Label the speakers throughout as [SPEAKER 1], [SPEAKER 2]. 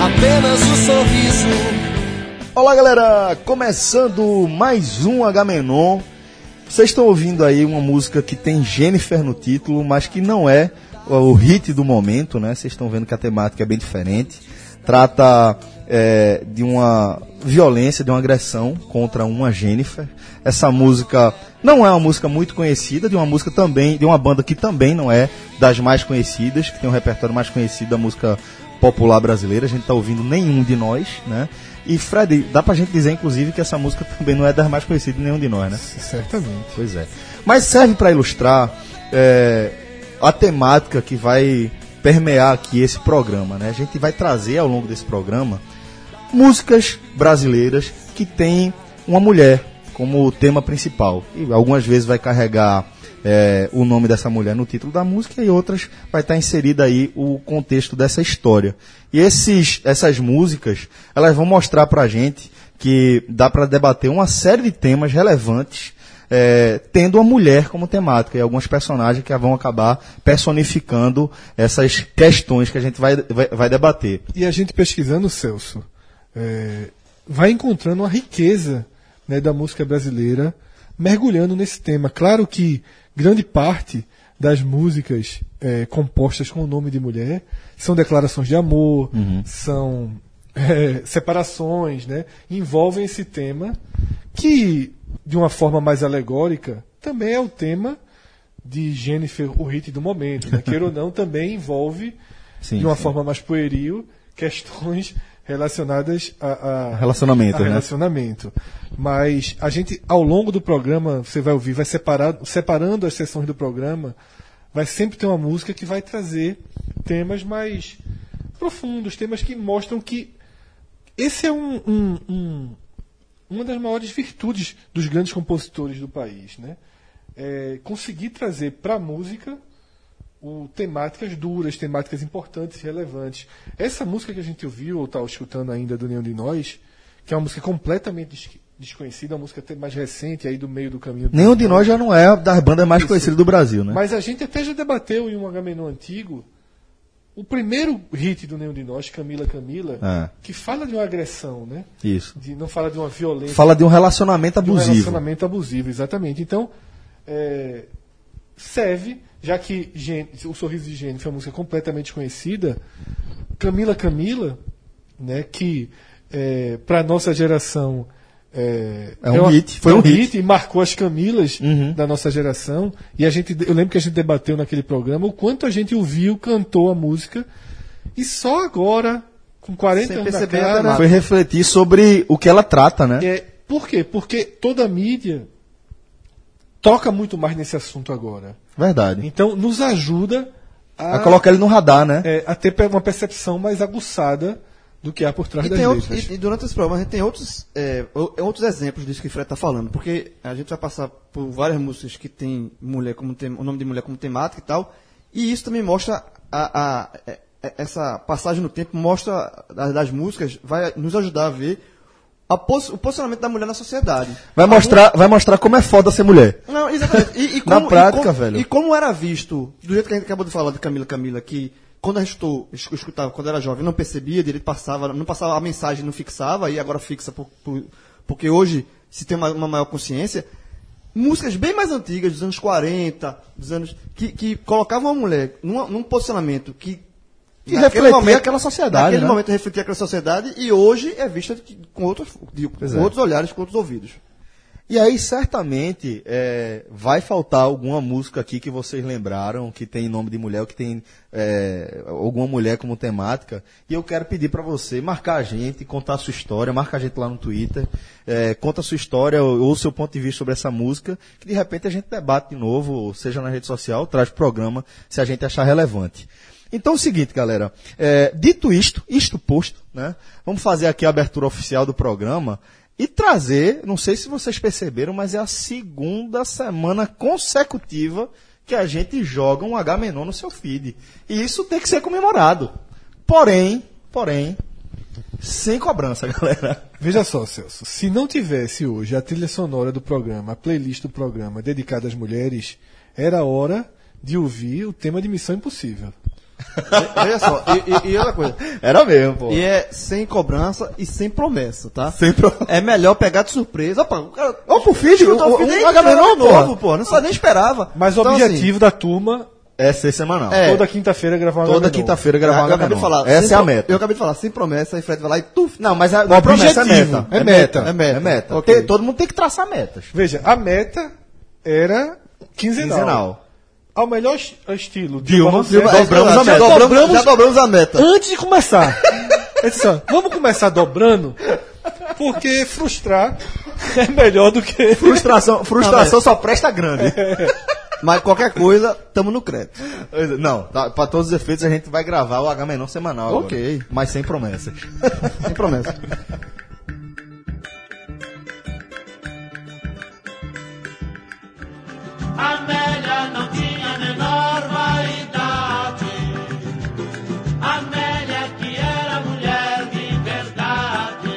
[SPEAKER 1] apenas um sorriso.
[SPEAKER 2] Olá, galera! Começando mais um Agamenon. Vocês estão ouvindo aí uma música que tem Jennifer no título, mas que não é o hit do momento, né? Vocês estão vendo que a temática é bem diferente. Trata é, de uma violência, de uma agressão contra uma Jennifer. Essa música não é uma música muito conhecida, de uma música também, de uma banda que também não é das mais conhecidas, que tem um repertório mais conhecido da música popular brasileira. A gente está ouvindo nenhum de nós, né? E Fred, dá pra gente dizer inclusive que essa música também não é das mais conhecidas de nenhum de nós, né?
[SPEAKER 3] Certamente.
[SPEAKER 2] Pois é. Mas serve para ilustrar é, a temática que vai permear aqui esse programa, né? A gente vai trazer ao longo desse programa músicas brasileiras que tem uma mulher como tema principal. E algumas vezes vai carregar é, o nome dessa mulher no título da música e outras vai estar inserida aí o contexto dessa história. E esses, essas músicas, elas vão mostrar pra gente que dá para debater uma série de temas relevantes é, tendo a mulher como temática e alguns personagens que vão acabar personificando essas questões que a gente vai, vai, vai debater.
[SPEAKER 3] E a gente pesquisando, Celso, é, vai encontrando uma riqueza né, da música brasileira mergulhando nesse tema. Claro que grande parte das músicas é, compostas com o nome de mulher são declarações de amor,
[SPEAKER 2] Uhum.
[SPEAKER 3] são é, separações, né? envolvem esse tema que, de uma forma mais alegórica, também é o tema de Jennifer, o hit do momento. Né? Queira ou não, também envolve,
[SPEAKER 2] Sim,
[SPEAKER 3] de uma
[SPEAKER 2] sim.
[SPEAKER 3] forma mais pueril, questões relacionadas a, a
[SPEAKER 2] Relacionamento,
[SPEAKER 3] a
[SPEAKER 2] né?
[SPEAKER 3] relacionamento. Mas a gente, ao longo do programa, você vai ouvir, vai separar, separando as sessões do programa, vai sempre ter uma música que vai trazer temas mais profundos, temas que mostram que esse é um, um- um- uma das maiores virtudes dos grandes compositores do país, né? É conseguir trazer para a música o, temáticas duras, temáticas importantes e relevantes. Essa música que a gente ouviu, ou está escutando ainda do Nenhum de Nós, que é uma música completamente des- desconhecida, uma música até mais recente, aí do meio do caminho. do-
[SPEAKER 2] Nenhum de nós já não é das bandas mais conhecidas do Brasil, né?
[SPEAKER 3] Mas a gente até já debateu em um Agamenon antigo o primeiro hit do Nenhum de Nós, Camila Camila,
[SPEAKER 2] É.
[SPEAKER 3] que fala de uma agressão, né?
[SPEAKER 2] Isso.
[SPEAKER 3] De- não fala de uma violência.
[SPEAKER 2] Fala de um relacionamento
[SPEAKER 3] de um
[SPEAKER 2] abusivo.
[SPEAKER 3] relacionamento abusivo, exatamente. Então, é, serve, já que Gen- o Sorriso de Jennifer é uma música completamente desconhecida, Camila Camila, né, que é, para nossa geração é,
[SPEAKER 2] É um hit, foi
[SPEAKER 3] é
[SPEAKER 2] um hit.
[SPEAKER 3] e marcou as Camilas
[SPEAKER 2] Uhum.
[SPEAKER 3] da nossa geração. E a gente, eu lembro que a gente debateu naquele programa o quanto a gente ouviu, cantou a música e só agora, com 40
[SPEAKER 4] Sem
[SPEAKER 3] anos na
[SPEAKER 4] perceber né? a
[SPEAKER 3] cara,
[SPEAKER 4] danada.
[SPEAKER 2] Foi refletir sobre o que ela trata, né?
[SPEAKER 3] é, por quê? Porque toda a mídia toca muito mais nesse assunto agora.
[SPEAKER 2] Verdade.
[SPEAKER 3] Então, nos ajuda a,
[SPEAKER 2] A colocar ele no radar, né?
[SPEAKER 3] Ah. é, a ter pe- uma percepção mais aguçada do que há por trás
[SPEAKER 4] E,
[SPEAKER 3] das
[SPEAKER 4] tem outros-
[SPEAKER 3] letras.
[SPEAKER 4] e- e durante esse programa a gente tem outros, é, o- outros exemplos disso que o Fred está falando, porque a gente vai passar por várias músicas que tem mulher como tem, o nome de mulher como temática e tal, e isso também mostra a- a- é- é- essa passagem no tempo, mostra das, das músicas, vai nos ajudar a ver a pos- o posicionamento da mulher na sociedade.
[SPEAKER 2] Vai mostrar, vai mostrar como é foda ser mulher.
[SPEAKER 4] Não, exatamente. E, e
[SPEAKER 2] Na
[SPEAKER 4] como,
[SPEAKER 2] prática,
[SPEAKER 4] e como-
[SPEAKER 2] velho.
[SPEAKER 4] E como era visto, do jeito que a gente acabou de falar de Camila Camila, que quando a gente estou- es- escutava, quando era jovem, não percebia direito, passava, não passava a mensagem, não fixava, e agora fixa por- por- porque hoje se tem uma, uma maior consciência. Músicas bem mais antigas, dos anos 40, dos anos. que, que colocavam a mulher numa- num posicionamento que.
[SPEAKER 2] Que refletia aquela sociedade,
[SPEAKER 4] Naquele
[SPEAKER 2] né?
[SPEAKER 4] momento refletia aquela sociedade e hoje é vista de- com, outros, de- com
[SPEAKER 2] é.
[SPEAKER 4] outros olhares, com outros ouvidos.
[SPEAKER 2] E aí, certamente, é, vai faltar alguma música aqui que vocês lembraram, que tem nome de mulher, ou que tem é, alguma mulher como temática. E eu quero pedir pra você marcar a gente, contar a sua história, marca a gente lá no Twitter, é, conta a sua história ou ou o seu ponto de vista sobre essa música, que de repente a gente debate de novo, ou seja na rede social, traz pro programa, se a gente achar relevante. Então é o seguinte, galera. é, dito isto, isto posto, né? Vamos fazer aqui a abertura oficial do programa e trazer, não sei se vocês perceberam, mas é a segunda semana consecutiva que a gente joga um H menor no seu feed. E isso tem que ser comemorado. Porém, porém, sem cobrança, galera.
[SPEAKER 3] Veja só, Celso, se não tivesse hoje a trilha sonora do programa, a playlist do programa dedicada às mulheres, era hora de ouvir o tema de Missão Impossível.
[SPEAKER 4] Olha só, e, e- e outra coisa.
[SPEAKER 2] Era mesmo, pô.
[SPEAKER 4] E é sem cobrança e sem promessa, tá?
[SPEAKER 2] Sem promessa.
[SPEAKER 4] É melhor pegar de surpresa. Opa, o cara.
[SPEAKER 2] Ó, pro filho,
[SPEAKER 4] chuta
[SPEAKER 2] o-
[SPEAKER 4] o filho
[SPEAKER 2] o- o
[SPEAKER 4] aí, cara,
[SPEAKER 2] HB não,
[SPEAKER 4] é novo, pô. Não só nem esperava.
[SPEAKER 3] Mas o
[SPEAKER 4] Então, assim,
[SPEAKER 3] objetivo da turma
[SPEAKER 2] É ser semanal.
[SPEAKER 4] É.
[SPEAKER 3] toda quinta-feira é gravar um
[SPEAKER 2] Toda
[SPEAKER 3] HB novo.
[SPEAKER 2] quinta-feira
[SPEAKER 4] eu
[SPEAKER 2] gravar uma
[SPEAKER 4] acabei de falar.
[SPEAKER 2] Essa
[SPEAKER 4] sem
[SPEAKER 2] é a
[SPEAKER 4] pro-
[SPEAKER 2] meta.
[SPEAKER 4] Eu acabei de falar, sem promessa, aí Fred vai lá e tu.
[SPEAKER 2] Não, mas a,
[SPEAKER 3] O
[SPEAKER 2] promessa é
[SPEAKER 3] objetivo.
[SPEAKER 2] meta.
[SPEAKER 3] É
[SPEAKER 4] meta.
[SPEAKER 2] É meta.
[SPEAKER 4] É meta.
[SPEAKER 2] Tem-
[SPEAKER 4] Ok.
[SPEAKER 2] todo mundo tem que traçar metas.
[SPEAKER 3] Veja, a meta era quinzenal.
[SPEAKER 2] Quinzenal.
[SPEAKER 3] Ao melhor es- estilo
[SPEAKER 2] Dilma,
[SPEAKER 3] Rousseff,
[SPEAKER 2] Dilma, é, dobramos
[SPEAKER 4] já
[SPEAKER 2] a meta.
[SPEAKER 4] Dobramos,
[SPEAKER 3] Dobramos-
[SPEAKER 4] já dobramos a meta.
[SPEAKER 3] antes de começar. É só, vamos começar dobrando, porque frustrar é melhor do que.
[SPEAKER 2] Frustração, frustração só presta grande.
[SPEAKER 4] Tá Mas qualquer coisa, tamo no crédito.
[SPEAKER 2] Não, tá, pra todos os efeitos a gente vai gravar o H-Menon semanal agora.
[SPEAKER 4] Ok.
[SPEAKER 2] Mas sem promessas.
[SPEAKER 4] Sem promessa.
[SPEAKER 1] Amélia não tinha a menor vaidade. Amélia que era mulher de verdade.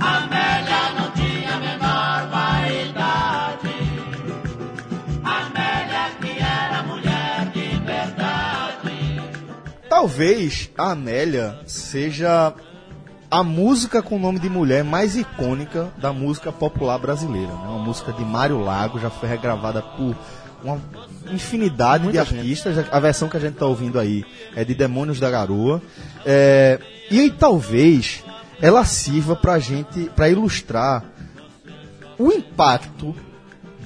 [SPEAKER 1] Amélia não tinha a menor vaidade. Amélia que era mulher de verdade.
[SPEAKER 2] Talvez a Amélia seja a música com nome de mulher mais icônica da música popular brasileira. Né? Uma música de Mário Lago, já foi regravada por uma infinidade de artistas. A versão que a gente está ouvindo aí é de Demônios da Garoa. É, e aí talvez ela sirva pra gente, pra ilustrar o impacto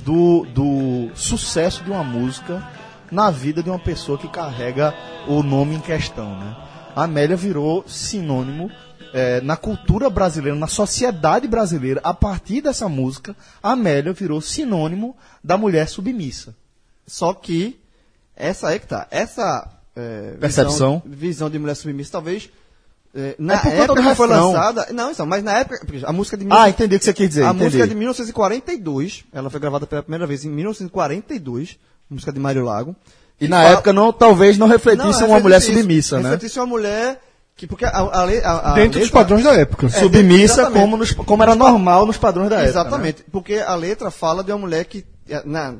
[SPEAKER 2] do, do sucesso de uma música na vida de uma pessoa que carrega o nome em questão. Né? A Amélia virou sinônimo eh, na cultura brasileira, na sociedade brasileira, a partir dessa música, a Amélia virou sinônimo da mulher submissa.
[SPEAKER 4] Só que, essa aí que tá. Essa. é,
[SPEAKER 2] Percepção.
[SPEAKER 4] Visão, visão de mulher submissa, talvez. é, na
[SPEAKER 2] É por conta
[SPEAKER 4] época
[SPEAKER 2] do
[SPEAKER 4] que foi
[SPEAKER 2] refrão.
[SPEAKER 4] lançada. Não, então, mas na época. porque A música de
[SPEAKER 2] Ah, entendi o que você quis dizer.
[SPEAKER 4] A
[SPEAKER 2] entendi.
[SPEAKER 4] música é de 1942, ela foi gravada pela primeira vez em 1942, música de Mário Lago.
[SPEAKER 2] E na época não, talvez não refletisse
[SPEAKER 4] Não,
[SPEAKER 2] é
[SPEAKER 4] é
[SPEAKER 2] uma mulher
[SPEAKER 4] reflete isso.
[SPEAKER 2] submissa, né?
[SPEAKER 4] Reflete isso é uma mulher que porque a, a, lei- a, a
[SPEAKER 3] Dentro dos
[SPEAKER 4] letra-
[SPEAKER 3] padrões da época.
[SPEAKER 4] É,
[SPEAKER 2] Submissa
[SPEAKER 4] exatamente.
[SPEAKER 2] como, nos- como era normal nos padrões da época. né?
[SPEAKER 4] Exatamente, porque a letra fala de uma mulher que é, na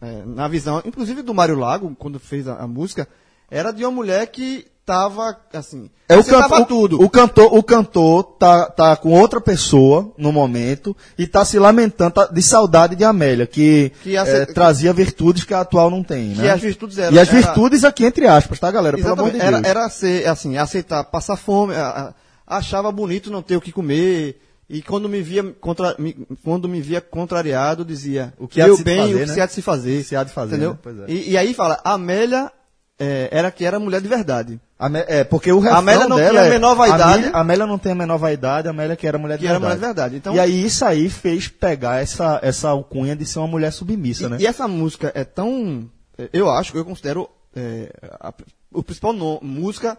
[SPEAKER 4] é, na visão, inclusive do Mário Lago quando fez a, a música, era de uma mulher que tava assim,
[SPEAKER 2] É o,
[SPEAKER 4] aceitava
[SPEAKER 2] canto, o-
[SPEAKER 4] tudo.
[SPEAKER 2] o cantor, o cantor tá, tá com outra pessoa no momento e tá se lamentando tá de saudade de Amélia, que,
[SPEAKER 4] Que ace-
[SPEAKER 2] eh, trazia virtudes que a atual não tem, né?
[SPEAKER 4] Que as virtudes eram-
[SPEAKER 2] E as
[SPEAKER 4] era-
[SPEAKER 2] virtudes aqui entre aspas, tá, galera? Pelo amor de
[SPEAKER 4] Exatamente.
[SPEAKER 2] Deus.
[SPEAKER 4] Era, era ser, assim, aceitar, passar fome, a- a- achava bonito não ter o que comer. E quando me via, contra, me- quando me via contrariado, dizia
[SPEAKER 2] O que há de
[SPEAKER 4] meu
[SPEAKER 2] se
[SPEAKER 4] bem,
[SPEAKER 2] fazer,
[SPEAKER 4] o que
[SPEAKER 2] né?
[SPEAKER 4] se há de se fazer.
[SPEAKER 2] Se há de fazer,
[SPEAKER 4] entendeu?
[SPEAKER 2] né? Pois é.
[SPEAKER 4] E, e aí fala, Amélia eh, era que era mulher de verdade.
[SPEAKER 2] Amé- é, porque o refrão
[SPEAKER 4] Amélia não
[SPEAKER 2] dela
[SPEAKER 4] tinha a
[SPEAKER 2] é,
[SPEAKER 4] menor vaidade.
[SPEAKER 2] Amélia, Amélia não tem a menor vaidade, Amélia que era mulher de
[SPEAKER 4] Que era
[SPEAKER 2] verdade.
[SPEAKER 4] mulher de verdade. Então-
[SPEAKER 2] e aí isso aí fez pegar essa, essa alcunha de ser uma mulher submissa,
[SPEAKER 4] E,
[SPEAKER 2] né?
[SPEAKER 4] e essa música é tão. eh, Eu acho, eu considero eh, a- o principal no- música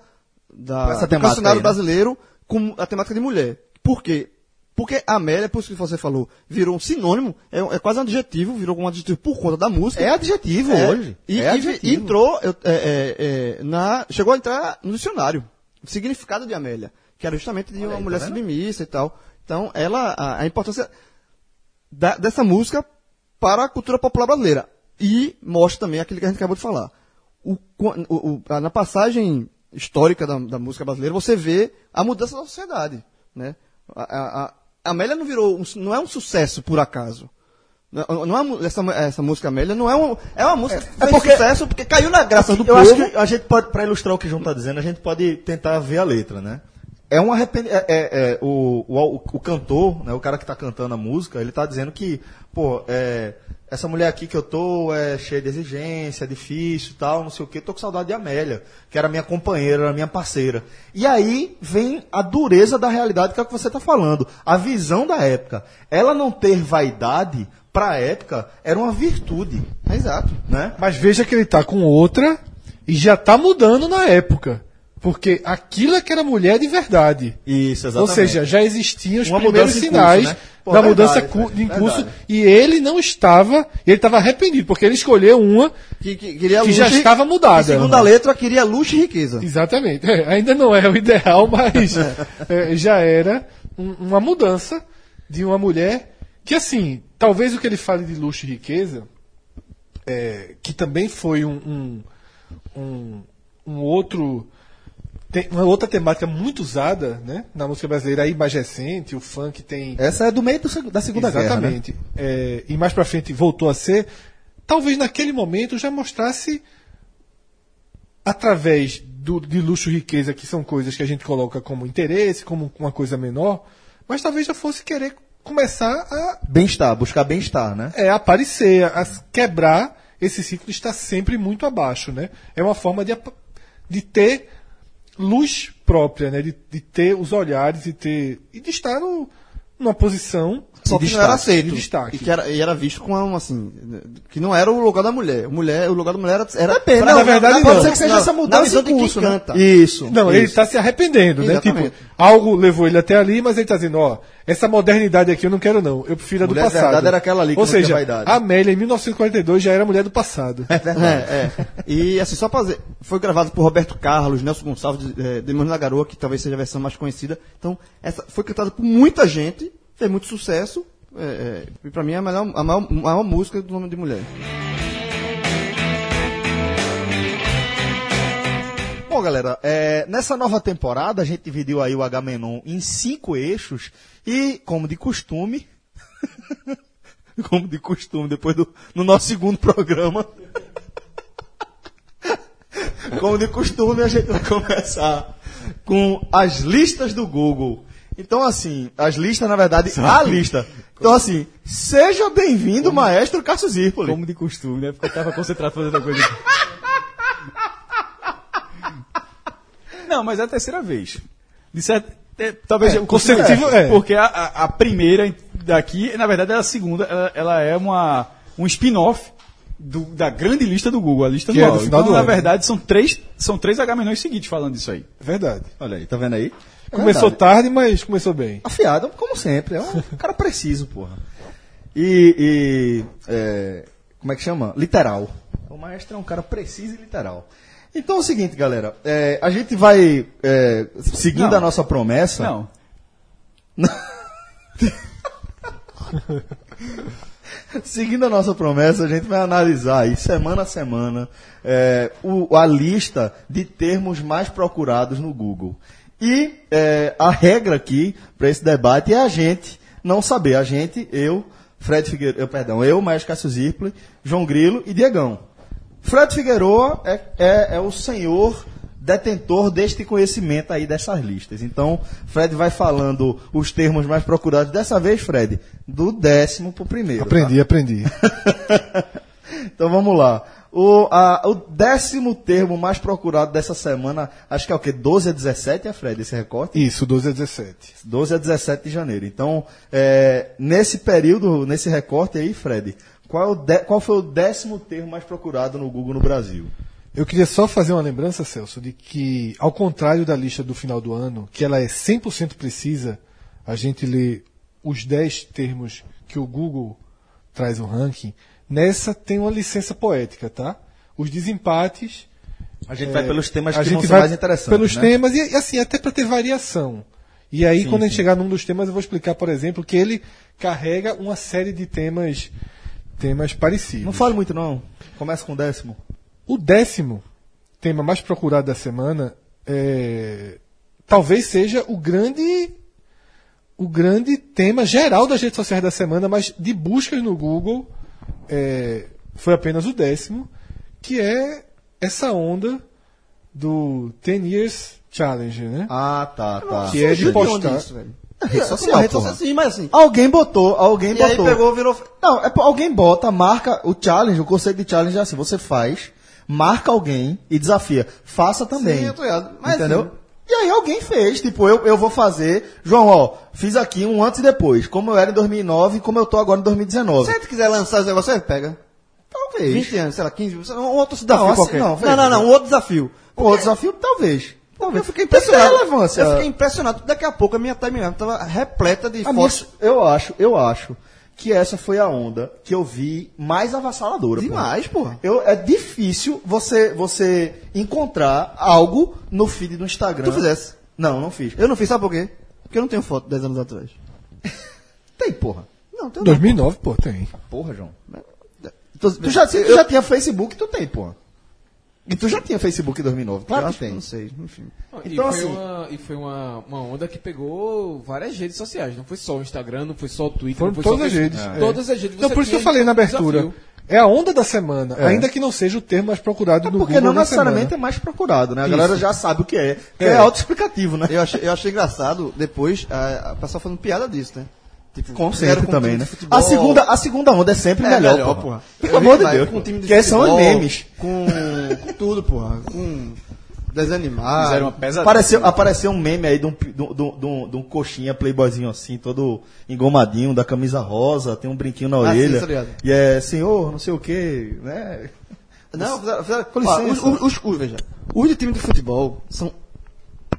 [SPEAKER 4] da,
[SPEAKER 2] Com essa
[SPEAKER 4] do
[SPEAKER 2] temática aí,
[SPEAKER 4] cancionário
[SPEAKER 2] né?
[SPEAKER 4] brasileiro com a temática de mulher. Por quê? Porque a Amélia, por isso que você falou, virou um sinônimo, é, um- é quase um adjetivo, virou um adjetivo por conta da música.
[SPEAKER 2] É adjetivo
[SPEAKER 4] É,
[SPEAKER 2] hoje.
[SPEAKER 4] E,
[SPEAKER 2] é
[SPEAKER 4] e vi-
[SPEAKER 2] adjetivo.
[SPEAKER 4] entrou, eu- é, é, é, na, chegou a entrar no dicionário, o significado de Amélia, que era justamente de uma
[SPEAKER 2] aí, tá
[SPEAKER 4] mulher
[SPEAKER 2] vendo?
[SPEAKER 4] submissa e tal. Então, ela, a, a importância da- dessa música para a cultura popular brasileira. E mostra também aquilo que a gente acabou de falar. O quan- o- o- a- na passagem histórica da, da música brasileira, você vê a mudança da sociedade. Né? A, a- a- a Amélia não virou, um su- não é um sucesso por acaso. Não, não é mu- essa, essa música Amélia não é uma, é uma música que
[SPEAKER 2] é
[SPEAKER 4] fez
[SPEAKER 2] porque-
[SPEAKER 4] sucesso porque caiu na graça do
[SPEAKER 2] eu
[SPEAKER 4] povo.
[SPEAKER 2] acho que a gente pode, para ilustrar o que o João está dizendo, a gente pode tentar ver a letra, né? É um arrepen- é, é- é, o, o, o cantor, né, o cara que está cantando a música, ele está dizendo que, pô, é, essa mulher aqui que eu tô é cheia de exigência, é difícil e tal, não sei o quê, tô com saudade de Amélia, que era minha companheira, era minha parceira. E aí vem a dureza da realidade que é o que você está falando, a visão da época. Ela não ter vaidade, para a época, era uma virtude,
[SPEAKER 4] Exato.
[SPEAKER 2] né?
[SPEAKER 3] Mas veja que ele tá com outra e já tá mudando na época. Porque aquilo é que era mulher de verdade.
[SPEAKER 2] Isso,
[SPEAKER 3] Ou seja, já existiam os
[SPEAKER 2] Uma
[SPEAKER 3] primeiros
[SPEAKER 2] mudança em
[SPEAKER 3] sinais
[SPEAKER 2] curso, né? Pô,
[SPEAKER 3] da
[SPEAKER 2] verdade,
[SPEAKER 3] mudança cu-
[SPEAKER 2] Fred,
[SPEAKER 3] de curso
[SPEAKER 2] verdade.
[SPEAKER 3] e ele não estava, ele estava arrependido, porque ele escolheu uma
[SPEAKER 4] Que, que, queria
[SPEAKER 3] Que já estava mudada.
[SPEAKER 4] E segundo
[SPEAKER 2] né?
[SPEAKER 4] a letra, queria luxo e riqueza.
[SPEAKER 3] Exatamente. É, ainda não é o ideal, mas é, já era um- uma mudança de uma mulher que, assim, talvez o que ele fale de luxo e riqueza, é, que também foi um, um, um- um outro tem uma outra temática muito usada, né, na música brasileira aí mais recente, o funk tem
[SPEAKER 2] Essa é do meio do seg- da Segunda Guerra. né?
[SPEAKER 3] Exatamente. É, e mais pra frente voltou a ser. Talvez naquele momento já mostrasse, através do, de luxo e riqueza, que são coisas que a gente coloca como interesse, como uma coisa menor, mas talvez já fosse querer começar a
[SPEAKER 2] Bem-estar, buscar bem-estar, né?
[SPEAKER 3] é, aparecer, a s- quebrar esse ciclo está sempre muito abaixo, né? É uma forma de, ap- de ter luz própria, né? De, de ter os olhares e ter e de estar no, numa posição
[SPEAKER 4] Só que não era aceito.
[SPEAKER 3] de destaque.
[SPEAKER 4] E, que era, e era visto como uma, assim. Que não era o lugar da mulher. mulher o lugar da mulher era. era
[SPEAKER 2] Depende,
[SPEAKER 4] pra-
[SPEAKER 2] não, na-
[SPEAKER 4] não.
[SPEAKER 2] pode ser que seja essa
[SPEAKER 4] na
[SPEAKER 2] mudança
[SPEAKER 4] visão
[SPEAKER 2] de
[SPEAKER 4] de quem
[SPEAKER 2] curso, né?
[SPEAKER 4] canta.
[SPEAKER 2] Isso.
[SPEAKER 3] Não, ele
[SPEAKER 2] isso.
[SPEAKER 3] está se arrependendo, né?
[SPEAKER 4] Exatamente.
[SPEAKER 3] Tipo, algo levou ele até ali, mas ele está dizendo, ó, essa modernidade aqui eu não quero não, eu prefiro a do
[SPEAKER 2] Mulher de
[SPEAKER 3] passado.
[SPEAKER 2] verdade era aquela ali que
[SPEAKER 3] Ou
[SPEAKER 2] não tinha
[SPEAKER 3] seja,
[SPEAKER 2] vaidade.
[SPEAKER 3] a Amélia em 1942 já era mulher do passado.
[SPEAKER 4] É, é. E assim, só pra dizer, foi gravado por Roberto Carlos, Nelson Gonçalves, é, Demônio da Garoa, que talvez seja a versão mais conhecida. Então, essa foi cantada por muita gente, fez muito sucesso. É, é, e pra mim é a, melhor, a maior, a maior música do nome de mulher.
[SPEAKER 2] Bom, galera, é, nessa nova temporada a gente dividiu aí o H-Menon em cinco eixos e, como de costume, como de costume, depois do no nosso segundo programa, como de costume, a gente vai começar com as listas do Google. Então, assim, as listas, na verdade, a lista. Então, assim, seja bem-vindo, maestro Cássio Zirpoli.
[SPEAKER 5] Como de costume, né? Porque eu tava concentrado fazendo outra coisa. Não, mas é a terceira vez. De certo, é, talvez
[SPEAKER 3] É,
[SPEAKER 5] o consecutivo-
[SPEAKER 3] consecutivo, é.
[SPEAKER 5] Porque a, a- a primeira daqui, na verdade, é a segunda. Ela, ela é uma, um spin-off do- da grande lista do Google, a lista
[SPEAKER 3] Que
[SPEAKER 5] anual.
[SPEAKER 3] é do final
[SPEAKER 5] então,
[SPEAKER 3] do
[SPEAKER 5] na
[SPEAKER 3] ano.
[SPEAKER 5] verdade, são três, são três H-menões seguidos falando disso aí.
[SPEAKER 3] Verdade.
[SPEAKER 2] Olha aí, tá vendo aí?
[SPEAKER 3] Começou
[SPEAKER 2] Verdade.
[SPEAKER 3] tarde, mas começou bem.
[SPEAKER 2] afiado, como sempre. É um cara preciso, porra. E. e, é, como é que chama? Literal. O maestro é um cara preciso e literal. Então é o seguinte, galera. é, a gente vai. é, seguindo
[SPEAKER 5] Não.
[SPEAKER 2] a nossa
[SPEAKER 3] Tá.
[SPEAKER 2] promessa.
[SPEAKER 5] Não.
[SPEAKER 2] Seguindo a nossa promessa, a gente vai analisar aí, semana a semana, é, o- a lista de termos mais procurados no Google. E é, a regra aqui para esse debate é a gente não saber. A gente, eu, Fred Figueiredo, eu, perdão, eu, Maestro Cássio Zirpoli, João Grilo e Diegão. Fred Figueroa é, é- é o senhor detentor deste conhecimento aí dessas listas. Então, Fred vai falando os termos mais procurados. Dessa vez, Fred, do décimo para o primeiro. tá?
[SPEAKER 3] Aprendi, aprendi.
[SPEAKER 2] Então vamos lá. O, a- o décimo termo mais procurado dessa semana, acho que é o quê? 12 a 17, é, Fred, esse recorte?
[SPEAKER 3] Isso, 12 a 17.
[SPEAKER 2] 12 a 17 de janeiro. Então, é, nesse período, nesse recorte aí, Fred, qual, é o dé- qual foi o décimo termo mais procurado no Google no Brasil?
[SPEAKER 3] Eu queria só fazer uma lembrança, Celso, de que, ao contrário da lista do final do ano, que ela é 100% precisa, a gente lê os 10 termos que o Google traz o ranking, nessa tem uma licença poética, tá? Os desempates.
[SPEAKER 2] A gente
[SPEAKER 3] é,
[SPEAKER 2] vai pelos temas
[SPEAKER 3] a
[SPEAKER 2] que
[SPEAKER 3] gente
[SPEAKER 2] vão ser
[SPEAKER 3] vai
[SPEAKER 2] mais interessantes.
[SPEAKER 3] Pelos
[SPEAKER 2] né?
[SPEAKER 3] temas, e, e assim, até para ter variação. E aí, quando a gente chegar num dos temas, eu vou explicar, por exemplo, que ele carrega uma série de temas, temas parecidos.
[SPEAKER 2] Não fale muito, não. Começa com o décimo.
[SPEAKER 3] O décimo tema mais procurado da semana é, talvez seja o grande o grande tema geral das redes sociais da semana, mas de buscas no Google é, foi apenas o décimo, que é essa onda do 10 Years Challenge, né?
[SPEAKER 2] Ah, tá, tá.
[SPEAKER 3] que é de
[SPEAKER 4] Surgiu
[SPEAKER 3] postar.
[SPEAKER 4] onde isso, velho?
[SPEAKER 3] É,
[SPEAKER 2] Rede
[SPEAKER 4] Não,
[SPEAKER 2] social,
[SPEAKER 4] rede
[SPEAKER 2] porra.
[SPEAKER 4] social, sim, mas assim.
[SPEAKER 2] Alguém botou, alguém
[SPEAKER 4] E aí
[SPEAKER 2] botou.
[SPEAKER 4] pegou, virou.
[SPEAKER 2] Não, é po- alguém bota, marca o challenge, o conceito de challenge é assim, você faz, marca alguém e desafia. Faça também.
[SPEAKER 4] Sim, eu tô ligado. Mas,
[SPEAKER 2] entendeu?
[SPEAKER 4] assim,
[SPEAKER 2] E aí alguém fez, tipo, eu, eu vou fazer, João, ó, fiz aqui um antes e depois, como eu era em 2009 e como eu tô agora em 2019.
[SPEAKER 4] Se você quiser lançar os negócios, você pega.
[SPEAKER 2] Talvez.
[SPEAKER 4] 20 anos, sei lá, 15, um outro desafio
[SPEAKER 2] Não, assim,
[SPEAKER 4] qualquer.
[SPEAKER 2] não,
[SPEAKER 4] Não,
[SPEAKER 2] velho.
[SPEAKER 4] não, não, um outro desafio.
[SPEAKER 2] Pô, o desafio, talvez.
[SPEAKER 4] Pô, eu fiquei
[SPEAKER 2] Tem que ter
[SPEAKER 4] impressionado.
[SPEAKER 2] relevância. É.
[SPEAKER 4] Eu fiquei impressionado. Daqui a pouco a minha timeline estava repleta de
[SPEAKER 2] A minha-
[SPEAKER 4] fotos.
[SPEAKER 2] Ah, eu acho, eu acho que essa foi a onda que eu vi mais avassaladora. porra.
[SPEAKER 4] Demais, porra.
[SPEAKER 2] Eu, é difícil você, você encontrar algo no feed do Instagram.
[SPEAKER 4] Tu fizesse.
[SPEAKER 2] Não, não fiz.
[SPEAKER 4] Eu não fiz, sabe por quê? Porque eu não tenho foto 10 anos atrás.
[SPEAKER 2] Tem, porra.
[SPEAKER 4] Não, um- tenho não.
[SPEAKER 3] 2009, pô, tem.
[SPEAKER 2] Porra, João.
[SPEAKER 4] Tô-
[SPEAKER 2] Tu já, se tu já tinha Facebook, tu tem, porra. E tu já tinha Facebook em 2009?
[SPEAKER 4] Claro
[SPEAKER 2] já
[SPEAKER 4] que
[SPEAKER 2] tem.
[SPEAKER 4] Não sei, enfim.
[SPEAKER 2] Então,
[SPEAKER 6] e foi, um
[SPEAKER 2] assim-
[SPEAKER 6] uma, e foi uma, uma onda que pegou várias redes sociais. Não foi só o Instagram, não foi só o Twitter.
[SPEAKER 3] Foram
[SPEAKER 6] não foi
[SPEAKER 3] todas
[SPEAKER 6] só o
[SPEAKER 3] as
[SPEAKER 6] Facebook.
[SPEAKER 3] redes, é.
[SPEAKER 6] Todas as redes.
[SPEAKER 3] Então,
[SPEAKER 6] Você
[SPEAKER 3] por isso que eu
[SPEAKER 6] tinha
[SPEAKER 3] falei na
[SPEAKER 6] um
[SPEAKER 3] abertura.
[SPEAKER 6] desafio.
[SPEAKER 3] É a onda da semana,
[SPEAKER 2] É.
[SPEAKER 3] ainda que não seja o termo mais
[SPEAKER 4] É
[SPEAKER 3] procurado do
[SPEAKER 2] Porque
[SPEAKER 3] Google
[SPEAKER 2] não
[SPEAKER 3] na
[SPEAKER 2] necessariamente é
[SPEAKER 3] semana.
[SPEAKER 2] mais procurado, né? A galera já sabe o que é. Que é,
[SPEAKER 3] É.
[SPEAKER 2] autoexplicativo, né?
[SPEAKER 4] Eu achei, eu achei engraçado depois a, a pessoa falando piada disso, né? Tipo,
[SPEAKER 2] Com
[SPEAKER 4] fizeram
[SPEAKER 2] sempre
[SPEAKER 4] com
[SPEAKER 2] também,
[SPEAKER 4] time
[SPEAKER 2] né?
[SPEAKER 4] de futebol.
[SPEAKER 2] a, segunda, a segunda onda é sempre
[SPEAKER 4] É
[SPEAKER 2] melhor,
[SPEAKER 4] melhor,
[SPEAKER 2] porra.
[SPEAKER 4] porra.
[SPEAKER 2] Pelo
[SPEAKER 4] Eu vi
[SPEAKER 2] amor de
[SPEAKER 4] lá,
[SPEAKER 2] Deus.
[SPEAKER 4] Com um time de
[SPEAKER 2] que esses são os
[SPEAKER 4] futebol,
[SPEAKER 2] memes.
[SPEAKER 4] Com, com tudo, porra. Com desanimar.
[SPEAKER 5] Fizeram uma pesadinha.
[SPEAKER 2] Apareceu, apareceu um meme aí de um, pi- de, um- de um- de um- de um coxinha playboyzinho assim, todo engomadinho, da camisa rosa, tem um brinquinho na
[SPEAKER 4] Ah, sim,
[SPEAKER 2] orelha.
[SPEAKER 4] tô ligado.
[SPEAKER 2] e é, senhor, não sei o que, né?
[SPEAKER 4] Não, fizeram. fizeram
[SPEAKER 2] Com
[SPEAKER 4] ó,
[SPEAKER 2] licença.
[SPEAKER 4] os, os, os, veja, os de time de futebol são.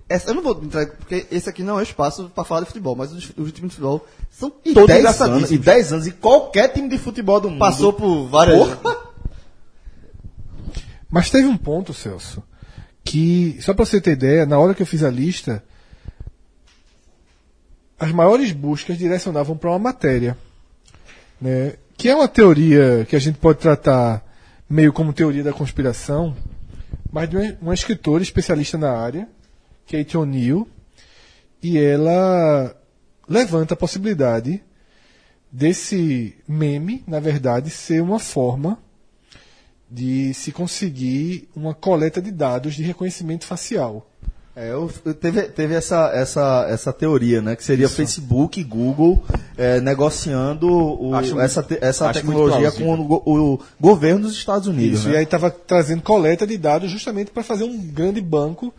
[SPEAKER 4] essa- eu não vou entrar, porque esse aqui não é o espaço pra falar de futebol, mas os, os de time de futebol são
[SPEAKER 2] E
[SPEAKER 4] todos
[SPEAKER 2] 10 anos, e
[SPEAKER 4] engraçadíssimos.
[SPEAKER 2] 10 anos, e qualquer time de futebol do mundo.
[SPEAKER 4] Passou por várias.
[SPEAKER 2] Porra!
[SPEAKER 3] Mas teve um ponto, Celso, que, só pra você ter ideia, na hora que eu fiz a lista, as maiores buscas direcionavam para uma matéria, né? que é uma teoria que a gente pode tratar meio como teoria da conspiração, mas de uma, uma escritora especialista na área, Kate O'Neill, e ela levanta a possibilidade desse meme, na verdade, ser uma forma de se conseguir uma coleta de dados de reconhecimento facial.
[SPEAKER 2] É, eu, eu teve, teve essa, essa, essa teoria, né? Que seria Facebook e Google é, negociando o-
[SPEAKER 5] Acho
[SPEAKER 2] essa, te- essa
[SPEAKER 5] acho muito
[SPEAKER 2] tecnologia com o, go- o governo dos Estados Unidos.
[SPEAKER 3] Isso,
[SPEAKER 2] né?
[SPEAKER 3] e aí estava trazendo coleta de dados justamente para fazer um grande banco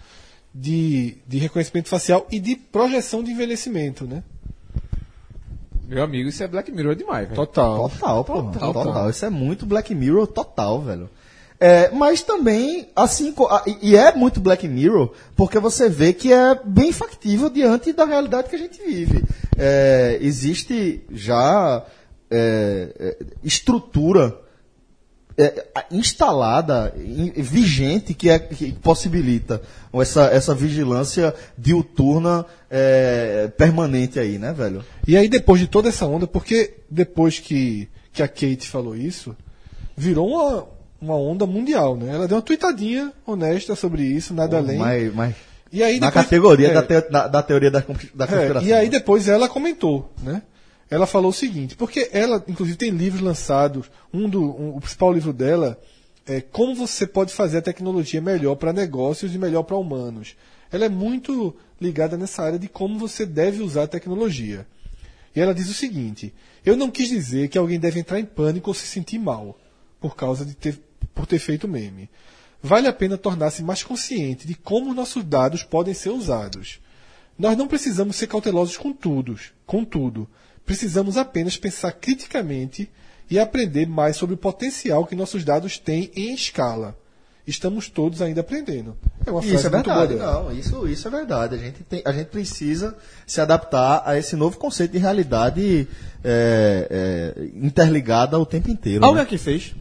[SPEAKER 3] de, de reconhecimento facial e de projeção de envelhecimento, né?
[SPEAKER 6] Meu amigo, isso é Black Mirror demais, velho.
[SPEAKER 3] Total.
[SPEAKER 2] Total, pô. Total,
[SPEAKER 3] Total,
[SPEAKER 2] total.
[SPEAKER 3] pô.
[SPEAKER 2] Isso é muito Black Mirror total, velho. É, mas também, assim, co- a- e e é muito Black Mirror, porque você vê que é bem factível diante da realidade que a gente vive. É, existe já é, é, estrutura é, a- instalada, em- vigente, que, é, que possibilita essa, essa vigilância diuturna é, permanente aí, né, velho?
[SPEAKER 3] E aí depois de toda essa onda, porque depois que, que a Kate falou isso, virou uma, uma onda mundial, né? Ela deu uma tuitadinha honesta sobre isso, nada além.
[SPEAKER 2] Mas- mas...
[SPEAKER 3] E aí
[SPEAKER 2] na
[SPEAKER 3] depois-
[SPEAKER 2] categoria
[SPEAKER 3] é,
[SPEAKER 2] da, teo- da- da teoria da, cons- da
[SPEAKER 3] É,
[SPEAKER 2] conspiração.
[SPEAKER 3] e aí depois ela comentou, né? Ela falou o seguinte, porque ela, inclusive, tem livros lançados. Um do, um- o principal livro dela é Como você pode fazer a tecnologia melhor para negócios e melhor para humanos. Ela é muito ligada nessa área de como você deve usar a tecnologia. E ela diz o seguinte: Eu não quis dizer que alguém deve entrar em pânico ou se sentir mal por causa de ter, por ter feito o meme. Vale a pena tornar-se mais consciente de como nossos dados podem ser usados. Nós não precisamos ser cautelosos com tudo, contudo, precisamos apenas pensar criticamente e aprender mais sobre o potencial que nossos dados têm em escala. Estamos todos ainda aprendendo. É uma frase
[SPEAKER 2] Isso é
[SPEAKER 3] muito boa
[SPEAKER 2] verdade,
[SPEAKER 3] dela.
[SPEAKER 2] não, isso, isso é verdade. A gente, tem, a gente precisa se adaptar a esse novo conceito de realidade é, é, interligada o tempo inteiro.
[SPEAKER 4] Alguém
[SPEAKER 2] né?
[SPEAKER 4] aqui fez?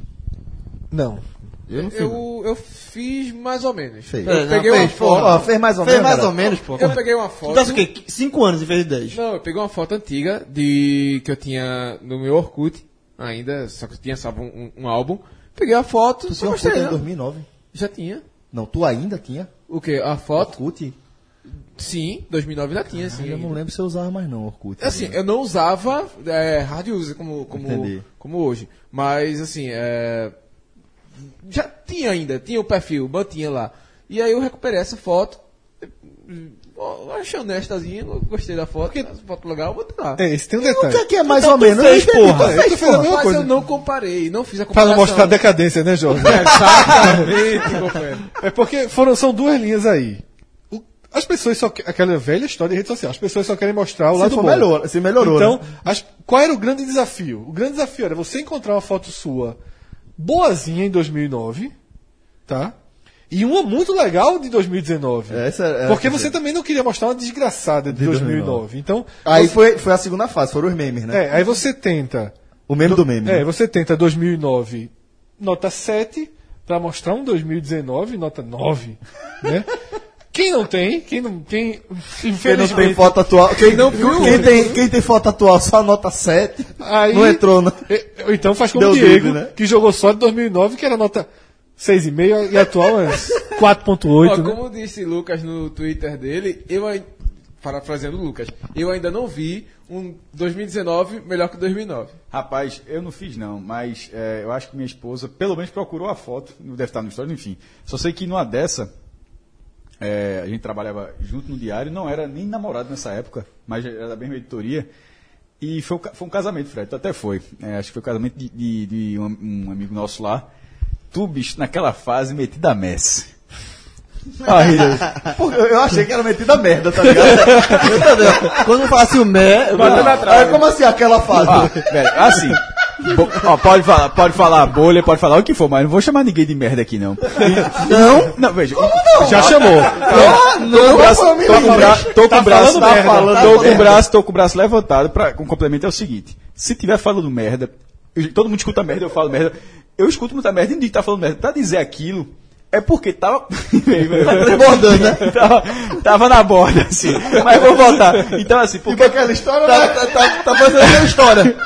[SPEAKER 3] Não.
[SPEAKER 4] Eu não fiz.
[SPEAKER 6] Eu, eu fiz mais ou menos.
[SPEAKER 2] Fez.
[SPEAKER 6] Eu peguei
[SPEAKER 4] não,
[SPEAKER 6] uma
[SPEAKER 4] fez, porra.
[SPEAKER 6] foto.
[SPEAKER 2] Ó, fez mais ou
[SPEAKER 4] Fez
[SPEAKER 2] menos,
[SPEAKER 4] mais
[SPEAKER 2] cara.
[SPEAKER 4] ou menos, pô.
[SPEAKER 6] Eu peguei uma
[SPEAKER 4] Tu
[SPEAKER 6] foto.
[SPEAKER 4] tá o quê? 5 anos em vez de 10.
[SPEAKER 6] Não, eu peguei uma foto antiga de que eu tinha no meu Orkut ainda, só que eu tinha salvo um, um- um álbum. Peguei a foto,
[SPEAKER 2] Tu
[SPEAKER 6] só
[SPEAKER 3] um
[SPEAKER 2] tinha Orkut é
[SPEAKER 6] gostei,
[SPEAKER 2] em
[SPEAKER 6] né?
[SPEAKER 2] 2009?
[SPEAKER 6] Já tinha.
[SPEAKER 2] Não, tu ainda tinha?
[SPEAKER 6] O que? A foto?
[SPEAKER 2] Orkut?
[SPEAKER 6] Sim, 2009 ainda tinha, sim.
[SPEAKER 2] eu não lembro se eu usava mais não, Orkut.
[SPEAKER 6] Assim,
[SPEAKER 2] né?
[SPEAKER 6] eu não usava é, hard user como,
[SPEAKER 2] Entendi.
[SPEAKER 6] como, como hoje. Mas, assim, é, já tinha ainda, tinha o perfil, mantinha lá. E aí eu recuperei essa foto. eu Achei honestazinha, eu gostei da foto, essa foto legal, botei lá.
[SPEAKER 3] É, esse tem um
[SPEAKER 2] O que
[SPEAKER 3] detalhe. Ah,
[SPEAKER 2] é que é mais
[SPEAKER 4] então
[SPEAKER 2] ou
[SPEAKER 3] tu
[SPEAKER 2] menos?
[SPEAKER 3] fez,
[SPEAKER 2] Eu entendi,
[SPEAKER 3] porra.
[SPEAKER 2] tu fez,
[SPEAKER 3] Tu fez a
[SPEAKER 2] porra.
[SPEAKER 3] mesma
[SPEAKER 6] Mas
[SPEAKER 3] coisa.
[SPEAKER 6] eu não comparei, não fiz a
[SPEAKER 3] Para
[SPEAKER 6] comparação. né?
[SPEAKER 3] não mostrar a decadência, né, Jorge?
[SPEAKER 6] Exatamente, confere.
[SPEAKER 3] É porque foram, são duas linhas aí. O- as pessoas só. que- Aquela velha história de rede social. As pessoas só querem mostrar o
[SPEAKER 2] Se
[SPEAKER 3] lado
[SPEAKER 2] tu
[SPEAKER 3] bom.
[SPEAKER 2] melhor- se melhorou,
[SPEAKER 3] Então,
[SPEAKER 2] né?
[SPEAKER 3] as- qual era o grande desafio? O grande desafio era você encontrar uma foto sua boazinha em 2009, tá? E uma muito legal de 2019.
[SPEAKER 2] É, essa é-
[SPEAKER 3] porque
[SPEAKER 2] é-
[SPEAKER 3] você também não queria mostrar uma desgraçada de,
[SPEAKER 2] De
[SPEAKER 3] 2009. Então,
[SPEAKER 2] Aí foi, foi a segunda fase, foram os memes, né?
[SPEAKER 3] é, aí você tenta
[SPEAKER 2] O meme do meme.
[SPEAKER 3] é,
[SPEAKER 2] né?
[SPEAKER 3] você tenta 2009 nota 7 para mostrar um 2019 nota 9, né? Quem não tem, quem não quem
[SPEAKER 2] Quem não tem
[SPEAKER 3] infelizmente
[SPEAKER 2] foto atual. Quem,
[SPEAKER 3] não viu,
[SPEAKER 2] quem
[SPEAKER 3] não
[SPEAKER 2] tem, quem tem foto atual só nota 7,
[SPEAKER 3] aí
[SPEAKER 2] não entrou, né?
[SPEAKER 3] É, Então faz como
[SPEAKER 2] Deu
[SPEAKER 3] o Diego,
[SPEAKER 2] dúvida, né?
[SPEAKER 3] que jogou só de 2009 que era nota 6,5 e a atual é
[SPEAKER 6] Ó,
[SPEAKER 3] 4,8, né?
[SPEAKER 6] como disse Lucas no Twitter dele, eu ai- parafraseando o Lucas, eu ainda não vi um 2019 melhor que 2009.
[SPEAKER 5] Rapaz, eu não fiz não, mas é, eu acho que minha esposa pelo menos procurou a foto, não deve estar no stories, enfim. Só sei que numa dessa, é, a gente trabalhava junto no diário, não era nem namorado nessa época, mas era da mesma editoria. E foi, um ca- foi um casamento, Fred, tu até foi. É, acho que foi o casamento de, de- de um, um amigo nosso lá. Tu, bicho, naquela fase metida a Messi. Aí, eu- eu achei que era metida a merda, tá ligado?
[SPEAKER 4] Quando falasse o mé, eu
[SPEAKER 5] Bateu na trave.
[SPEAKER 4] Aí, como assim aquela fase?
[SPEAKER 5] Ah, velho, assim. bo- ó, pode falar, pode falar bolha, pode falar o que for, mas não vou chamar ninguém de merda aqui, não. Não? Não, veja. Já chamou. tô com o braço, tô com o
[SPEAKER 3] falando
[SPEAKER 5] braço, tô com o braço, tá
[SPEAKER 3] merda,
[SPEAKER 5] falando,
[SPEAKER 3] tá
[SPEAKER 5] tô com o
[SPEAKER 3] falando.
[SPEAKER 5] braço, tô com o braço levantado. Pra, com o complemento é o seguinte: se tiver falando merda, eu- todo mundo escuta merda, eu falo merda. Eu escuto muita merda e ninguém tá falando merda. Pra dizer aquilo, é porque tava.
[SPEAKER 4] Transbordando, né?
[SPEAKER 5] tava, tava na borda, assim. Mas vou voltar. Então, assim, porque.
[SPEAKER 4] aquela história, tá, tá, tá, tá fazendo aquela história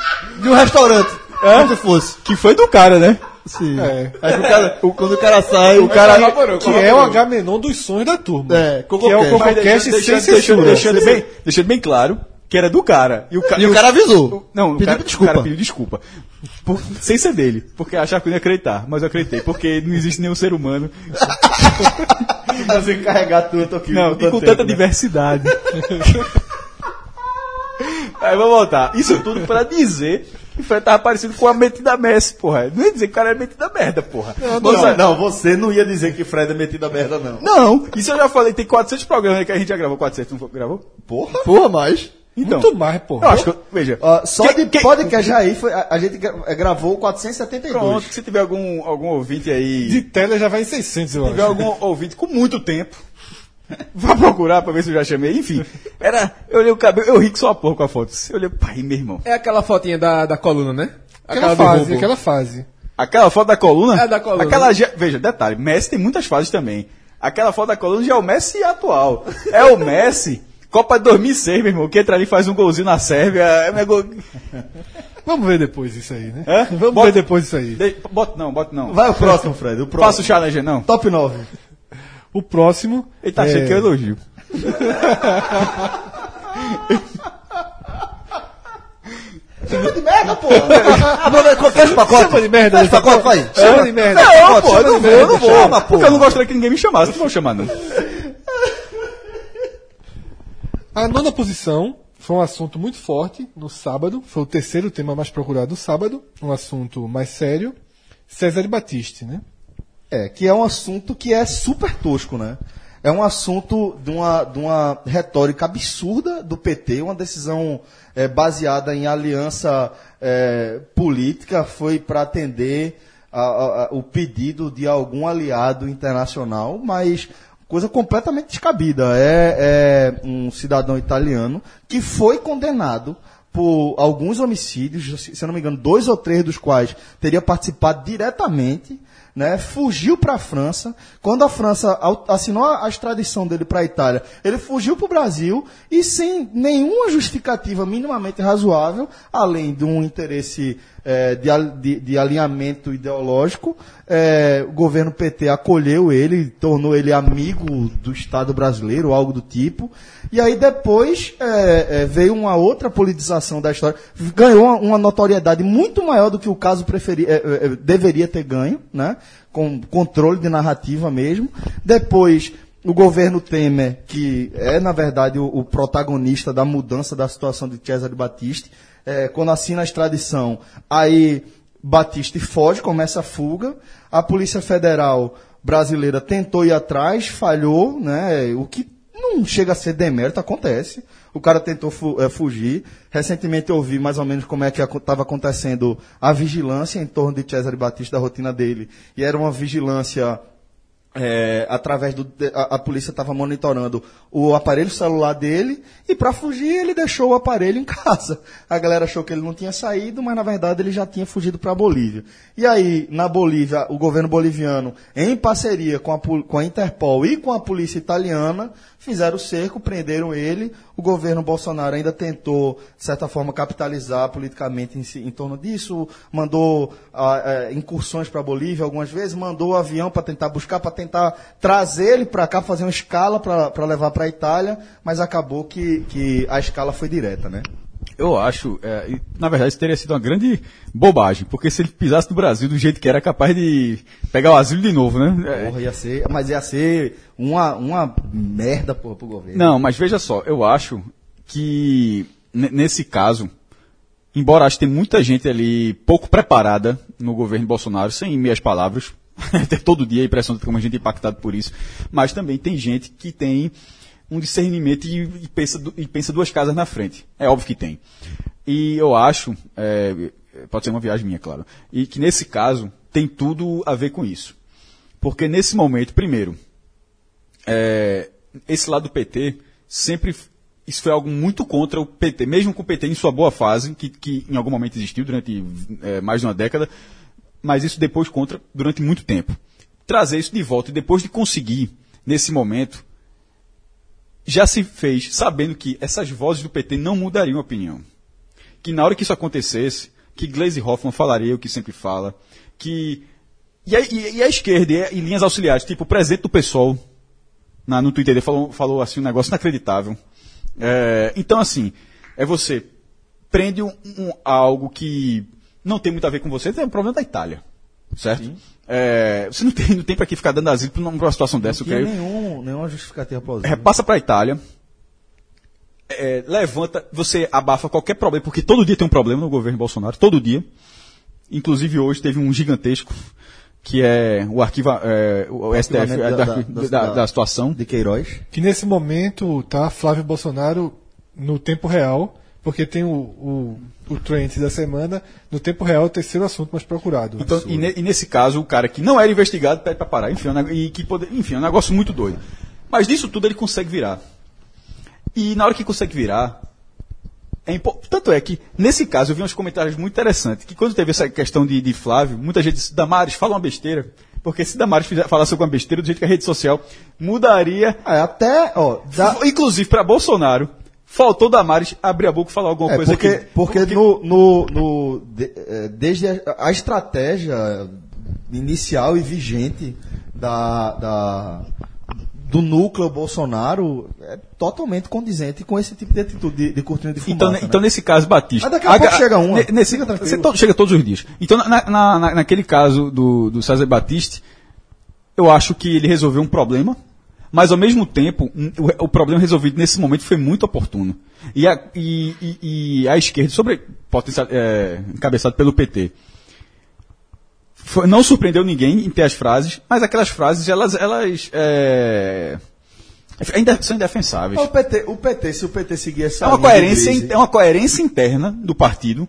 [SPEAKER 4] de um restaurante.
[SPEAKER 5] Hã?
[SPEAKER 4] Quanto fosse.
[SPEAKER 5] Que foi do cara, né?
[SPEAKER 4] Sim. Aí o cara, o- quando o cara sai, o
[SPEAKER 6] Mas
[SPEAKER 4] cara.
[SPEAKER 6] colaborou,
[SPEAKER 3] Que é
[SPEAKER 6] colaborou.
[SPEAKER 3] o H-Menon dos sonhos da turma.
[SPEAKER 4] É,
[SPEAKER 3] que é o
[SPEAKER 4] Cococast.
[SPEAKER 3] Cococast sem
[SPEAKER 5] deixando,
[SPEAKER 3] censura.
[SPEAKER 5] deixando, deixando bem, deixando bem claro que era do cara. E o, ca-
[SPEAKER 4] E o cara avisou.
[SPEAKER 5] Não, o
[SPEAKER 4] Pediu
[SPEAKER 5] cara,
[SPEAKER 4] desculpa.
[SPEAKER 5] o cara pediu desculpa. Por- sem ser dele. Porque achava que eu não ia acreditar. Mas eu acreditei. Porque não existe nenhum ser humano.
[SPEAKER 2] Você carregar tudo aqui.
[SPEAKER 5] Não, e com
[SPEAKER 2] né?
[SPEAKER 5] tanta diversidade. Aí vamos voltar. Isso tudo pra dizer que o Fred tava parecido com a metida Messi, porra. Não ia dizer que o cara era metida merda, porra.
[SPEAKER 2] Não, não, você não ia dizer que Fred é metido a merda, não.
[SPEAKER 5] Não, isso eu já falei. Tem 400 programas aí que a gente já gravou. 400, não foi- gravou?
[SPEAKER 2] Porra.
[SPEAKER 4] Porra, mas.
[SPEAKER 5] Então,
[SPEAKER 3] Muito mais,
[SPEAKER 5] eu
[SPEAKER 3] porra.
[SPEAKER 5] acho que eu, veja,
[SPEAKER 2] Ó, só
[SPEAKER 5] Quem-
[SPEAKER 2] de
[SPEAKER 5] quem-
[SPEAKER 2] podcast aí, foi, a, a gente gra- eh, gravou 472.
[SPEAKER 5] Pronto, se tiver algum, algum ouvinte aí.
[SPEAKER 3] De tela já vai em 600, eu
[SPEAKER 5] Se tiver
[SPEAKER 3] acho.
[SPEAKER 5] algum ouvinte com muito tempo, vá procurar pra ver se eu já chamei. Enfim, era. Eu olhei o cabelo, eu ri que só a porra com a foto. Eu olhei, pai, meu irmão.
[SPEAKER 6] É aquela fotinha da, da coluna, né?
[SPEAKER 3] Aquela
[SPEAKER 6] do
[SPEAKER 3] fase,
[SPEAKER 6] roubo.
[SPEAKER 3] aquela fase.
[SPEAKER 5] Aquela foto da coluna.
[SPEAKER 6] É, da coluna.
[SPEAKER 5] Aquela, já- veja, detalhe, Messi tem muitas fases também. Aquela foto da coluna já é o Messi atual. É o Messi. Copa de 2006, meu irmão, que entra ali e faz um golzinho na Sérvia. É meu gol...
[SPEAKER 3] Vamos ver depois isso aí, né?
[SPEAKER 5] Hã?
[SPEAKER 3] Vamos
[SPEAKER 5] Bota-
[SPEAKER 3] ver depois isso aí.
[SPEAKER 5] De- Bota não, bota não.
[SPEAKER 2] Vai o próximo, Fred. O próximo.
[SPEAKER 5] Faça o challenge, não.
[SPEAKER 2] Top 9.
[SPEAKER 3] O próximo.
[SPEAKER 5] Ele tá achando
[SPEAKER 3] é-
[SPEAKER 5] que eu elogio.
[SPEAKER 2] de merda, porra. Manda qualquer pacote.
[SPEAKER 3] Chama de merda,
[SPEAKER 5] Tá,
[SPEAKER 3] tá
[SPEAKER 2] Faz pacote, vai.
[SPEAKER 3] Chama de merda.
[SPEAKER 5] Não,
[SPEAKER 2] Pode,
[SPEAKER 5] pô, eu
[SPEAKER 2] chama
[SPEAKER 5] não
[SPEAKER 2] de
[SPEAKER 5] vou,
[SPEAKER 2] merda,
[SPEAKER 5] eu não vou.
[SPEAKER 2] chama,
[SPEAKER 5] porque eu não gostaria que ninguém me chamasse. Não vou chamar, não.
[SPEAKER 3] A nona posição foi um assunto muito forte no sábado. Foi o terceiro tema mais procurado no sábado. Um assunto mais sério. César Batiste, né?
[SPEAKER 2] É, que é um assunto que é super tosco, né? É um assunto de uma, de uma retórica absurda do PT, uma decisão é, baseada em aliança é, política, foi para atender a- a- a- o pedido de algum aliado internacional, mas coisa completamente descabida. É, é um cidadão italiano que foi condenado por alguns homicídios, se se eu não me engano, dois ou três dos quais teria participado diretamente, né? Fugiu para a França. Quando a França au- assinou a a extradição dele para a Itália, ele fugiu para o Brasil e sem nenhuma justificativa minimamente razoável, além de um interesse eh, de, al- de- de alinhamento ideológico, eh, o governo PT acolheu ele, tornou ele amigo do Estado brasileiro, algo do tipo. E aí depois eh, eh, veio uma outra politização da história, ganhou uma, uma notoriedade muito maior do que o caso preferi- eh, eh, eh, deveria ter ganho, né? com controle de narrativa mesmo. Depois o governo Temer, que é, na verdade, o, o protagonista da mudança da situação de Cesare Battisti, eh, quando assina a extradição, aí Battisti foge, começa a fuga, a Polícia Federal brasileira tentou ir atrás, falhou, né? o que não chega a ser demérito, acontece. O cara tentou fu- eh, fugir. Recentemente eu ouvi mais ou menos como é que estava acontecendo a vigilância em torno de Cesare Batista, da rotina dele. E era uma vigilância é, através do de- a, a polícia estava monitorando o aparelho celular dele e para fugir ele deixou o aparelho em casa. A galera achou que ele não tinha saído, mas na verdade ele já tinha fugido para a Bolívia. E aí na Bolívia o governo boliviano, em parceria com a, pol- com a Interpol e com a polícia italiana, fizeram o cerco, prenderam ele. O governo Bolsonaro ainda tentou, de certa forma, capitalizar politicamente em, si- em torno disso, mandou ah, eh, incursões para a Bolívia algumas vezes, mandou o avião para tentar buscar, para tentar trazer ele para cá, fazer uma escala para levar para a Itália, mas acabou que, que a escala foi direta, né?
[SPEAKER 5] Eu acho, é, e, na verdade, isso teria sido uma grande bobagem, porque se ele pisasse no Brasil do jeito que era, é capaz de pegar o asilo de novo, né? É,
[SPEAKER 2] Porra, ia ser, mas ia ser uma, uma merda porra, pro governo.
[SPEAKER 5] Não, mas veja só, eu acho que ne- nesse caso, embora acho que tem muita gente ali pouco preparada no governo Bolsonaro, sem meias palavras, tem todo dia a impressão de como a gente é impactado por isso, mas também tem gente que tem um discernimento e, e pensa, du- e pensa duas casas na frente. É óbvio que tem. E eu acho, é, pode ser uma viagem minha, claro, e que nesse caso tem tudo a ver com isso. Porque nesse momento, primeiro, é, esse lado do PT sempre f- isso foi algo muito contra o PT, mesmo com o PT em sua boa fase, que, que em algum momento existiu durante é, mais de uma década, mas isso depois contra durante muito tempo. Trazer isso de volta e depois de conseguir, nesse momento, já se fez sabendo que essas vozes do PT não mudariam a opinião. Que na hora que isso acontecesse, que Glaze Hoffman falaria o que sempre fala, que. E a, e- e a esquerda, e, e linhas auxiliares, tipo o presidente do PSOL, na- no Twitter dele falou, falou assim um negócio inacreditável. É, então, assim, é você prende um, um- algo que não tem muito a ver com você, tem um problema da Itália. Certo? É, você não tem, não tem para que ficar dando asilo pra uma- pra uma situação dessa, eu
[SPEAKER 2] Não tinha
[SPEAKER 5] creio.
[SPEAKER 2] nenhum, nenhuma justificativa plausível.
[SPEAKER 5] Repassa para a Itália. É, levanta, você abafa qualquer problema, porque todo dia tem um problema no governo Bolsonaro, todo dia. Inclusive hoje teve um gigantesco, que é o arquivo, é, o STF é,
[SPEAKER 2] arquivamento
[SPEAKER 5] da,
[SPEAKER 2] da-
[SPEAKER 5] da,
[SPEAKER 2] da-
[SPEAKER 5] da- da situação.
[SPEAKER 2] de Queiroz.
[SPEAKER 3] Que nesse momento tá Flávio Bolsonaro no tempo real, porque tem o, o, o trend da semana, no tempo real é o terceiro assunto mais procurado.
[SPEAKER 5] Então, e, ne- e nesse caso, o cara que não era investigado pede pra parar. Enfim, é um neg- e que poder, enfim, é um negócio muito doido. Mas disso tudo ele consegue virar. E na hora que consegue virar. É impo- Tanto é que, nesse caso, eu vi uns comentários muito interessantes. Que quando teve essa questão de, de Flávio, muita gente disse: Damares, fala uma besteira. Porque se Damares fizer, falasse alguma besteira, do jeito que a rede social mudaria.
[SPEAKER 2] É, até, ó, dá-
[SPEAKER 5] Inclusive para Bolsonaro, faltou Damares abrir a boca e falar alguma
[SPEAKER 2] É,
[SPEAKER 5] coisa
[SPEAKER 2] porque,
[SPEAKER 5] que.
[SPEAKER 2] porque no, no, no- de- eh, desde a, a estratégia inicial e vigente da, da- do núcleo Bolsonaro é totalmente condizente com esse tipo de atitude de, de cortina de fumaça.
[SPEAKER 5] Então,
[SPEAKER 2] né?
[SPEAKER 5] ne- então, nesse caso, Batista. um
[SPEAKER 2] Mas daqui a pouco chega um, uma.
[SPEAKER 5] ne- Nesse,
[SPEAKER 2] Fica tranquilo.
[SPEAKER 5] você to- chega todos os dias. Então, na- na- na- naquele caso do, do César Batista, eu acho que ele resolveu um problema, mas ao mesmo tempo, um, o, o problema resolvido nesse momento foi muito oportuno. E a, e- e- e a esquerda, sobre, potencial- é, encabeçado pelo PT, foi- não surpreendeu ninguém em ter as frases, mas aquelas frases, elas. elas é, ainda são indefensáveis.
[SPEAKER 2] o PT, o PT, se o PT seguir essa
[SPEAKER 5] É uma,
[SPEAKER 2] linha
[SPEAKER 5] coerência,
[SPEAKER 2] de
[SPEAKER 5] in- é uma coerência interna do partido,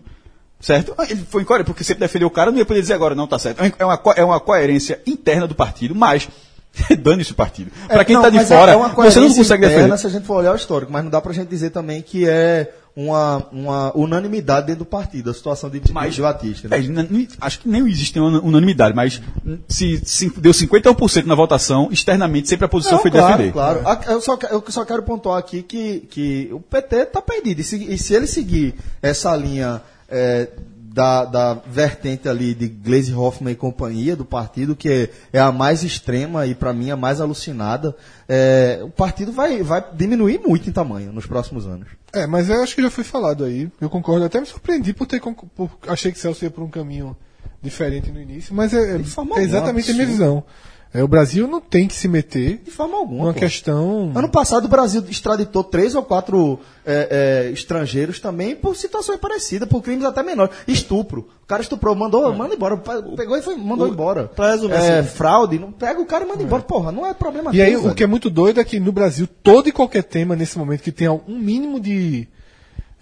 [SPEAKER 5] certo? Ah, Ele foi incoerente, porque sempre defendeu o cara, não ia poder dizer agora, não, tá certo. É uma, co- é uma coerência interna do partido, mas dane-se o partido.
[SPEAKER 2] É,
[SPEAKER 5] Para quem
[SPEAKER 2] não,
[SPEAKER 5] está de
[SPEAKER 2] mas é-
[SPEAKER 5] fora,
[SPEAKER 2] é uma
[SPEAKER 5] você não
[SPEAKER 2] coerência
[SPEAKER 5] consegue
[SPEAKER 2] interna
[SPEAKER 5] defender.
[SPEAKER 2] se a gente for olhar o histórico, mas não dá pra gente dizer também que é uma, uma unanimidade dentro do partido, a situação de,
[SPEAKER 5] Mas-
[SPEAKER 2] de Batista. né?
[SPEAKER 5] É, n- n- acho que nem existe uma unanimidade, mas n- se, se deu 51% na votação, externamente sempre a posição
[SPEAKER 2] Não,
[SPEAKER 5] foi
[SPEAKER 2] claro,
[SPEAKER 5] defender.
[SPEAKER 2] Claro, A- Eu, só, que- eu só quero pontuar aqui que, que o PT está perdido. E se, e se ele seguir essa linha é, da, da vertente ali de Glaze Hoffman e companhia do partido, que é, é a mais extrema e para mim a mais alucinada, é, o partido vai, vai diminuir muito em tamanho nos próximos anos.
[SPEAKER 3] É, mas eu acho que já foi falado aí. Eu concordo. Até me surpreendi por ter. conc- Por, achei que Celso ia por um caminho diferente no início, mas é, é-
[SPEAKER 2] De forma
[SPEAKER 3] é
[SPEAKER 2] alguma,
[SPEAKER 3] exatamente a minha
[SPEAKER 2] absurdo.
[SPEAKER 3] visão. É, o Brasil não tem que se meter
[SPEAKER 2] De forma alguma.
[SPEAKER 3] numa
[SPEAKER 2] pô.
[SPEAKER 3] questão.
[SPEAKER 2] Ano passado o Brasil extraditou três ou quatro é, é, estrangeiros também por situações parecidas, por crimes até menores. Estupro. O cara estuprou, mandou, manda embora. Pe- Pegou e foi, mandou embora.
[SPEAKER 4] pra resumir,
[SPEAKER 2] é,
[SPEAKER 4] assim.
[SPEAKER 2] fraude, não pega o cara e manda embora. Porra, não é problema
[SPEAKER 3] E
[SPEAKER 2] teu,
[SPEAKER 3] aí, o
[SPEAKER 2] velho.
[SPEAKER 3] que é muito doido é que no Brasil, todo e qualquer tema nesse momento que tenha um mínimo de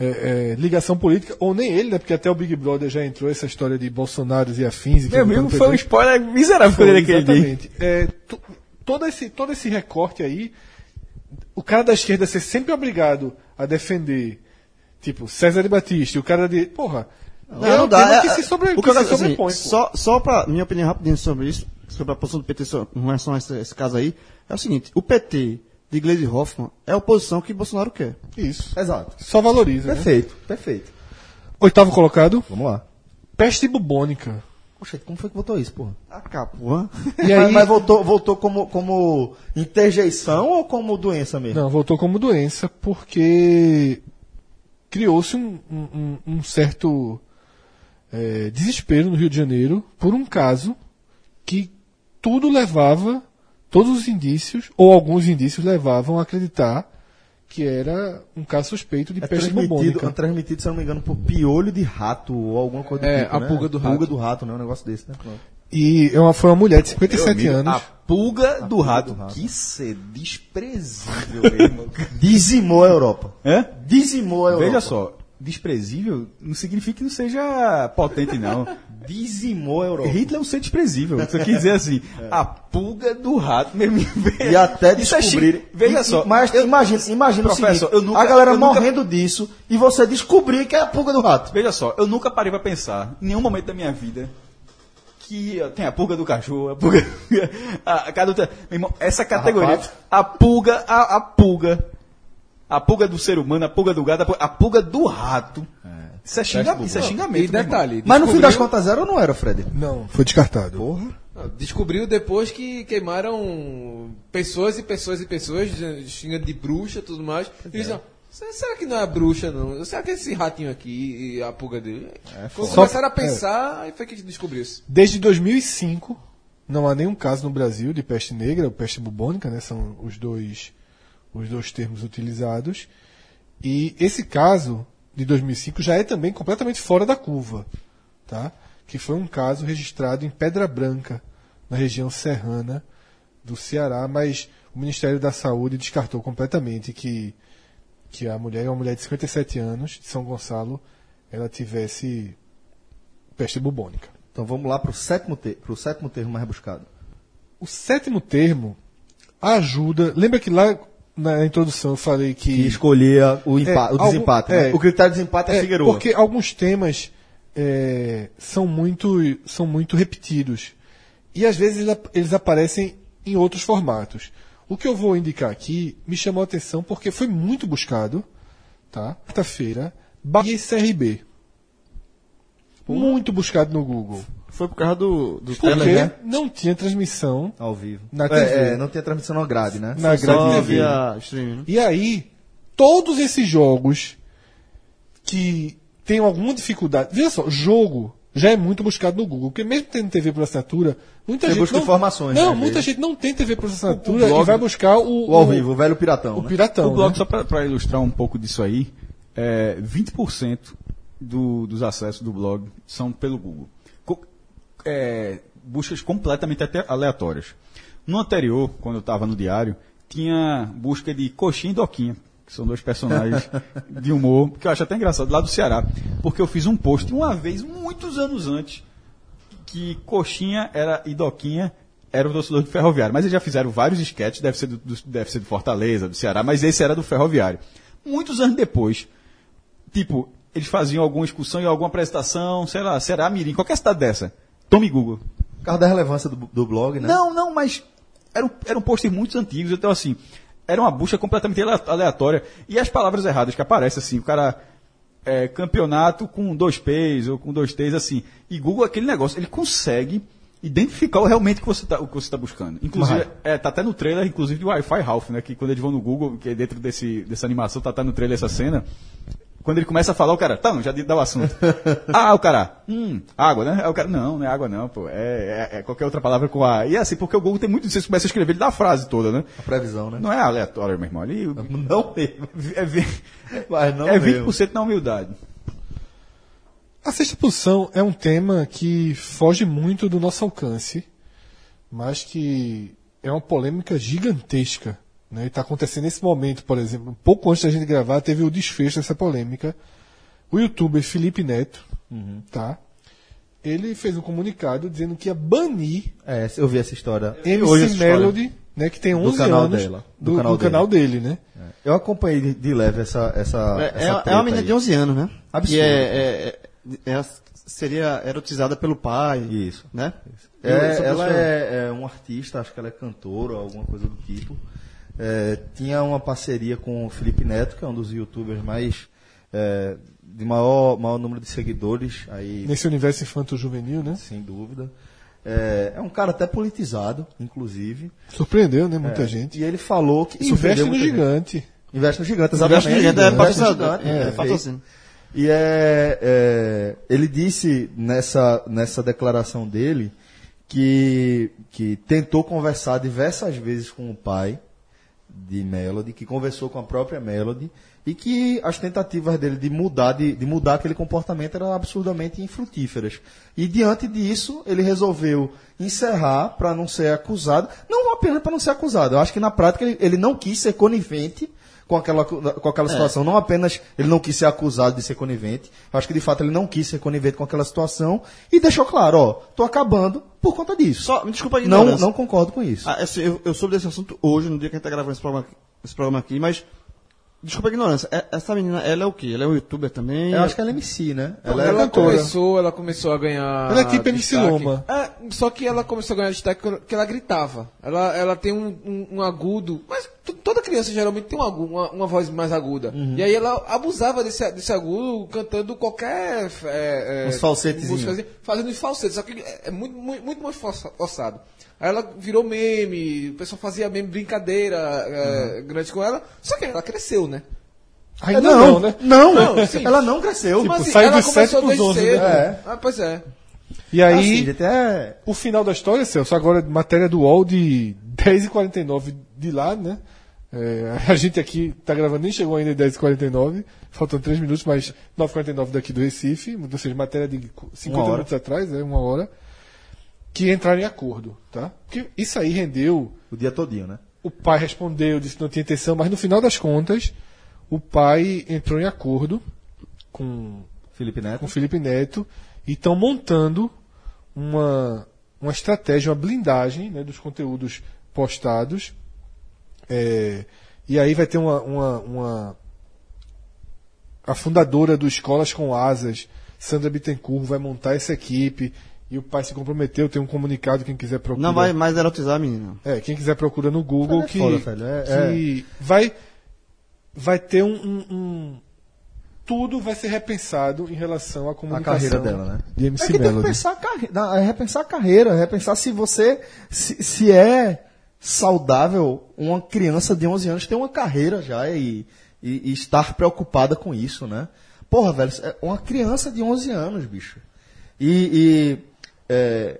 [SPEAKER 3] é, é, ligação política, ou nem ele, né? Porque até o Big Brother já entrou essa história de Bolsonaro e afins. e que não
[SPEAKER 5] Meu
[SPEAKER 3] tá
[SPEAKER 5] amigo,
[SPEAKER 3] no
[SPEAKER 5] foi um
[SPEAKER 3] PT.
[SPEAKER 5] spoiler miserável
[SPEAKER 3] Foi,
[SPEAKER 5] foi, daquele dia.
[SPEAKER 3] exatamente. É, to- todo, esse, todo esse recorte aí, o cara da esquerda ser sempre obrigado a defender, tipo, César de Batista, e o cara de. Porra.
[SPEAKER 4] Não,
[SPEAKER 3] é
[SPEAKER 4] não
[SPEAKER 3] um
[SPEAKER 4] dá,
[SPEAKER 3] tema
[SPEAKER 4] é-
[SPEAKER 3] que se, sobre,
[SPEAKER 4] o
[SPEAKER 3] que
[SPEAKER 4] que eu
[SPEAKER 3] se
[SPEAKER 4] quero- assim,
[SPEAKER 3] sobrepõe. pô.
[SPEAKER 4] Só, só para minha opinião rapidinho sobre isso, sobre a posição do PT so- em relação a esse, esse caso aí, é o seguinte: o PT de Gleisi Hoffmann é a oposição que Bolsonaro quer.
[SPEAKER 3] Isso.
[SPEAKER 2] Exato.
[SPEAKER 3] Só valoriza. Né?
[SPEAKER 2] Perfeito, perfeito.
[SPEAKER 3] Oitavo colocado,
[SPEAKER 2] Vamos lá.
[SPEAKER 3] peste bubônica.
[SPEAKER 2] Poxa, como foi que votou isso, porra?
[SPEAKER 4] A Capuã.
[SPEAKER 3] E
[SPEAKER 2] mas,
[SPEAKER 3] aí-
[SPEAKER 2] mas voltou, voltou como, como interjeição ou como doença mesmo?
[SPEAKER 3] Não, voltou como doença porque criou-se um, um- um- um certo eh, desespero no Rio de Janeiro por um caso que tudo levava, todos os indícios, ou alguns indícios levavam a acreditar que era um caso suspeito de
[SPEAKER 2] É
[SPEAKER 3] peste
[SPEAKER 2] transmitido, é
[SPEAKER 3] bubônica.
[SPEAKER 2] transmitido, se eu não me engano, por piolho de rato ou alguma coisa do
[SPEAKER 6] É,
[SPEAKER 2] tipo,
[SPEAKER 6] a
[SPEAKER 2] né?
[SPEAKER 6] pulga do rato.
[SPEAKER 2] Pulga do rato, né? Um negócio desse, né?
[SPEAKER 3] E é uma, foi uma mulher de 57
[SPEAKER 5] Meu amigo,
[SPEAKER 3] anos.
[SPEAKER 5] A pulga
[SPEAKER 2] Ah,
[SPEAKER 5] do rato.
[SPEAKER 2] rato.
[SPEAKER 5] Que ser desprezível, meu irmão.
[SPEAKER 2] Dizimou a Europa.
[SPEAKER 5] Hã?
[SPEAKER 2] Dizimou a Europa.
[SPEAKER 5] Veja só, desprezível não significa que não seja potente, não.
[SPEAKER 2] Dizimou a Europa. É.
[SPEAKER 5] Hitler é um ser desprezível. Isso quer dizer assim, a pulga do rato mesmo.
[SPEAKER 2] E até
[SPEAKER 5] Isso é chi-
[SPEAKER 2] descobrirem.
[SPEAKER 5] Veja
[SPEAKER 2] E-
[SPEAKER 5] só,
[SPEAKER 2] Mas imagina, imagina o
[SPEAKER 5] Professor,
[SPEAKER 2] seguinte,
[SPEAKER 5] eu nunca-
[SPEAKER 2] a galera
[SPEAKER 5] eu nunca-
[SPEAKER 2] morrendo disso e você descobrir que é a pulga do rato.
[SPEAKER 5] Veja só, eu nunca parei pra pensar, em nenhum momento da minha vida, que ó, tem a pulga do cachorro, a pulga. A, a cada outra- meu irmão, essa categoria.
[SPEAKER 2] Carrapato.
[SPEAKER 5] A pulga, a, a pulga. A pulga do ser humano, a pulga do gato, a pulga, a pulga do rato. Isso é, xinga, isso é xingamento.
[SPEAKER 6] E
[SPEAKER 5] meu irmão.
[SPEAKER 6] detalhe,
[SPEAKER 2] Mas no fim das
[SPEAKER 6] descobriu-
[SPEAKER 2] contas era ou não era, Fred?
[SPEAKER 3] Não, foi descartado.
[SPEAKER 6] Ah, Descobriu depois que queimaram pessoas e pessoas e pessoas, xingando de bruxa e tudo mais. E disseram, "Se- será que não é a bruxa, não? Será que é esse ratinho aqui e a pulga dele? Quando começaram a pensar e foi que descobriu-se.
[SPEAKER 3] Desde 2005, não há nenhum caso no Brasil de peste negra ou peste bubônica, né? São os dois, os dois termos utilizados. E esse caso de 2005 já é também completamente fora da curva, tá? Que foi um caso registrado em Pedra Branca, na região serrana do Ceará, mas o Ministério da Saúde descartou completamente que que a mulher, é uma mulher de 57 anos, de São Gonçalo, ela tivesse peste bubônica.
[SPEAKER 2] Então vamos lá pro sétimo, te pro sétimo termo mais rebuscado.
[SPEAKER 3] O sétimo termo ajuda. Lembra que lá na introdução eu falei
[SPEAKER 2] E
[SPEAKER 3] que.
[SPEAKER 2] escolher o, empa-
[SPEAKER 3] É,
[SPEAKER 2] o desempate.
[SPEAKER 3] algum-
[SPEAKER 2] né?
[SPEAKER 3] é.
[SPEAKER 2] O critério de desempate é,
[SPEAKER 3] É,
[SPEAKER 2] Figueiredo.
[SPEAKER 3] porque alguns temas é, são, muito, são muito repetidos. E às vezes eles ap- eles aparecem em outros formatos. O que eu vou indicar aqui me chamou a atenção porque foi muito buscado. Tá? Quarta-feira, Bahia e CRB. Muito buscado no Google.
[SPEAKER 4] Foi por causa do, do
[SPEAKER 3] Porque
[SPEAKER 4] Tele, né?
[SPEAKER 3] não tinha transmissão
[SPEAKER 2] Ao vivo.
[SPEAKER 3] Na
[SPEAKER 2] É,
[SPEAKER 3] TV.
[SPEAKER 2] é, não tinha transmissão na grade, Tá, né?
[SPEAKER 3] na grade
[SPEAKER 4] Tá Só
[SPEAKER 3] TV.
[SPEAKER 4] via streaming, né?
[SPEAKER 3] E aí, todos esses jogos que tenham alguma dificuldade. Veja só, jogo já é muito buscado no Google, porque mesmo tendo TV por assinatura, muita
[SPEAKER 2] Você
[SPEAKER 3] gente.
[SPEAKER 2] É busca
[SPEAKER 3] não,
[SPEAKER 2] informações,
[SPEAKER 3] Não,
[SPEAKER 2] né,
[SPEAKER 3] muita
[SPEAKER 2] vezes.
[SPEAKER 3] gente não tem TV por assinatura
[SPEAKER 5] O blog-
[SPEAKER 3] e vai buscar o.
[SPEAKER 2] O ao vivo, o velho piratão.
[SPEAKER 3] O
[SPEAKER 2] né?
[SPEAKER 3] Piratão.
[SPEAKER 5] o blog,
[SPEAKER 3] né?
[SPEAKER 5] só para ilustrar um pouco disso aí, é, 20% do, dos acessos do blog são pelo Google. Co- é, buscas completamente ate- aleatórias. No anterior, quando eu estava no diário, tinha busca de Coxinha e Doquinha, que são dois personagens de humor, que eu acho até engraçado, lá do Ceará. Porque eu fiz um post uma vez, muitos anos antes, que Coxinha era e Doquinha era o torcedor do Ferroviário. Mas eles já fizeram vários esquetes, deve ser do, do- deve ser do Fortaleza, do Ceará, mas esse era do Ferroviário. Muitos anos depois, tipo, eles faziam alguma excursão e alguma apresentação, sei lá, Ceará, Mirim, qualquer cidade dessa. Tome Google.
[SPEAKER 2] Por causa da relevância do, do blog, né?
[SPEAKER 5] Não, não, mas um, eram, eram posters muito antigos, então assim, era uma busca completamente ale- aleatória. E as palavras erradas que aparecem, assim, o cara. é, campeonato com dois P's ou com dois T's, assim. E Google, aquele negócio, ele consegue identificar o realmente que você tá, o que você tá buscando. Inclusive, é, tá até no trailer, inclusive, de Wi-Fi Ralph, né? Que quando eles vão no Google, que é dentro desse, dessa animação, tá até no trailer essa cena. Quando ele começa a falar, o cara, tá, não, já dá o assunto. ah, o cara, hum, água, né? Aí o cara, não, não é água não, pô, é, é- é qualquer outra palavra com A. E é assim, porque o Google tem muito disso, você começa a escrever, ele dá a frase toda, né?
[SPEAKER 2] A previsão, né?
[SPEAKER 5] Não é aleatório, meu irmão, ali
[SPEAKER 2] Não mesmo.
[SPEAKER 5] é, vi-
[SPEAKER 2] Mas não
[SPEAKER 5] é
[SPEAKER 2] mesmo.
[SPEAKER 5] 20% na humildade.
[SPEAKER 3] A sexta posição é um tema que foge muito do nosso alcance, mas que é uma polêmica gigantesca. Né? E está acontecendo nesse momento, por exemplo, um pouco antes da gente gravar, teve o desfecho dessa polêmica. O youtuber Felipe Neto,
[SPEAKER 2] Uhum.
[SPEAKER 3] tá? Ele fez um comunicado dizendo que ia banir
[SPEAKER 2] É, eu vi essa história. Eu ouvi essa
[SPEAKER 3] MC
[SPEAKER 2] história.
[SPEAKER 3] Melody, né, que tem 11
[SPEAKER 2] canal
[SPEAKER 3] anos,
[SPEAKER 2] dela.
[SPEAKER 3] do,
[SPEAKER 2] Do canal
[SPEAKER 3] do canal dele, né?
[SPEAKER 2] É. Eu acompanhei de, de leve essa. essa,
[SPEAKER 4] É,
[SPEAKER 2] essa
[SPEAKER 4] é- é
[SPEAKER 2] treta
[SPEAKER 4] uma menina
[SPEAKER 2] aí.
[SPEAKER 4] de 11 anos, né?
[SPEAKER 2] Absurdo.
[SPEAKER 4] E é, é- é- é- seria erotizada pelo pai.
[SPEAKER 2] Isso.
[SPEAKER 4] Né?
[SPEAKER 2] É,
[SPEAKER 4] Eu- essa
[SPEAKER 2] ela
[SPEAKER 4] pessoa-
[SPEAKER 2] é, é um artista, acho que ela é cantora, alguma coisa do tipo. é, tinha uma parceria com o Felipe Neto, que é um dos youtubers mais. é, de maior, maior número de seguidores aí
[SPEAKER 3] Nesse universo infanto-juvenil, né?
[SPEAKER 2] sem dúvida. É, é um cara até politizado, inclusive.
[SPEAKER 3] Surpreendeu, né? Muita
[SPEAKER 2] É,
[SPEAKER 3] gente.
[SPEAKER 2] E ele falou que.
[SPEAKER 3] Isso
[SPEAKER 2] investe
[SPEAKER 3] veste no gigante.
[SPEAKER 2] Investe no gigante, exatamente.
[SPEAKER 4] Investe no Gigante é
[SPEAKER 2] Investe no
[SPEAKER 4] patrocinador.
[SPEAKER 2] Gigante,
[SPEAKER 4] É,
[SPEAKER 2] perfeito.
[SPEAKER 4] patrocínio.
[SPEAKER 2] E é, é, ele disse nessa, nessa declaração dele que, que tentou conversar diversas vezes com o pai de Melody, que conversou com a própria Melody e que as tentativas dele de mudar de, de mudar aquele comportamento eram absurdamente infrutíferas. E diante disso, ele resolveu encerrar para não ser acusado, não apenas para não ser acusado. Eu acho que na prática ele, ele não quis ser conivente com aquela co- com aquela situação, não apenas ele não quis ser acusado de ser conivente, eu acho que de fato ele não quis ser conivente com aquela situação e deixou claro, ó, tô acabando por conta disso.
[SPEAKER 4] Só, me desculpa a
[SPEAKER 2] não,
[SPEAKER 4] ignorância.
[SPEAKER 2] não concordo com isso.
[SPEAKER 4] Ah, assim, eu, eu soube desse assunto hoje, no dia que a gente tá gravando esse programa, esse programa aqui, mas. Desculpa a ignorância. É- Essa menina, ela é o quê? Ela é um youtuber também?
[SPEAKER 2] Eu acho que ela é MC, né?
[SPEAKER 3] Ela
[SPEAKER 6] Ela,
[SPEAKER 3] é cantora.
[SPEAKER 6] começou, ela começou a ganhar.
[SPEAKER 3] Ela é tipo MC
[SPEAKER 6] destaque.
[SPEAKER 3] Loma.
[SPEAKER 6] É, só que ela começou a ganhar destaque quando- que ela gritava. Ela, ela tem um, um- um agudo. Mas t- toda criança geralmente tem um agu- uma, uma voz mais aguda.
[SPEAKER 3] Uhum.
[SPEAKER 6] E aí ela abusava desse, desse agudo cantando qualquer. f- É, é,
[SPEAKER 2] Uns falsetezinhos.
[SPEAKER 6] músicazinha, Fazendo os falsetes. Só que é é muito, muito, muito mais força- forçado. Aí ela virou meme, o pessoal fazia meme, brincadeira é,
[SPEAKER 3] Uhum.
[SPEAKER 6] grande com ela. Só que ela cresceu, né?
[SPEAKER 3] Ainda não, né?
[SPEAKER 2] É, Não,
[SPEAKER 6] Não, sim.
[SPEAKER 2] ela não cresceu.
[SPEAKER 3] Tipo,
[SPEAKER 6] Mas assim,
[SPEAKER 3] saiu
[SPEAKER 6] ela
[SPEAKER 3] dos sete
[SPEAKER 6] começou
[SPEAKER 3] pros onze,
[SPEAKER 6] desde cedo.
[SPEAKER 2] né?
[SPEAKER 6] Ah, pois é.
[SPEAKER 3] E aí,
[SPEAKER 2] Assim, até
[SPEAKER 3] o final da história, Celso, agora matéria do UOL de 10h49 de lá, né? É, a gente aqui tá gravando, nem chegou ainda em 10h49, faltam 3 minutos, mas 9h49 daqui do Recife, ou seja, matéria de 50
[SPEAKER 2] Uma hora.
[SPEAKER 3] minutos atrás, é uma hora, que entraram em acordo, tá? Porque isso aí rendeu
[SPEAKER 2] o dia todinho, né?
[SPEAKER 3] o pai respondeu, disse que não tinha intenção, mas no final das contas, o pai entrou em acordo com,
[SPEAKER 2] Felipe
[SPEAKER 3] com
[SPEAKER 2] Neto.
[SPEAKER 3] o
[SPEAKER 5] um
[SPEAKER 3] Felipe Neto e estão montando uma, uma estratégia, uma blindagem né, dos conteúdos postados. É, e aí vai ter uma, uma, uma- A fundadora do Escolas com Asas, Sandra Bittencourt, vai montar essa equipe. E o pai se comprometeu, tem um comunicado, quem quiser
[SPEAKER 2] é
[SPEAKER 3] procurar.
[SPEAKER 4] Não vai mais erotizar a menina.
[SPEAKER 3] É, quem quiser procura no Google
[SPEAKER 2] Mas é
[SPEAKER 3] que,
[SPEAKER 2] foda, velho, é-
[SPEAKER 3] que vai vai ter um, um- um- tudo vai ser repensado em relação à comunicação
[SPEAKER 2] carreira dela, né?
[SPEAKER 3] de
[SPEAKER 2] É
[SPEAKER 3] MC
[SPEAKER 2] que tem que
[SPEAKER 3] Melody.
[SPEAKER 2] pensar a carre- na- é repensar a carreira, repensar se você se, se é saudável uma criança de 11 anos ter uma carreira já e, e- e estar preocupada com isso, né? Porra, velho, é uma criança de 11 anos, bicho. E, e, é,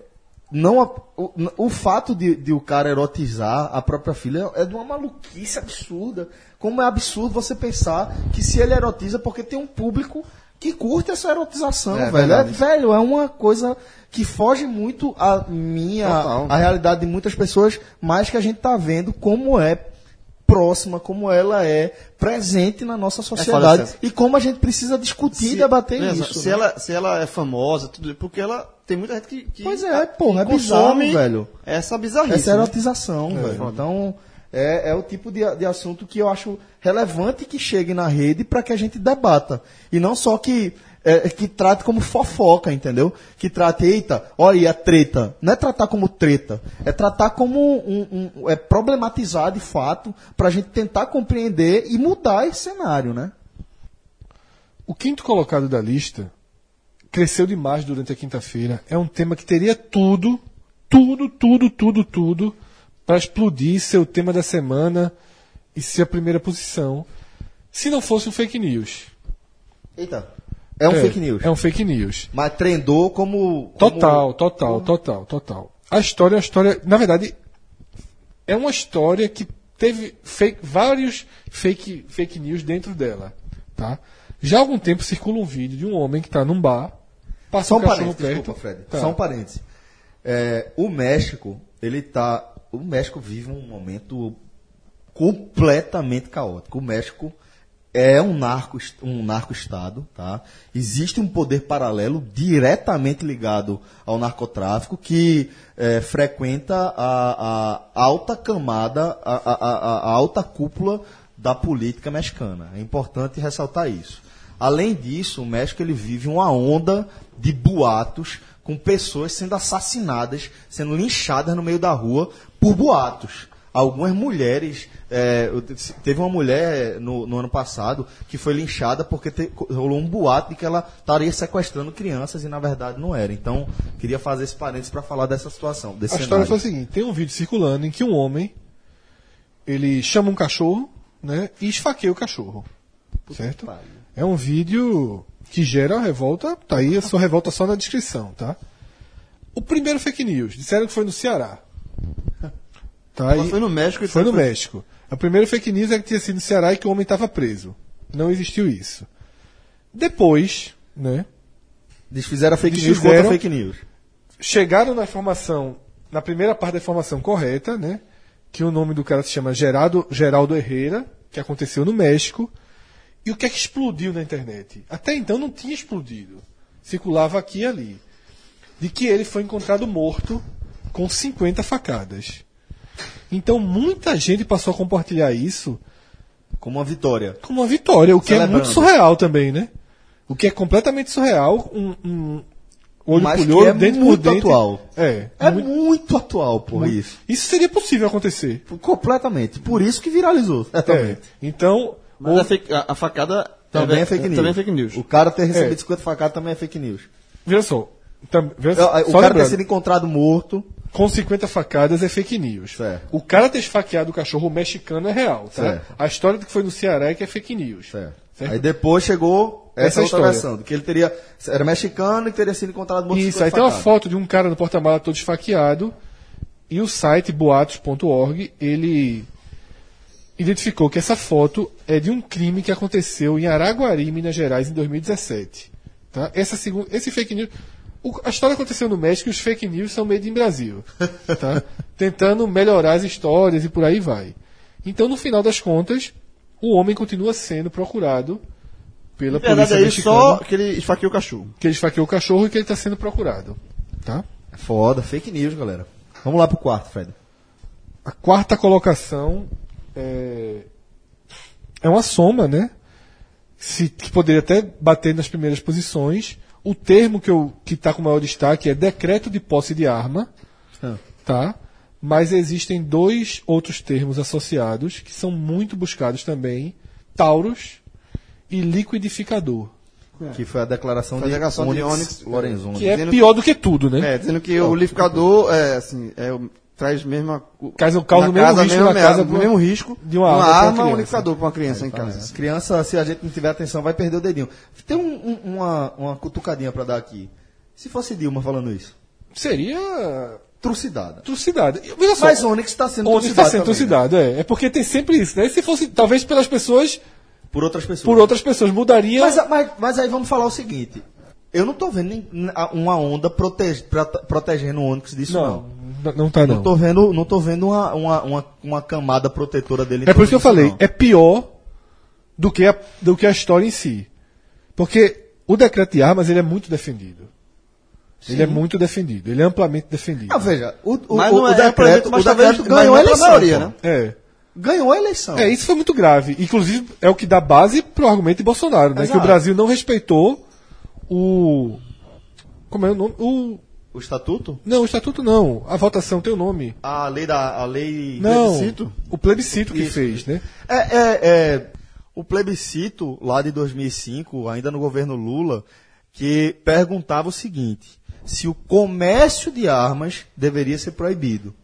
[SPEAKER 2] não a- o, n- o fato de, de o cara erotizar a própria filha é de uma maluquice absurda. Como é absurdo você pensar que se ele erotiza porque tem um público que curte essa erotização,
[SPEAKER 4] É,
[SPEAKER 2] velho. É,
[SPEAKER 4] verdade.
[SPEAKER 2] velho, é uma coisa que foge muito a minha,
[SPEAKER 4] Total.
[SPEAKER 2] a realidade de muitas pessoas, mas que a gente tá vendo como é próxima, como ela é presente na nossa sociedade
[SPEAKER 4] César.
[SPEAKER 2] e como a gente precisa discutir e debater
[SPEAKER 4] Beleza,
[SPEAKER 2] isso.
[SPEAKER 4] É Se,
[SPEAKER 2] né?
[SPEAKER 4] ela, se ela é famosa, tudo, porque ela tem muita gente que. que
[SPEAKER 2] Pois é,
[SPEAKER 4] a-
[SPEAKER 2] porra, é
[SPEAKER 4] que
[SPEAKER 2] bizarro,
[SPEAKER 4] tá consome
[SPEAKER 2] velho.
[SPEAKER 4] Essa bizarrice.
[SPEAKER 2] Essa é
[SPEAKER 4] né?
[SPEAKER 2] erotização, velho. Então, é, é o tipo de, de assunto que eu acho relevante que chegue na rede para que a gente debata. E não só que, é, que trate como fofoca, entendeu? Que trate, eita, olha aí a treta. Não é tratar como treta, é tratar como um, um- é problematizar de fato para a gente tentar compreender e mudar esse cenário, né?
[SPEAKER 3] O quinto colocado da lista cresceu demais durante a quinta-feira. É um tema que teria tudo, tudo, tudo, tudo, tudo para explodir ser o tema da semana e ser a primeira posição, se não fosse um fake news.
[SPEAKER 2] Eita, é um fake news.
[SPEAKER 3] É um fake news.
[SPEAKER 2] Mas trendou como... como-
[SPEAKER 3] Total, total, total, total. A história é uma história. Na verdade, é uma história que teve fake- vários fake, fake news dentro dela. Tá? Já há algum tempo circula um vídeo de um homem que está num bar, passa
[SPEAKER 2] Só
[SPEAKER 3] um
[SPEAKER 2] um
[SPEAKER 3] cachorro
[SPEAKER 2] parênteses,
[SPEAKER 3] perto.
[SPEAKER 2] desculpa, Fred.
[SPEAKER 3] Tá.
[SPEAKER 2] Só um parênteses. É, o México, ele tá. O México vive um momento completamente caótico. O México é um narco um narco-estado, tá? Existe um poder paralelo diretamente ligado ao narcotráfico que é, frequenta a, a alta camada, a, a- a- a alta cúpula da política mexicana. É importante ressaltar isso. Além disso, o México ele vive uma onda de boatos com pessoas sendo assassinadas, sendo linchadas no meio da rua por boatos. Algumas mulheres. é, eu te- se- teve uma mulher no, no ano passado que foi linchada porque te- co- rolou um boato de que ela estaria sequestrando crianças e na verdade não era. Então, queria fazer esse parênteses para falar dessa situação. Desse
[SPEAKER 3] A história
[SPEAKER 2] cenário.
[SPEAKER 3] foi a seguinte: tem um vídeo circulando em que um homem ele chama um cachorro, né, e esfaqueia o cachorro, certo? É um vídeo que gera revolta. Tá aí a sua revolta só na descrição, tá? O primeiro fake news disseram que foi no Ceará. Tá
[SPEAKER 4] Mas
[SPEAKER 3] aí-
[SPEAKER 4] foi no México então.
[SPEAKER 3] foi
[SPEAKER 4] e
[SPEAKER 3] no México. A primeira fake news é que tinha sido no Ceará e que o homem estava preso. Não existiu isso. Depois, né,
[SPEAKER 2] Desfizeram a fake news
[SPEAKER 3] Desfizeram.
[SPEAKER 2] contra a fake news.
[SPEAKER 3] chegaram na informação, na primeira parte da informação correta, né? Que o nome do cara se chama Geraldo, Geraldo Herrera, que aconteceu no México. E o que é que explodiu na internet? Até então não tinha explodido. Circulava aqui e ali. De que ele foi encontrado morto com 50 facadas. Então muita gente passou a compartilhar isso
[SPEAKER 2] Como uma vitória.
[SPEAKER 3] como uma vitória, o que é
[SPEAKER 2] Celebrando.
[SPEAKER 3] muito surreal também, né? O que é completamente surreal, um, um olho
[SPEAKER 2] Mas
[SPEAKER 3] por
[SPEAKER 2] que
[SPEAKER 3] olho,
[SPEAKER 2] é
[SPEAKER 3] dente
[SPEAKER 2] muito
[SPEAKER 3] por dente.
[SPEAKER 2] atual.
[SPEAKER 3] É,
[SPEAKER 2] É
[SPEAKER 3] muito-
[SPEAKER 2] muito, atual, pô, isso.
[SPEAKER 3] isso seria possível acontecer.
[SPEAKER 2] Completamente. Por isso que viralizou.
[SPEAKER 3] É. Então,
[SPEAKER 4] Mas a, fake- a- a facada
[SPEAKER 2] Também é fake news.
[SPEAKER 4] Também é fake news.
[SPEAKER 2] O cara ter recebido
[SPEAKER 3] É.
[SPEAKER 2] 50 facadas também é fake news.
[SPEAKER 3] veja só. Tam, veja
[SPEAKER 2] O cara
[SPEAKER 3] só
[SPEAKER 4] tá
[SPEAKER 2] ter
[SPEAKER 3] lembrando,
[SPEAKER 2] sido encontrado morto.
[SPEAKER 3] com 50 facadas é fake news.
[SPEAKER 2] Certo.
[SPEAKER 3] O cara ter esfaqueado o cachorro mexicano é real, tá?
[SPEAKER 2] Certo.
[SPEAKER 3] A história do que foi no Ceará é que é fake news. Certo?
[SPEAKER 2] Aí depois chegou
[SPEAKER 3] Essa é
[SPEAKER 2] essa, outra
[SPEAKER 3] história.
[SPEAKER 2] versão, de que ele teria. Era mexicano e teria sido encontrado morto com
[SPEAKER 3] Isso,
[SPEAKER 2] 50
[SPEAKER 3] aí tem uma
[SPEAKER 2] facadas.
[SPEAKER 3] foto de um cara no porta-mala todo esfaqueado. E o site boatos.org, ele identificou que essa foto é de um crime que aconteceu em Araguari, Minas Gerais, em 2017. Tá? Essa segun- esse fake news. o- a história aconteceu no México e os fake news são made in Brasil. Tá? Tentando melhorar as histórias e por aí vai. Então, no final das contas, o homem continua sendo procurado pela
[SPEAKER 4] Na verdade,
[SPEAKER 3] polícia
[SPEAKER 4] aí
[SPEAKER 2] é
[SPEAKER 3] mexicana
[SPEAKER 4] só que ele esfaqueou o cachorro.
[SPEAKER 3] que ele esfaqueou o cachorro e que ele está sendo procurado. Tá?
[SPEAKER 2] É Foda, fake news, galera. Vamos lá pro quarto, Fred.
[SPEAKER 3] A quarta colocação é, é uma soma, né? Se, que poderia até bater nas primeiras posições. O termo que eu que está com maior destaque é decreto de posse de arma, tá? Mas existem dois outros termos associados que são muito buscados também: Taurus e liquidificador,
[SPEAKER 2] Que foi a declaração
[SPEAKER 4] Foi a
[SPEAKER 2] de
[SPEAKER 4] É. declaração de
[SPEAKER 2] Onyx
[SPEAKER 4] Onyx
[SPEAKER 2] Lorenzoni.
[SPEAKER 3] que é
[SPEAKER 4] dizendo
[SPEAKER 3] pior do que tudo, né?
[SPEAKER 4] É, dizendo que o liquidificador é assim, é, o- traz mesmo
[SPEAKER 3] Causa- causa o mesmo risco na casa de uma-
[SPEAKER 4] mesmo risco
[SPEAKER 3] de uma arma pra uma criança.
[SPEAKER 4] arma, um
[SPEAKER 3] tá, né?
[SPEAKER 4] liquidificador para uma criança em
[SPEAKER 2] Cara,
[SPEAKER 4] casa.
[SPEAKER 2] criança, se a gente não tiver atenção, vai perder o dedinho. Tem um- um- uma, uma cutucadinha pra dar aqui. Se fosse Dilma falando isso,
[SPEAKER 3] Seria
[SPEAKER 2] trucidada.
[SPEAKER 3] trucidade. E, veja só,
[SPEAKER 4] um,
[SPEAKER 2] Mas Onyx está sendo
[SPEAKER 3] Onde está sendo
[SPEAKER 2] também, né?
[SPEAKER 3] trucidado, é. É porque tem sempre isso, né? Se fosse, talvez pelas pessoas,
[SPEAKER 4] é-
[SPEAKER 2] Por outras pessoas.
[SPEAKER 3] por outras pessoas, mudaria.
[SPEAKER 2] Mas, mas- mas aí vamos falar o seguinte. Eu não tô vendo nem- a- uma onda protege- pra- protegendo o Onix disso,
[SPEAKER 3] não,
[SPEAKER 2] não.
[SPEAKER 3] não, não tá
[SPEAKER 2] Não,
[SPEAKER 3] não.
[SPEAKER 2] tô vendo, não tô vendo uma, um- uma, uma, uma camada protetora dele. em
[SPEAKER 3] É por
[SPEAKER 2] torno
[SPEAKER 3] isso que eu
[SPEAKER 2] disso,
[SPEAKER 3] falei,
[SPEAKER 2] não.
[SPEAKER 3] é pior do que, a, do que a história em si. Porque o decreto de armas, ele é muito defendido. Ele é muito defendido, ele é amplamente defendido.
[SPEAKER 2] Ah, veja, o, o,
[SPEAKER 4] Mas não
[SPEAKER 2] o
[SPEAKER 4] é- é
[SPEAKER 2] decreto,
[SPEAKER 4] projeto, mas
[SPEAKER 2] o decreto
[SPEAKER 4] talvez-
[SPEAKER 2] ganhou a
[SPEAKER 4] mas não é pra
[SPEAKER 2] eleição.
[SPEAKER 4] maioria,
[SPEAKER 2] pô.
[SPEAKER 4] né?
[SPEAKER 3] É.
[SPEAKER 2] Ganhou a eleição.
[SPEAKER 3] É, isso foi muito grave. Inclusive, é o que dá base pro argumento de Bolsonaro, né? Que
[SPEAKER 2] Exato.
[SPEAKER 3] o Brasil não respeitou o. Como é o nome? O.
[SPEAKER 2] O estatuto?
[SPEAKER 3] Não, o estatuto não. A votação tem o nome.
[SPEAKER 2] A lei da. A lei
[SPEAKER 3] Não,
[SPEAKER 2] plebiscito?
[SPEAKER 3] o plebiscito que
[SPEAKER 2] Isso,
[SPEAKER 3] fez, né?
[SPEAKER 2] É, é, é, o plebiscito lá de 2005, ainda no governo Lula, que perguntava o seguinte: se o comércio de armas deveria ser proibido.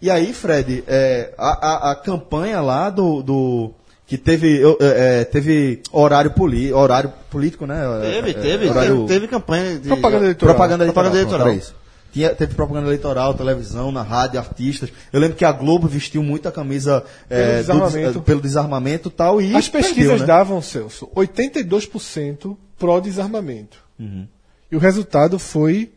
[SPEAKER 2] E aí, Fred, é, a, a- a campanha lá do, do- que teve, eu, é, é, teve horário, poli, horário político, né?
[SPEAKER 4] Teve,
[SPEAKER 2] É,
[SPEAKER 4] teve,
[SPEAKER 2] é, horário-
[SPEAKER 4] teve, teve campanha de
[SPEAKER 3] Propaganda eleitoral.
[SPEAKER 2] Propaganda eleitoral.
[SPEAKER 4] Propaganda eleitoral.
[SPEAKER 2] pronto, era isso. Tinha, teve propaganda eleitoral, televisão, na rádio, artistas. Eu lembro que a Globo vestiu muito a camisa eh, do des-
[SPEAKER 3] desarmamento.
[SPEAKER 2] eh, pelo desarmamento e tal. E
[SPEAKER 3] As pesquisas
[SPEAKER 2] perdeu, né?
[SPEAKER 3] davam, Celso, 82% pró-desarmamento.
[SPEAKER 2] Uhum.
[SPEAKER 3] E o resultado foi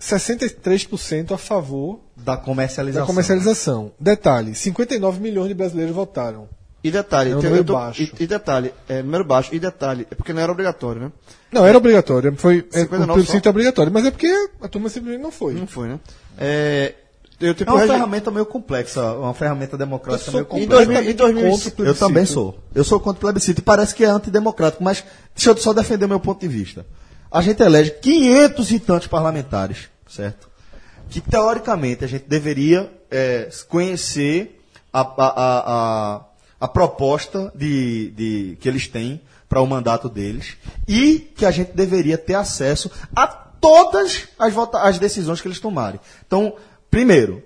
[SPEAKER 3] 63% a favor
[SPEAKER 2] da comercialização.
[SPEAKER 3] da comercialização. Detalhe, 59 milhões de brasileiros votaram.
[SPEAKER 4] E detalhe,
[SPEAKER 3] É um
[SPEAKER 4] tem-
[SPEAKER 3] número
[SPEAKER 4] eu tô-
[SPEAKER 3] baixo.
[SPEAKER 4] E, e detalhe, é número baixo, e detalhe, é porque não era obrigatório, né?
[SPEAKER 2] É.
[SPEAKER 3] Não, era obrigatório. Foi, é, o
[SPEAKER 4] 59
[SPEAKER 3] plebiscito
[SPEAKER 4] só?
[SPEAKER 3] é obrigatório, mas é porque a turma simplesmente não foi.
[SPEAKER 2] Hum.
[SPEAKER 4] Não foi, né? É, eu
[SPEAKER 2] É
[SPEAKER 4] tipo,
[SPEAKER 2] uma
[SPEAKER 4] regi-
[SPEAKER 2] ferramenta meio complexa, uma ferramenta democrática meio
[SPEAKER 4] em
[SPEAKER 2] complexa.
[SPEAKER 4] 2000 em 2000
[SPEAKER 3] Contra o
[SPEAKER 2] Eu
[SPEAKER 3] plebiscito.
[SPEAKER 2] também sou. Eu sou contra o plebiscito. e Parece que é antidemocrático, mas deixa eu só defender o meu ponto de vista. A gente elege 500 e tantos parlamentares, certo? que teoricamente a gente deveria é, conhecer a, a, a, a, a proposta de, de, que eles têm para o mandato deles e que a gente deveria ter acesso a todas as, vota- as decisões que eles tomarem. Então, primeiro,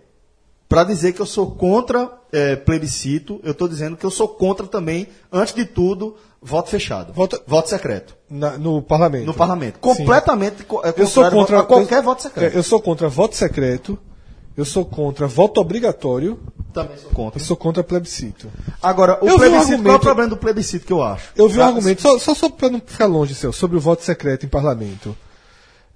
[SPEAKER 2] para dizer que eu sou contra é, plebiscito, eu estou dizendo que eu sou contra também, antes de tudo, voto fechado.
[SPEAKER 3] Voto-
[SPEAKER 2] voto secreto.
[SPEAKER 3] Na- no parlamento.
[SPEAKER 2] No parlamento.
[SPEAKER 3] Sim.
[SPEAKER 2] Completamente co- é,
[SPEAKER 3] Eu sou
[SPEAKER 2] contrário
[SPEAKER 3] contra
[SPEAKER 2] a qualquer
[SPEAKER 3] eu-
[SPEAKER 2] voto secreto.
[SPEAKER 3] é, Eu sou contra voto secreto. Eu sou contra voto obrigatório.
[SPEAKER 2] também sou
[SPEAKER 3] Eu
[SPEAKER 2] contra.
[SPEAKER 3] sou contra plebiscito.
[SPEAKER 2] Agora, o
[SPEAKER 3] Eu vi um
[SPEAKER 2] plebiscito, qual é o
[SPEAKER 3] argumento-
[SPEAKER 2] problema do plebiscito que eu acho?
[SPEAKER 3] Eu vi um
[SPEAKER 2] Tá?
[SPEAKER 3] argumento, só, só, só para não ficar longe, seu, sobre o voto secreto em parlamento.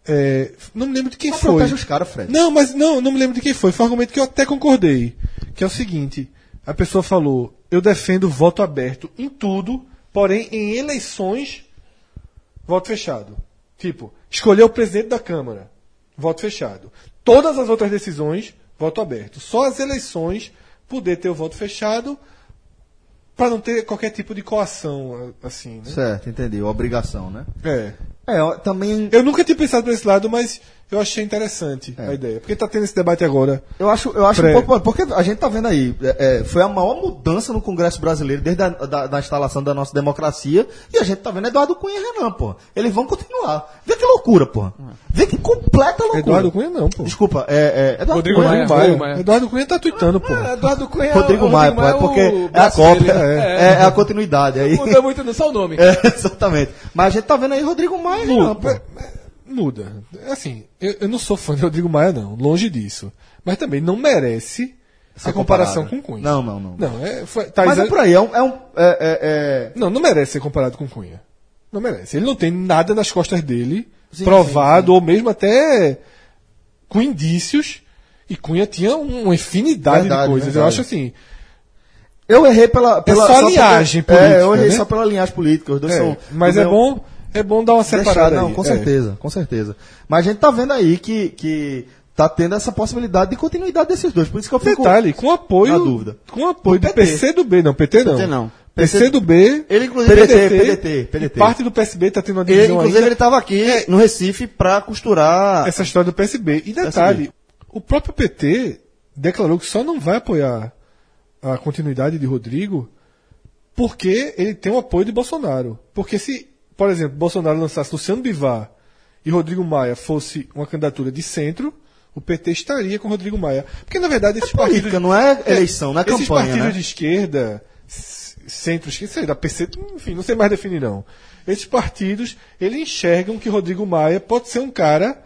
[SPEAKER 3] É, não me lembro de quem
[SPEAKER 2] Só
[SPEAKER 3] foi.
[SPEAKER 2] protege os caras, Fred.
[SPEAKER 3] Não, mas não, não me lembro de quem foi. Foi um argumento que eu até concordei. Que é o seguinte: a pessoa falou, eu defendo voto aberto em tudo, porém em eleições, voto fechado. Tipo, escolher o presidente da Câmara, voto fechado. Todas as outras decisões, voto aberto. Só as eleições poder ter o voto fechado para não ter qualquer tipo de coação, a- assim, né?
[SPEAKER 2] Certo, entendi. Obrigação, né?
[SPEAKER 3] É.
[SPEAKER 2] É, ó, também.
[SPEAKER 3] Eu nunca tinha pensado por esse lado, mas eu achei interessante
[SPEAKER 2] É.
[SPEAKER 3] a ideia. Porque tá tendo esse debate agora.
[SPEAKER 2] Eu acho, eu acho
[SPEAKER 3] Fred.
[SPEAKER 2] um pouco. Porque a gente tá vendo aí, é, é, foi a maior mudança no Congresso brasileiro desde a da, da instalação da nossa democracia. E a gente tá vendo Eduardo Cunha e Renan, porra. Eles vão continuar. Vê que loucura, porra. Vê que completa loucura.
[SPEAKER 3] Eduardo Cunha não, pô.
[SPEAKER 2] Desculpa, é. é Eduardo
[SPEAKER 3] Rodrigo
[SPEAKER 2] Cunha.
[SPEAKER 3] Maia.
[SPEAKER 6] Rodrigo Maia.
[SPEAKER 3] Eduardo Cunha tá tweetando, pô.
[SPEAKER 6] Ah, Eduardo Cunha.
[SPEAKER 2] Rodrigo Maia, pô, é
[SPEAKER 6] o
[SPEAKER 2] porque é a
[SPEAKER 6] braço
[SPEAKER 2] cópia,
[SPEAKER 6] dele,
[SPEAKER 2] é,
[SPEAKER 6] É,
[SPEAKER 2] é a continuidade. Aí,
[SPEAKER 6] Muda muito, não só o nome.
[SPEAKER 2] É, exatamente. Mas a gente tá vendo aí Rodrigo Maia,
[SPEAKER 3] Muda.
[SPEAKER 2] não, pô.
[SPEAKER 3] é, Muda. Assim, eu, eu não sou fã de Rodrigo Maia, não. Longe disso. Mas também não merece
[SPEAKER 2] Essa
[SPEAKER 3] a comparação
[SPEAKER 2] comparada.
[SPEAKER 3] com Cunha.
[SPEAKER 2] Não, não, não.
[SPEAKER 3] Não, é, foi, tá
[SPEAKER 2] Mas é
[SPEAKER 3] exa-
[SPEAKER 2] por aí, é um. É um é, é, é-
[SPEAKER 3] não, não merece ser comparado com Cunha. Não merece. Ele não tem nada nas costas dele
[SPEAKER 2] Sim,
[SPEAKER 3] provado, ou mesmo até com indícios. E Cunha tinha um- uma infinidade
[SPEAKER 2] Verdade,
[SPEAKER 3] de coisas. Eu
[SPEAKER 2] verdade.
[SPEAKER 3] acho assim.
[SPEAKER 2] Eu errei pela. pela
[SPEAKER 3] só a
[SPEAKER 2] porque-
[SPEAKER 3] linhagem política,
[SPEAKER 2] É, eu errei
[SPEAKER 3] né?
[SPEAKER 2] só pela linhagem política. Os dois
[SPEAKER 3] é,
[SPEAKER 2] são.
[SPEAKER 3] mas
[SPEAKER 2] do
[SPEAKER 3] é
[SPEAKER 2] meu-
[SPEAKER 3] bom, é bom dar uma
[SPEAKER 2] deixar-
[SPEAKER 3] separada.
[SPEAKER 2] Não,
[SPEAKER 3] aí.
[SPEAKER 2] com
[SPEAKER 3] É.
[SPEAKER 2] certeza, com certeza. Mas a gente tá vendo aí que, que tá tendo essa possibilidade de continuidade desses dois. Por isso que eu fico.
[SPEAKER 3] Detalhe, com apoio.
[SPEAKER 2] Na dúvida.
[SPEAKER 3] Com apoio
[SPEAKER 2] Do
[SPEAKER 3] do,
[SPEAKER 2] PT.
[SPEAKER 3] PC do B, não, PT não.
[SPEAKER 4] PT não.
[SPEAKER 3] PC do B.
[SPEAKER 4] Ele, inclusive,
[SPEAKER 2] PDT,
[SPEAKER 3] e
[SPEAKER 2] PDT.
[SPEAKER 3] Parte do PSB tá tendo uma
[SPEAKER 4] Ele,
[SPEAKER 3] divisão
[SPEAKER 4] inclusive,
[SPEAKER 3] ainda.
[SPEAKER 4] ele estava aqui no Recife para costurar.
[SPEAKER 3] Essa história do PSB. E detalhe, o próprio PT declarou que só não vai apoiar a continuidade de Rodrigo porque ele tem o apoio de Bolsonaro. Porque se, por exemplo, Bolsonaro lançasse Luciano Bivar e Rodrigo Maia fosse uma candidatura de centro, o PT estaria com Rodrigo Maia. Porque, na verdade, esses
[SPEAKER 2] política,
[SPEAKER 3] partidos...
[SPEAKER 2] não é eleição, não é
[SPEAKER 3] Esses
[SPEAKER 2] campanha,
[SPEAKER 3] partidos
[SPEAKER 2] né?
[SPEAKER 3] de esquerda, c- centro-esquerda, sei lá, PC, enfim, não sei mais definir, não. Esses partidos, eles enxergam que Rodrigo Maia pode ser um cara...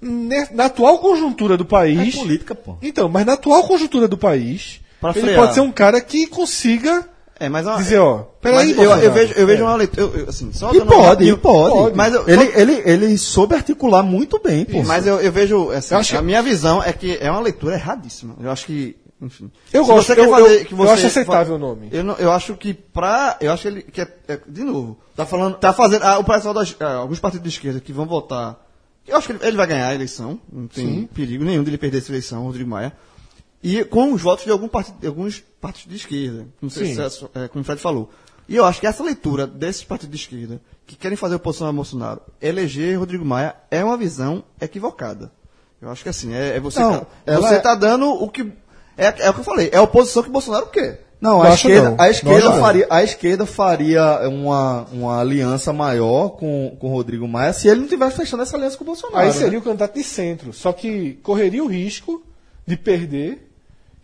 [SPEAKER 3] ne- né, Na atual conjuntura do
[SPEAKER 2] É
[SPEAKER 3] país...
[SPEAKER 2] política, pô.
[SPEAKER 3] Então, mas na atual conjuntura do país,
[SPEAKER 4] Pra
[SPEAKER 3] ele
[SPEAKER 4] frear.
[SPEAKER 3] pode ser um cara que consiga
[SPEAKER 4] É, mas ó,
[SPEAKER 3] dizer, ó, peraí,
[SPEAKER 4] mas eu,
[SPEAKER 3] Bolsonaro.
[SPEAKER 4] eu vejo, eu vejo
[SPEAKER 3] É.
[SPEAKER 4] uma leitura. eu- eu, assim, só
[SPEAKER 2] E
[SPEAKER 4] dando uma-
[SPEAKER 2] pode, e
[SPEAKER 4] eu-
[SPEAKER 2] pode.
[SPEAKER 4] Mas eu,
[SPEAKER 2] ele, ele, ele soube articular muito bem, pô.
[SPEAKER 4] mas eu, eu vejo. assim,
[SPEAKER 3] Eu acho que-
[SPEAKER 4] A minha visão é que é uma leitura erradíssima. Eu acho que. Enfim.
[SPEAKER 3] Eu
[SPEAKER 4] Se
[SPEAKER 3] gosto,
[SPEAKER 4] você quer
[SPEAKER 3] eu-
[SPEAKER 4] fazer
[SPEAKER 3] eu-
[SPEAKER 4] que
[SPEAKER 3] eu
[SPEAKER 4] você-
[SPEAKER 3] acho aceitável o nome.
[SPEAKER 4] Eu, não- eu acho que pra. Eu acho que ele. Que é, é- de novo. Tá falando. Tá fazendo. ah, o pessoal das. ah, alguns partidos de esquerda que vão votar. Eu acho que ele, ele vai ganhar a eleição. Não tem perigo nenhum dele perder essa eleição, Rodrigo Maia. E com os votos de algum partido, de alguns partidos de esquerda. Não sei
[SPEAKER 3] Sim.
[SPEAKER 4] se é só- é, como o Fred falou. E eu acho que essa leitura desses partidos de esquerda que querem fazer oposição a Bolsonaro, eleger Rodrigo Maia é uma visão equivocada. Eu acho que assim, é, é você.
[SPEAKER 2] Não,
[SPEAKER 4] tá,
[SPEAKER 2] ela
[SPEAKER 4] você
[SPEAKER 2] é-
[SPEAKER 4] tá dando o que. É, é o que eu falei, é a oposição que Bolsonaro quer.
[SPEAKER 2] Não,
[SPEAKER 3] Não
[SPEAKER 2] a
[SPEAKER 3] acho
[SPEAKER 2] esquerda,
[SPEAKER 3] não.
[SPEAKER 2] A,
[SPEAKER 3] Não
[SPEAKER 2] esquerda
[SPEAKER 3] acho não.
[SPEAKER 2] faria, a esquerda faria uma, uma aliança maior com com o Rodrigo Maia se ele não tivesse fechando essa aliança com o Bolsonaro.
[SPEAKER 3] Aí
[SPEAKER 2] né?
[SPEAKER 3] seria o candidato de centro, só que correria o risco de perder,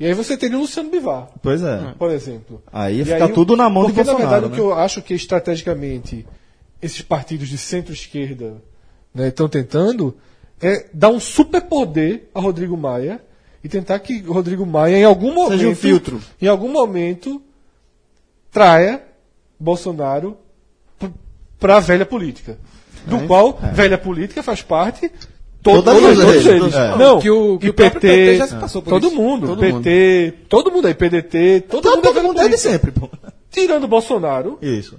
[SPEAKER 3] e aí você teria o Luciano Bivar.
[SPEAKER 2] Pois é.
[SPEAKER 3] por exemplo.
[SPEAKER 2] Aí
[SPEAKER 3] Ah. E
[SPEAKER 2] fica tudo na mão do
[SPEAKER 3] porque,
[SPEAKER 2] Bolsonaro,
[SPEAKER 3] na verdade,
[SPEAKER 2] né?
[SPEAKER 3] o que eu acho que estrategicamente esses partidos de centro-esquerda né, estão tentando é dar um superpoder a Rodrigo Maia e tentar que o Rodrigo Maia, em algum momento,
[SPEAKER 4] um filtro.
[SPEAKER 3] em algum momento, traia Bolsonaro para a velha política, do qual velha política faz parte to-
[SPEAKER 2] É. Toda vez,
[SPEAKER 3] todos, todos
[SPEAKER 2] é.
[SPEAKER 3] eles.
[SPEAKER 2] É.
[SPEAKER 3] Não,
[SPEAKER 6] Que o- que
[SPEAKER 3] e
[SPEAKER 6] o próprio PT já se passou por
[SPEAKER 3] todo
[SPEAKER 6] isso.
[SPEAKER 3] mundo,
[SPEAKER 4] Todo mundo.
[SPEAKER 3] PT, todo mundo aí, PDT, todo
[SPEAKER 2] Todo,
[SPEAKER 3] mundo é
[SPEAKER 2] Tá, todo
[SPEAKER 3] velha
[SPEAKER 2] mundo desde
[SPEAKER 3] política.
[SPEAKER 2] sempre, pô.
[SPEAKER 3] Tirando o Bolsonaro,
[SPEAKER 2] Isso.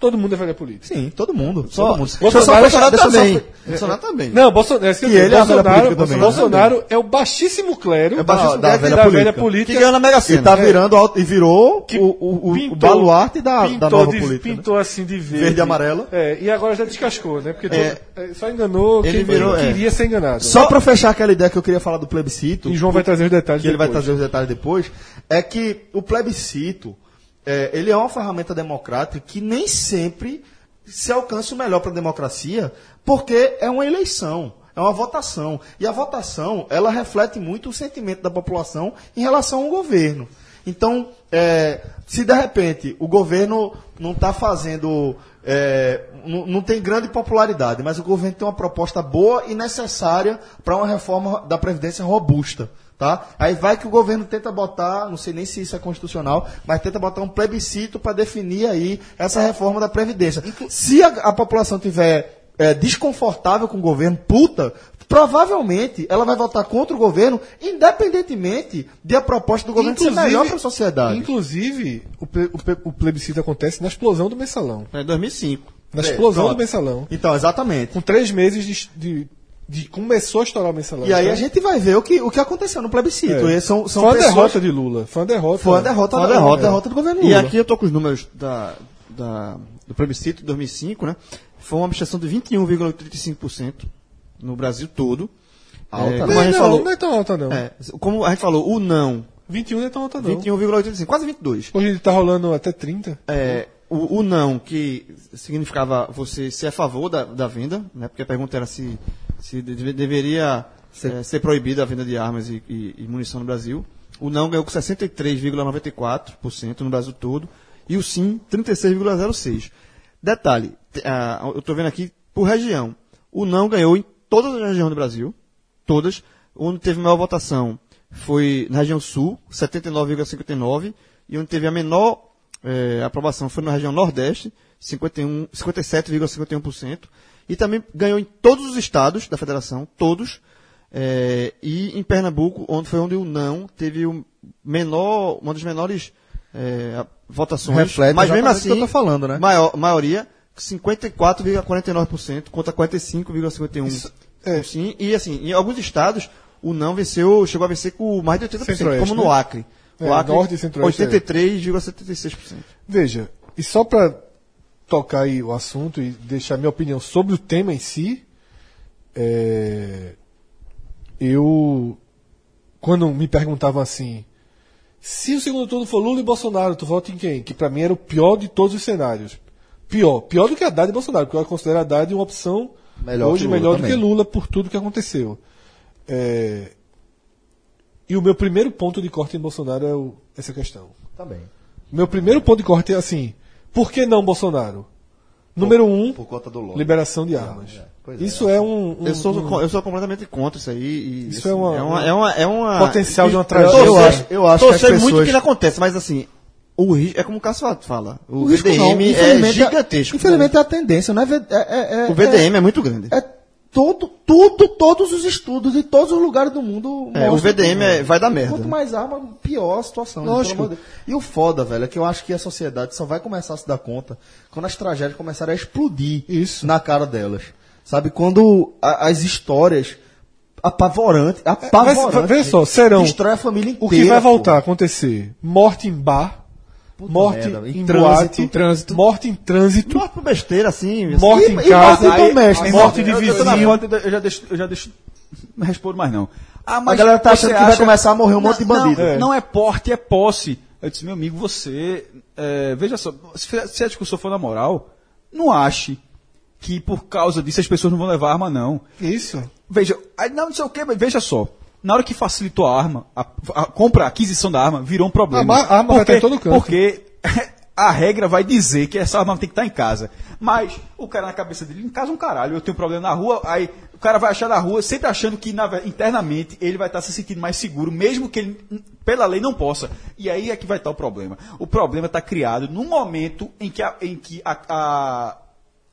[SPEAKER 3] Todo mundo é velho político.
[SPEAKER 2] Sim, todo mundo.
[SPEAKER 4] Só-
[SPEAKER 2] todo mundo.
[SPEAKER 4] Bolsonaro
[SPEAKER 2] Deixa eu só-
[SPEAKER 4] Bolsonaro
[SPEAKER 2] deixa eu só-
[SPEAKER 4] também. Bolsonaro tá também.
[SPEAKER 3] Não, Bolsonaro, é isso que eu
[SPEAKER 2] E
[SPEAKER 3] digo,
[SPEAKER 2] ele é a velha
[SPEAKER 3] Bolsonaro,
[SPEAKER 2] política também.
[SPEAKER 3] Bolsonaro é o baixíssimo clero
[SPEAKER 2] É o baixíssimo
[SPEAKER 3] da,
[SPEAKER 2] clero
[SPEAKER 3] da
[SPEAKER 2] da
[SPEAKER 3] velha
[SPEAKER 2] política.
[SPEAKER 4] que
[SPEAKER 3] política.
[SPEAKER 4] ganhou na Mega
[SPEAKER 2] E
[SPEAKER 4] Sena.
[SPEAKER 2] tá virando alto- e virou
[SPEAKER 3] que
[SPEAKER 2] o, o, o- o
[SPEAKER 3] pintou-
[SPEAKER 2] baluarte da, da
[SPEAKER 3] pintou
[SPEAKER 2] nova
[SPEAKER 3] de-
[SPEAKER 2] política. né?
[SPEAKER 3] Pintou assim de verde.
[SPEAKER 2] Verde e amarelo.
[SPEAKER 3] É, e agora já descascou, né? Porque
[SPEAKER 4] É.
[SPEAKER 3] todo- é, só enganou quem
[SPEAKER 4] Ele virou, é.
[SPEAKER 3] queria ser enganado.
[SPEAKER 2] Só pra fechar aquela ideia que eu queria falar do plebiscito,
[SPEAKER 3] E João vai trazer os detalhes
[SPEAKER 2] que ele vai
[SPEAKER 3] depois.
[SPEAKER 2] trazer os detalhes depois, é que o plebiscito, é, ele é uma ferramenta democrática que nem sempre se alcança o melhor para a democracia, porque é uma eleição, é uma votação. E a votação, ela reflete muito o sentimento da população em relação ao governo. Então, é, se de repente o governo não está fazendo. é, não, não tem grande popularidade, mas o governo tem uma proposta boa e necessária para uma reforma da Previdência robusta. Tá? Aí vai que o governo tenta botar, não sei nem se isso é constitucional, mas tenta botar um plebiscito para definir aí essa reforma da Previdência. Se a, a população tiver é, desconfortável com o governo, puta, provavelmente ela vai votar contra o governo, independentemente de a proposta do governo é ser melhor para a sociedade.
[SPEAKER 3] Inclusive, o, ple- o ple- o plebiscito acontece na explosão do mensalão.
[SPEAKER 4] É 2005.
[SPEAKER 3] Na
[SPEAKER 2] É,
[SPEAKER 3] explosão
[SPEAKER 2] pronto.
[SPEAKER 3] do mensalão.
[SPEAKER 2] Então, exatamente.
[SPEAKER 3] Com três meses de, de- de- começou a estourar o mensalão.
[SPEAKER 2] E aí
[SPEAKER 3] tá?
[SPEAKER 2] a gente vai ver o que, o que aconteceu no plebiscito.
[SPEAKER 3] É.
[SPEAKER 2] E São, são
[SPEAKER 3] foi uma
[SPEAKER 2] pessoas-
[SPEAKER 3] derrota de Lula. Foi uma derrota.
[SPEAKER 2] Foi uma derrota,
[SPEAKER 4] Foi uma
[SPEAKER 2] da-
[SPEAKER 4] derrota.
[SPEAKER 2] derrota do governo
[SPEAKER 4] E
[SPEAKER 2] Lula.
[SPEAKER 4] aqui eu tô com os números da, da- do plebiscito de 2005, né? Foi uma abstenção de 21,35% no Brasil todo.
[SPEAKER 2] Alta, né?
[SPEAKER 4] é, como,
[SPEAKER 3] Não,
[SPEAKER 4] a gente
[SPEAKER 3] não,
[SPEAKER 4] falou,
[SPEAKER 3] não é tão alta, não.
[SPEAKER 4] é, como a gente falou, o não,
[SPEAKER 3] 21 não é tão alta, não.
[SPEAKER 4] 21,85%, quase
[SPEAKER 2] um.
[SPEAKER 4] 22%.
[SPEAKER 3] Hoje ele tá rolando até 30.
[SPEAKER 4] É, o, o não, que significava você ser a favor da, da venda, né? porque a pergunta era se, se deve- deveria eh, ser proibida a venda de armas e, e- e munição no Brasil. O não ganhou com 63,94% no Brasil todo. E o sim, 36,06%. Detalhe, te- ah, eu estou vendo aqui por região. O não ganhou em todas as regiões do Brasil, todas. Onde teve maior votação foi na região sul, 79,59, e onde teve a menor eh, aprovação foi na região nordeste, 51 57,51%, e também ganhou em todos os estados da federação, todos, eh, e em Pernambuco, onde foi onde o não teve o menor, uma das menores eh, a- votações,
[SPEAKER 2] Reflete
[SPEAKER 4] mas mesmo
[SPEAKER 2] exatamente o que
[SPEAKER 4] assim,
[SPEAKER 2] eu tô falando, né?
[SPEAKER 4] maior, maioria, 54,49% contra 45,51%.
[SPEAKER 3] é.
[SPEAKER 4] Sim, e assim, em alguns estados, o não venceu, chegou a vencer com mais de 80%,
[SPEAKER 3] Centro-Oeste,
[SPEAKER 4] como no
[SPEAKER 3] né?
[SPEAKER 4] Acre. O
[SPEAKER 3] É,
[SPEAKER 4] Acre,
[SPEAKER 3] Norte e Centro-Oeste, é.
[SPEAKER 4] 83,76%.
[SPEAKER 3] Veja, e só para tocar aí o assunto e deixar minha opinião sobre o tema em si, é, eu, quando me perguntavam assim, se o segundo turno for Lula e Bolsonaro, tu vota em quem? Que para mim era o pior de todos os cenários. Pior, pior do que Haddad e Bolsonaro, porque eu considero Haddad uma opção
[SPEAKER 2] Melhor
[SPEAKER 3] hoje
[SPEAKER 2] que Lula
[SPEAKER 3] melhor
[SPEAKER 2] também.
[SPEAKER 3] do que Lula por tudo que aconteceu. É, e o meu primeiro ponto de corte em Bolsonaro é o- essa questão.
[SPEAKER 2] Tá bem.
[SPEAKER 3] Meu primeiro ponto de corte é assim: por que não Bolsonaro? Número um,
[SPEAKER 2] Por conta do Lula.
[SPEAKER 3] liberação de armas.
[SPEAKER 2] é. Pois é.
[SPEAKER 3] Isso é um, um-
[SPEAKER 4] Eu sou,
[SPEAKER 3] um-
[SPEAKER 4] co- eu sou completamente contra isso aí. e,
[SPEAKER 3] Isso é uma-
[SPEAKER 4] é uma, é uma- é uma-
[SPEAKER 3] potencial de uma
[SPEAKER 4] Eu
[SPEAKER 3] tragédia.
[SPEAKER 4] torço-
[SPEAKER 2] Eu acho- eu acho
[SPEAKER 4] torço
[SPEAKER 2] que as
[SPEAKER 4] muito
[SPEAKER 2] pessoas-
[SPEAKER 4] que não acontece, mas assim, o ri- é como o Cássio fala. O,
[SPEAKER 2] risco não,
[SPEAKER 4] VDM é
[SPEAKER 2] infelizmente,
[SPEAKER 4] gigantesco.
[SPEAKER 2] Infelizmente é a tendência,
[SPEAKER 3] né?
[SPEAKER 2] não é, V- é- é- é-
[SPEAKER 4] o VDM é muito grande.
[SPEAKER 2] é, é todo, tudo, todos os estudos de todos os lugares do mundo.
[SPEAKER 4] É, o
[SPEAKER 2] mostram
[SPEAKER 4] VDM
[SPEAKER 2] que,
[SPEAKER 4] é- vai dar merda.
[SPEAKER 2] Quanto mais arma, pior a situação. né?
[SPEAKER 3] Lógico.
[SPEAKER 2] Pelo amor de Deus. E o foda, velho, é que eu acho que a sociedade só vai começar a se dar conta quando as tragédias começarem a explodir
[SPEAKER 3] Isso.
[SPEAKER 2] na cara delas. Sabe? Quando a- as histórias apavorantes, apavorantes.
[SPEAKER 3] vai- veja É, só, serão-
[SPEAKER 2] Destrói a família inteira.
[SPEAKER 3] O que vai
[SPEAKER 2] pô.
[SPEAKER 3] voltar a acontecer? Morte em bar,
[SPEAKER 2] Puta
[SPEAKER 3] morte
[SPEAKER 2] merda,
[SPEAKER 3] em,
[SPEAKER 2] em
[SPEAKER 3] boate,
[SPEAKER 2] trânsito.
[SPEAKER 3] morte em trânsito,
[SPEAKER 4] Morte por besteira, assim. assim.
[SPEAKER 3] morte
[SPEAKER 2] E-
[SPEAKER 3] em
[SPEAKER 2] e
[SPEAKER 3] casa,
[SPEAKER 2] morte doméstica.
[SPEAKER 3] aí- morte de
[SPEAKER 5] Eu- Eu, tô na
[SPEAKER 3] vizinho.
[SPEAKER 5] foto, então eu já deixo, eu já deixo. Não respondo mais não. Ah,
[SPEAKER 2] A galera tá
[SPEAKER 5] você
[SPEAKER 2] achando que vai começar a morrer um
[SPEAKER 5] Não,
[SPEAKER 2] monte de bandido.
[SPEAKER 5] Não é. não é porte, é posse. Eu disse, meu amigo, você. é, veja só, se, fizer- se a discussão for na moral, não ache que por causa disso as pessoas não vão levar arma, não.
[SPEAKER 3] Isso.
[SPEAKER 5] Veja, aí não sei o que, mas veja só. Na hora que facilitou a arma, a, a compra, a aquisição da arma, virou um problema.
[SPEAKER 3] A ma- a arma vai
[SPEAKER 5] porque,
[SPEAKER 3] estar em todo canto.
[SPEAKER 5] Porque a regra vai dizer que essa arma tem que estar em casa. Mas o cara na cabeça dele, em casa é um caralho, eu tenho problema na rua, aí o cara vai achar na rua, sempre achando que na ve- internamente ele vai estar se sentindo mais seguro, mesmo que ele, hum, pela lei, não possa. E aí é que vai estar o problema. O problema está criado no momento em que a- em que a- a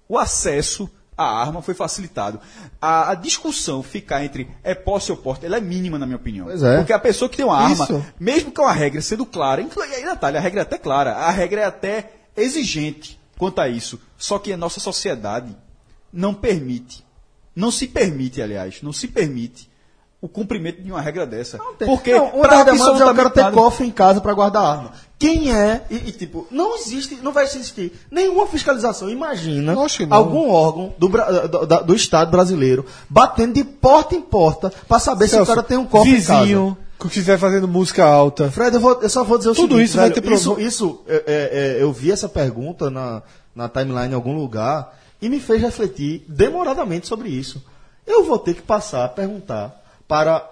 [SPEAKER 5] o acesso à arma foi facilitado. A, a discussão ficar entre é posse ou porte, ela é mínima, na minha opinião.
[SPEAKER 2] Pois é.
[SPEAKER 5] Porque a pessoa que tem uma arma,
[SPEAKER 3] Isso.
[SPEAKER 5] mesmo com a regra sendo clara, inclu- e aí, Natália, a regra é até clara, a regra é até exigente. quanto a isso. Só que a nossa sociedade não permite, não se permite, aliás, não se permite o cumprimento de uma regra dessa. Porque
[SPEAKER 2] não, uma das demandas é o
[SPEAKER 5] pra
[SPEAKER 2] cara
[SPEAKER 5] absolutamente
[SPEAKER 2] ter
[SPEAKER 5] nada-
[SPEAKER 2] cofre em casa pra guardar arma. Quem é, e, e, tipo, não existe, não vai existir nenhuma fiscalização. Imagina
[SPEAKER 3] Lógico que não.
[SPEAKER 2] algum órgão do, Bra- eh, do, da- do Estado brasileiro batendo de porta em porta pra saber se
[SPEAKER 3] Celso,
[SPEAKER 2] o cara tem um cofre em casa.
[SPEAKER 3] vizinho, que estiver fazendo música alta.
[SPEAKER 2] Fred, eu, vou- eu só vou dizer o
[SPEAKER 3] Tudo
[SPEAKER 2] seguinte,
[SPEAKER 3] isso vai ter
[SPEAKER 2] velho, isso,
[SPEAKER 3] problema.
[SPEAKER 2] isso é, é, é, eu vi essa pergunta na, na timeline em algum lugar e me fez refletir demoradamente sobre isso. Eu vou ter que passar a perguntar para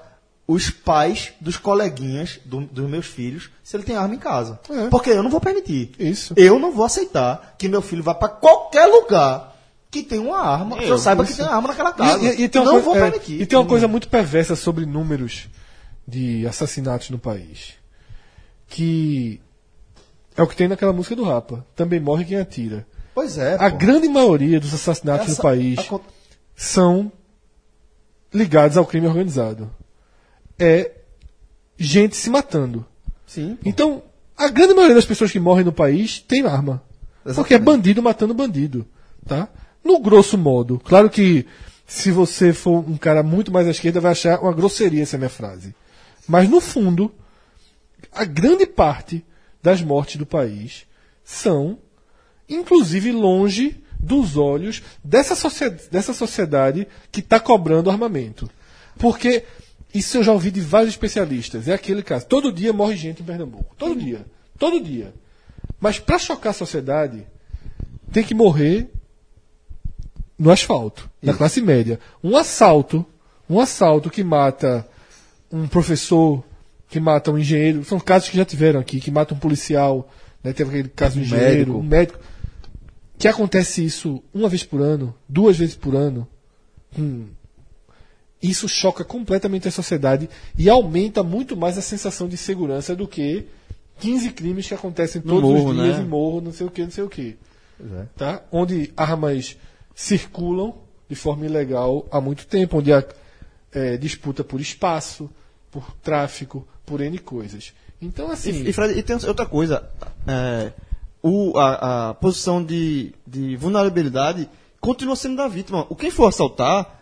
[SPEAKER 2] os pais dos coleguinhas do- dos meus filhos se ele tem arma em casa.
[SPEAKER 3] É.
[SPEAKER 2] Porque eu não vou permitir.
[SPEAKER 3] Isso.
[SPEAKER 2] Eu não vou aceitar que meu filho vá para qualquer lugar que tem uma arma, que eu saiba que tem uma arma naquela casa.
[SPEAKER 3] E, e- e tem uma
[SPEAKER 2] não
[SPEAKER 3] coisa,
[SPEAKER 2] vou
[SPEAKER 3] é,
[SPEAKER 2] permitir.
[SPEAKER 3] e tem uma coisa muito perversa sobre números de assassinatos no país. Que é o que tem naquela música do Rapa. Também morre quem atira.
[SPEAKER 2] Pois é.
[SPEAKER 3] A
[SPEAKER 2] pô.
[SPEAKER 3] grande maioria dos assassinatos
[SPEAKER 2] Essa-
[SPEAKER 3] no país
[SPEAKER 2] a con-
[SPEAKER 3] são ligados ao crime organizado. É gente se matando.
[SPEAKER 2] Sim. pô.
[SPEAKER 3] Então, a grande maioria das pessoas que morrem no país tem arma. Porque é bandido matando bandido, tá? No grosso modo. Claro que se você for um cara muito mais à esquerda vai achar uma grosseria essa minha frase. Mas no fundo, a grande parte das mortes do país são inclusive longe dos olhos dessa, socie- dessa sociedade que está cobrando armamento. Porque isso eu já ouvi de vários especialistas. É aquele caso. Todo dia morre gente em Pernambuco. Todo dia. Todo dia. Mas para chocar a sociedade, tem que morrer no asfalto, na classe média. Um assalto, um assalto que mata um professor, que mata um engenheiro, são casos que já tiveram aqui, que mata um policial, né? teve aquele caso do engenheiro,
[SPEAKER 2] médico.
[SPEAKER 3] um médico. Que acontece isso uma vez por ano, duas vezes por ano. Hum. Isso choca completamente a sociedade e aumenta muito mais a sensação de segurança do que 15 crimes que acontecem
[SPEAKER 4] No
[SPEAKER 3] todos os
[SPEAKER 4] morro,
[SPEAKER 3] dias
[SPEAKER 4] né?
[SPEAKER 3] em morro, não sei o que, não sei o que
[SPEAKER 2] Pois é.
[SPEAKER 3] tá? onde armas circulam de forma ilegal há muito tempo, onde há eh, disputa por espaço, por tráfico, por N coisas. Então, assim,
[SPEAKER 4] E, e, Fred, e tem outra coisa. é, o- a, a posição de, de vulnerabilidade continua sendo da vítima. O quem for assaltar.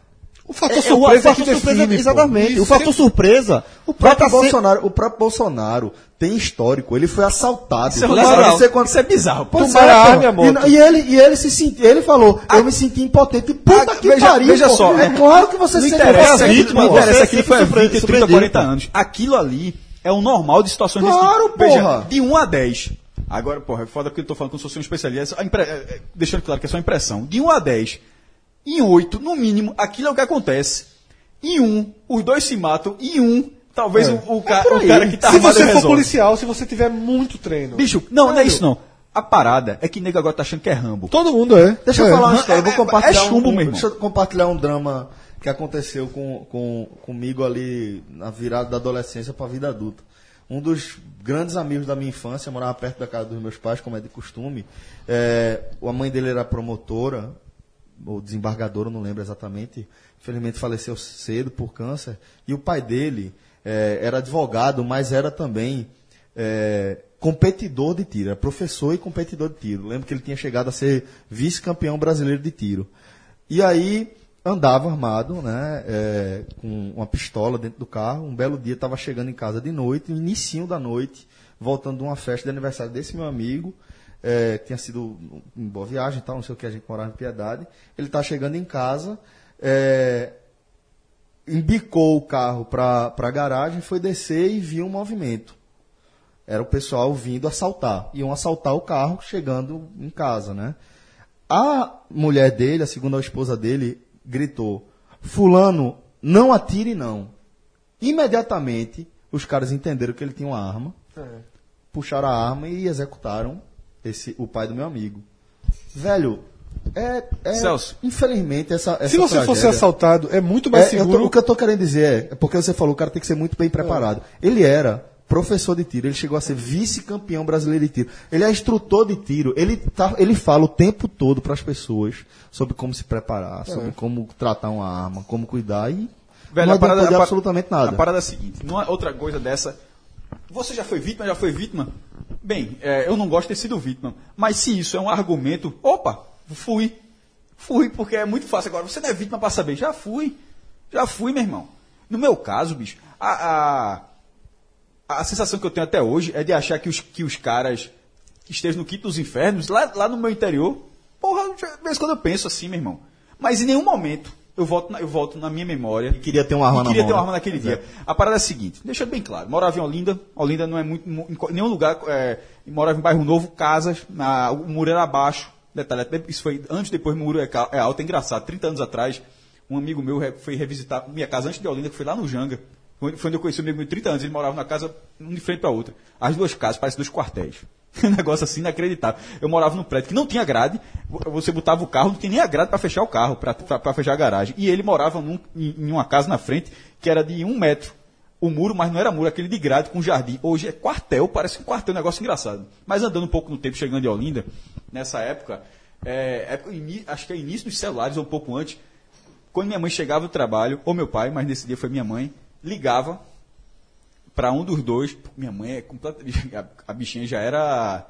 [SPEAKER 3] o
[SPEAKER 4] é-
[SPEAKER 3] fator
[SPEAKER 4] é o
[SPEAKER 3] surpresa é,
[SPEAKER 4] fator
[SPEAKER 3] que define,
[SPEAKER 4] surpresa-
[SPEAKER 3] pô.
[SPEAKER 4] Exatamente.
[SPEAKER 3] Isso
[SPEAKER 4] o fator surpresa.
[SPEAKER 3] é
[SPEAKER 2] O
[SPEAKER 3] um
[SPEAKER 2] próprio,
[SPEAKER 4] vai tá sempre-
[SPEAKER 2] Bolsonaro, o próprio Bolsonaro tem histórico, ele foi assaltado.
[SPEAKER 5] Isso é
[SPEAKER 2] Por
[SPEAKER 5] natural.
[SPEAKER 2] não sei quanto-
[SPEAKER 5] Isso é bizarro. pô.
[SPEAKER 2] Pois
[SPEAKER 3] Tomara
[SPEAKER 2] é,
[SPEAKER 3] a
[SPEAKER 2] pô.
[SPEAKER 3] arma e a moto.
[SPEAKER 2] E, e ele, e ele se sentiu, ele falou, eu me senti impotente. Puta
[SPEAKER 5] Ah,
[SPEAKER 2] que
[SPEAKER 5] veja-
[SPEAKER 2] pariu,
[SPEAKER 5] veja
[SPEAKER 2] pô.
[SPEAKER 5] só.
[SPEAKER 2] É claro que você
[SPEAKER 5] Não
[SPEAKER 2] sempre
[SPEAKER 5] interessa É a
[SPEAKER 2] inocente,
[SPEAKER 5] vítima,
[SPEAKER 2] pô.
[SPEAKER 5] não interessa
[SPEAKER 2] Você
[SPEAKER 5] aquilo que
[SPEAKER 2] sempre
[SPEAKER 5] foi há 20, 30,
[SPEAKER 2] surpreendido,
[SPEAKER 5] 40
[SPEAKER 2] pô.
[SPEAKER 5] anos. Aquilo ali é o normal de situações
[SPEAKER 2] Claro,
[SPEAKER 5] desse tipo. Veja,
[SPEAKER 2] porra.
[SPEAKER 5] de 1 a 10. Agora, porra, é foda porque eu tô falando como se fosse um especialista. A impre- eh, eh, Deixando claro que é só impressão. De 1 a 10, em 8, no mínimo, aquilo é o que acontece. Em 1, os dois se matam. Em 1, talvez
[SPEAKER 3] É.
[SPEAKER 5] o, o ca-
[SPEAKER 2] por
[SPEAKER 5] o
[SPEAKER 2] aí.
[SPEAKER 5] cara que tá
[SPEAKER 3] se
[SPEAKER 5] armado
[SPEAKER 3] você for
[SPEAKER 5] resolve.
[SPEAKER 3] policial, se você tiver muito treino.
[SPEAKER 5] Bicho, não, não é isso não. A parada é que nego agora tá achando que é Rambo.
[SPEAKER 3] Todo mundo é.
[SPEAKER 2] Deixa eu
[SPEAKER 3] É.
[SPEAKER 2] falar uma
[SPEAKER 5] É,
[SPEAKER 2] história, eu vou
[SPEAKER 5] é
[SPEAKER 2] compartilhar,
[SPEAKER 5] chumbo,
[SPEAKER 2] um,
[SPEAKER 5] meu irmão.
[SPEAKER 2] deixa eu compartilhar um drama que aconteceu com, com, comigo ali na virada da adolescência para a vida adulta. Um dos grandes amigos da minha infância, eu morava perto da casa dos meus pais, como é de costume. É, a mãe dele era promotora, ou desembargadora, eu não lembro exatamente. Infelizmente faleceu cedo por câncer. E o pai dele é, era advogado, mas era também é, competidor de tiro, era professor e competidor de tiro. Lembro que ele tinha chegado a ser vice-campeão brasileiro de tiro. E aí andava armado, né, é, com uma pistola dentro do carro. Um belo dia estava chegando em casa de noite, no inicinho da noite, voltando de uma festa de aniversário desse meu amigo, é, que tinha sido em boa viagem, e tal, não sei o que a gente morava em Piedade. Ele está chegando em casa, é, embicou o carro para a garagem, foi descer e viu um movimento. Era o pessoal vindo assaltar. Iam assaltar o carro chegando em casa, né? A mulher dele, a segunda esposa dele, gritou: Fulano, não atire não. Imediatamente, os caras entenderam que ele tinha uma arma, puxaram a arma e executaram esse, o pai do meu amigo. Velho, é. é-
[SPEAKER 5] Celso.
[SPEAKER 2] Infelizmente, essa. essa
[SPEAKER 3] Se você fosse
[SPEAKER 2] tragédia-
[SPEAKER 3] assaltado, é muito mais
[SPEAKER 2] é, eu tô-
[SPEAKER 3] seguro.
[SPEAKER 2] o que eu tô querendo dizer é, é porque você falou, o cara tem que ser muito bem
[SPEAKER 5] É.
[SPEAKER 2] preparado. Ele era professor de tiro, ele chegou a ser vice-campeão brasileiro de tiro. Ele é instrutor de tiro, ele, tá, ele fala o tempo todo para as pessoas sobre como se preparar,
[SPEAKER 5] É.
[SPEAKER 2] sobre como tratar uma arma, como cuidar e não
[SPEAKER 5] a parada-
[SPEAKER 2] adiantou de
[SPEAKER 5] a par-
[SPEAKER 2] absolutamente
[SPEAKER 5] A
[SPEAKER 2] nada.
[SPEAKER 5] parada é a seguinte, não é outra coisa dessa. Você já foi vítima, já foi vítima? Bem, é, eu não gosto de ter sido vítima, mas se isso é um argumento, opa, fui. Fui, porque é muito fácil agora. Você não é vítima para saber. Já fui. Já fui, meu irmão. No meu caso, bicho, a, a, a sensação que eu tenho até hoje é de achar que os, que os caras que estejam no quinto dos infernos, lá, lá no meu interior, porra, de vez em quando eu penso assim, meu irmão. Mas em nenhum momento eu volto na, eu volto na minha memória.
[SPEAKER 2] queria ter uma arma
[SPEAKER 5] E
[SPEAKER 2] na
[SPEAKER 5] queria
[SPEAKER 2] mão,
[SPEAKER 5] ter uma
[SPEAKER 2] né?
[SPEAKER 5] arma naquele
[SPEAKER 2] Exato.
[SPEAKER 5] dia. A parada é a seguinte, deixa bem claro, morava em Olinda, Olinda não é muito, mu- em co- nenhum lugar, é, morava em bairro novo, casas, na- o muro era abaixo, detalhe, até isso foi antes, depois o muro é, ca- é alto, é engraçado, 30 anos atrás, um amigo meu re- foi revisitar minha casa antes de Olinda, que foi lá no Janga, foi foi onde eu conheci o meu amigo de 30 anos, ele morava na casa, um de frente para outra, as duas casas parecem dois quartéis. Um negócio assim inacreditável. Eu morava num prédio que não tinha grade, vo- você botava o carro, não tinha nem a grade para fechar o carro, para fechar a garagem. E ele morava num- em em uma casa na frente que era de um metro o muro, mas não era muro, aquele de grade com jardim. Hoje é quartel, parece um quartel, um negócio engraçado. Mas andando um pouco no tempo, chegando em Olinda, nessa época, é, época ini- acho que é início dos celulares ou um pouco antes, quando minha mãe chegava do trabalho, ou meu pai, mas nesse dia foi minha mãe, ligava para um dos dois. Minha mãe é completamente. a- A bichinha já era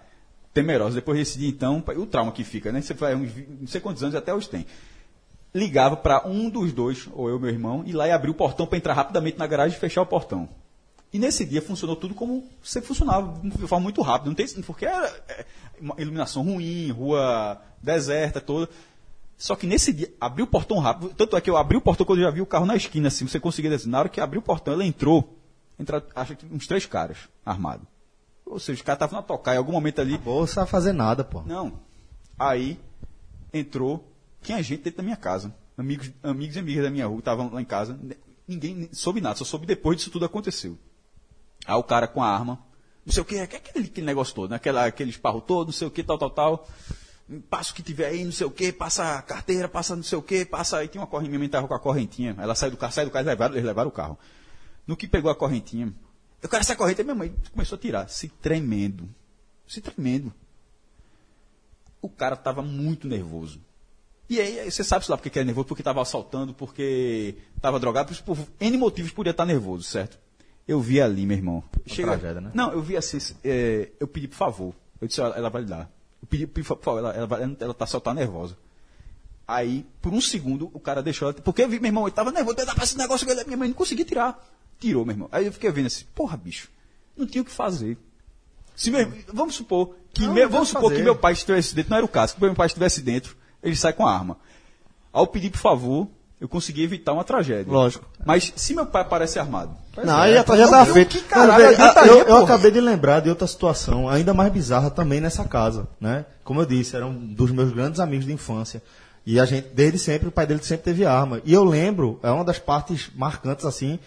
[SPEAKER 5] temerosa. Depois desse dia, então, o trauma que fica, né? Você vai uns vi- não sei quantos anos até hoje tem ligava para um dos dois, ou eu, meu irmão, e lá e abria o portão para entrar rapidamente na garagem e fechar o portão. E nesse dia funcionou tudo como sempre funcionava, de forma muito rápida, não tem porque era é, uma iluminação ruim, rua deserta toda. Só que nesse dia abriu o portão rápido, tanto é que eu abri o portão quando eu já vi o carro na esquina assim, você conseguia dizer, na hora que abriu o portão, ela entrou, entra, acho que uns três caras armados. Ou seja, os caras estavam na tocar, em algum momento ali,
[SPEAKER 2] Ou sabe fazer nada, pô.
[SPEAKER 5] não. Aí entrou tinha gente dentro da minha casa. Amigos, amigos e amigas da minha rua estavam lá em casa. N- Ninguém soube nada, só soube depois disso tudo aconteceu. Aí o cara com a arma, não sei o que, aquele, aquele negócio todo, né? Aquela, aquele esparro todo, não sei o que, tal, tal, tal. Passa o que tiver aí, não sei o que, passa a carteira, passa não sei o que, passa aí. Tinha uma correntinha, minha mãe tava com a correntinha. Ela saiu do carro, saiu do carro, eles levaram, eles levaram o carro. No que pegou a correntinha, eu quero essa corrente, aí minha mãe começou a tirar, se tremendo. Se tremendo o cara estava muito nervoso. E aí, aí você sabe lá porque que era nervoso, porque estava assaltando, porque estava drogado, por isso, por N motivos podia estar nervoso, certo? Eu vi ali, meu irmão.
[SPEAKER 2] tragédia, né?
[SPEAKER 5] Não, eu vi assim, é, eu pedi por favor. Eu disse, ela, ela vai lhe dar. Eu pedi por favor, ela, ela, vai- ela tá só tá nervosa. Aí, por um segundo, o cara deixou ela. Porque eu vi, meu irmão, ele tava nervoso, dá pra esse negócio, que ele- minha mãe não conseguia tirar. Tirou, meu irmão. Aí eu fiquei vendo assim, porra, bicho, não tinha o que fazer. Se meu- vamos supor que
[SPEAKER 2] Não,
[SPEAKER 5] meu,
[SPEAKER 2] não
[SPEAKER 5] vamos
[SPEAKER 2] tem o que
[SPEAKER 5] supor que
[SPEAKER 2] fazer.
[SPEAKER 5] meu pai estivesse dentro, não era o caso, que meu pai estivesse dentro, ele sai com a arma. Ao pedir por favor, eu consegui evitar uma tragédia.
[SPEAKER 4] Lógico.
[SPEAKER 5] Mas se meu pai aparece armado,
[SPEAKER 4] não, aí a
[SPEAKER 2] tá-
[SPEAKER 4] tragédia tava feita.
[SPEAKER 5] que caralho,
[SPEAKER 2] Não,
[SPEAKER 5] adianta
[SPEAKER 2] eu,
[SPEAKER 5] aí,
[SPEAKER 2] eu
[SPEAKER 5] porra.
[SPEAKER 2] acabei de lembrar de outra situação, ainda mais bizarra também nessa casa, né? Como eu disse, era um dos meus grandes amigos de infância. E a gente, desde sempre, o pai dele sempre teve arma. E eu lembro, é uma das partes marcantes, assim,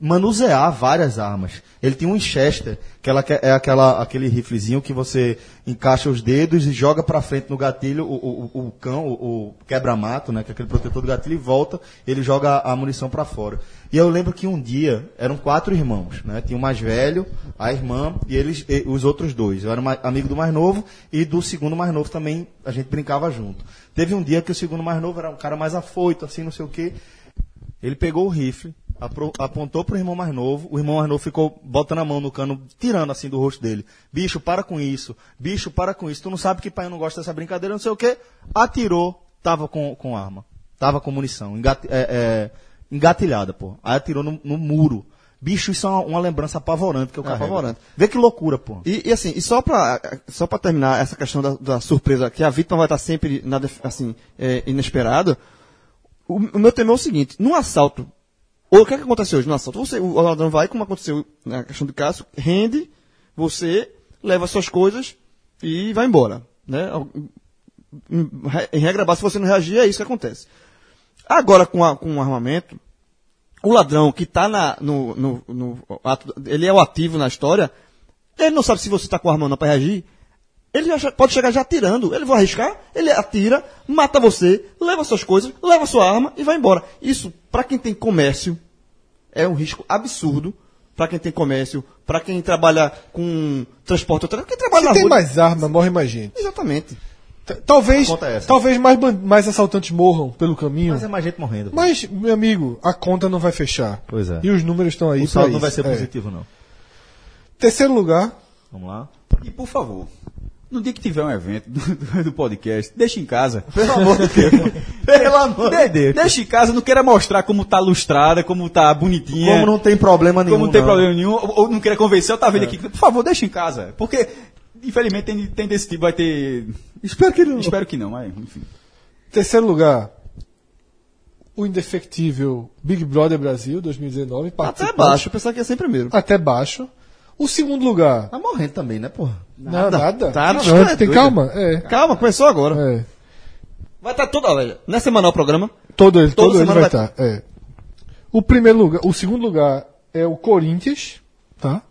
[SPEAKER 2] manusear várias armas. Ele tinha um Winchester, que ela que- é aquela, aquele riflezinho que você encaixa os dedos e joga pra frente no gatilho o, o- o- o cão, o, o quebra-mato, né, que é aquele protetor do gatilho, e volta, ele joga a munição pra fora. E eu lembro que um dia, eram quatro irmãos, né, tinha o mais velho, a irmã e eles e os outros dois. Eu era ma- amigo do mais novo e do segundo mais novo também, a gente brincava junto. Teve um dia que o segundo mais novo era um cara mais afoito, assim, não sei o quê, ele pegou o rifle, apro- apontou pro irmão mais novo, o irmão mais novo ficou botando a mão no cano, tirando assim do rosto dele. Bicho, para com isso. Bicho, para com isso. Tu não sabe que pai não gosta dessa brincadeira, não sei o quê. Atirou, tava com, com arma. Tava com munição. engati- é, é, engatilhada, pô. Aí atirou no, no muro. Bicho, isso é uma, uma lembrança apavorante que eu
[SPEAKER 4] É
[SPEAKER 2] carrego.
[SPEAKER 4] apavorante.
[SPEAKER 2] Vê que loucura, pô.
[SPEAKER 4] E, e assim, e só pra, só pra terminar essa questão da, da surpresa, que a vítima vai estar sempre, na def- assim, é, inesperada, o, o meu temor é o seguinte, num assalto, ou o que, é que acontece hoje no assalto? Você, o ladrão vai, como aconteceu na questão do caso, rende, você leva suas coisas e vai embora. Né? Al- Em em regra básica, se você não reagir, é isso que acontece. Agora, com, a, com o armamento, o ladrão que está no, no, no ato, ele é o ativo na história, ele não sabe se você está com a arma ou não para reagir. Ele já che- pode chegar já atirando. Ele vai arriscar, ele atira, mata você, leva suas coisas, leva sua arma e vai embora. Isso, para quem tem comércio, é um risco absurdo. Para quem tem comércio, para quem trabalha com transporte, pra quem trabalha
[SPEAKER 3] Se
[SPEAKER 4] na
[SPEAKER 3] tem
[SPEAKER 4] rua.
[SPEAKER 3] mais arma, morre mais gente.
[SPEAKER 4] Exatamente.
[SPEAKER 3] T- Talvez,
[SPEAKER 2] conta é essa.
[SPEAKER 3] talvez mais, ban- mais assaltantes morram pelo caminho.
[SPEAKER 2] Mas é mais gente morrendo. pô.
[SPEAKER 3] Mas, meu amigo, a conta não vai fechar.
[SPEAKER 2] Pois é.
[SPEAKER 3] E os números estão aí
[SPEAKER 2] o
[SPEAKER 3] pra
[SPEAKER 2] saldo não
[SPEAKER 3] é isso.
[SPEAKER 2] vai ser
[SPEAKER 3] É.
[SPEAKER 2] positivo, não.
[SPEAKER 3] Terceiro lugar,
[SPEAKER 2] Vamos lá.
[SPEAKER 5] E por favor, no dia que tiver um evento do, do- do podcast, deixa em casa.
[SPEAKER 2] Pelo amor de Deus. Pelo amor de Deus.
[SPEAKER 5] Deixa em casa, não queira mostrar como tá lustrada, como tá bonitinha.
[SPEAKER 2] Como não tem problema nenhum.
[SPEAKER 5] como não tem
[SPEAKER 2] não. É.
[SPEAKER 5] problema nenhum, ou, ou não queira convencer, eu tá vendo aqui. Por favor, deixa em casa. Porque, infelizmente, tem, tem desse tipo, vai ter.
[SPEAKER 3] Espero que não.
[SPEAKER 5] Espero que não, mas enfim.
[SPEAKER 3] Terceiro lugar, o indefectível Big Brother Brasil 2019.
[SPEAKER 4] Tá Até
[SPEAKER 3] participante-
[SPEAKER 2] né?
[SPEAKER 4] baixo, eu pensava que ia ser em primeiro.
[SPEAKER 3] Até baixo. O segundo lugar.
[SPEAKER 2] Tá morrendo também, né, porra?
[SPEAKER 3] Nada. Não, nada.
[SPEAKER 4] Tá,
[SPEAKER 3] Não,
[SPEAKER 4] não,
[SPEAKER 3] antes,
[SPEAKER 4] é
[SPEAKER 3] tem
[SPEAKER 4] doido.
[SPEAKER 3] calma. É.
[SPEAKER 4] Calma, começou agora.
[SPEAKER 3] é.
[SPEAKER 4] Vai estar toda hora. Não é semanal o programa?
[SPEAKER 3] Todo ele,
[SPEAKER 4] Toda
[SPEAKER 3] todo ele
[SPEAKER 4] semana
[SPEAKER 3] vai
[SPEAKER 4] vai-
[SPEAKER 3] estar. é. O primeiro lugar, o segundo lugar é o Corinthians, tá?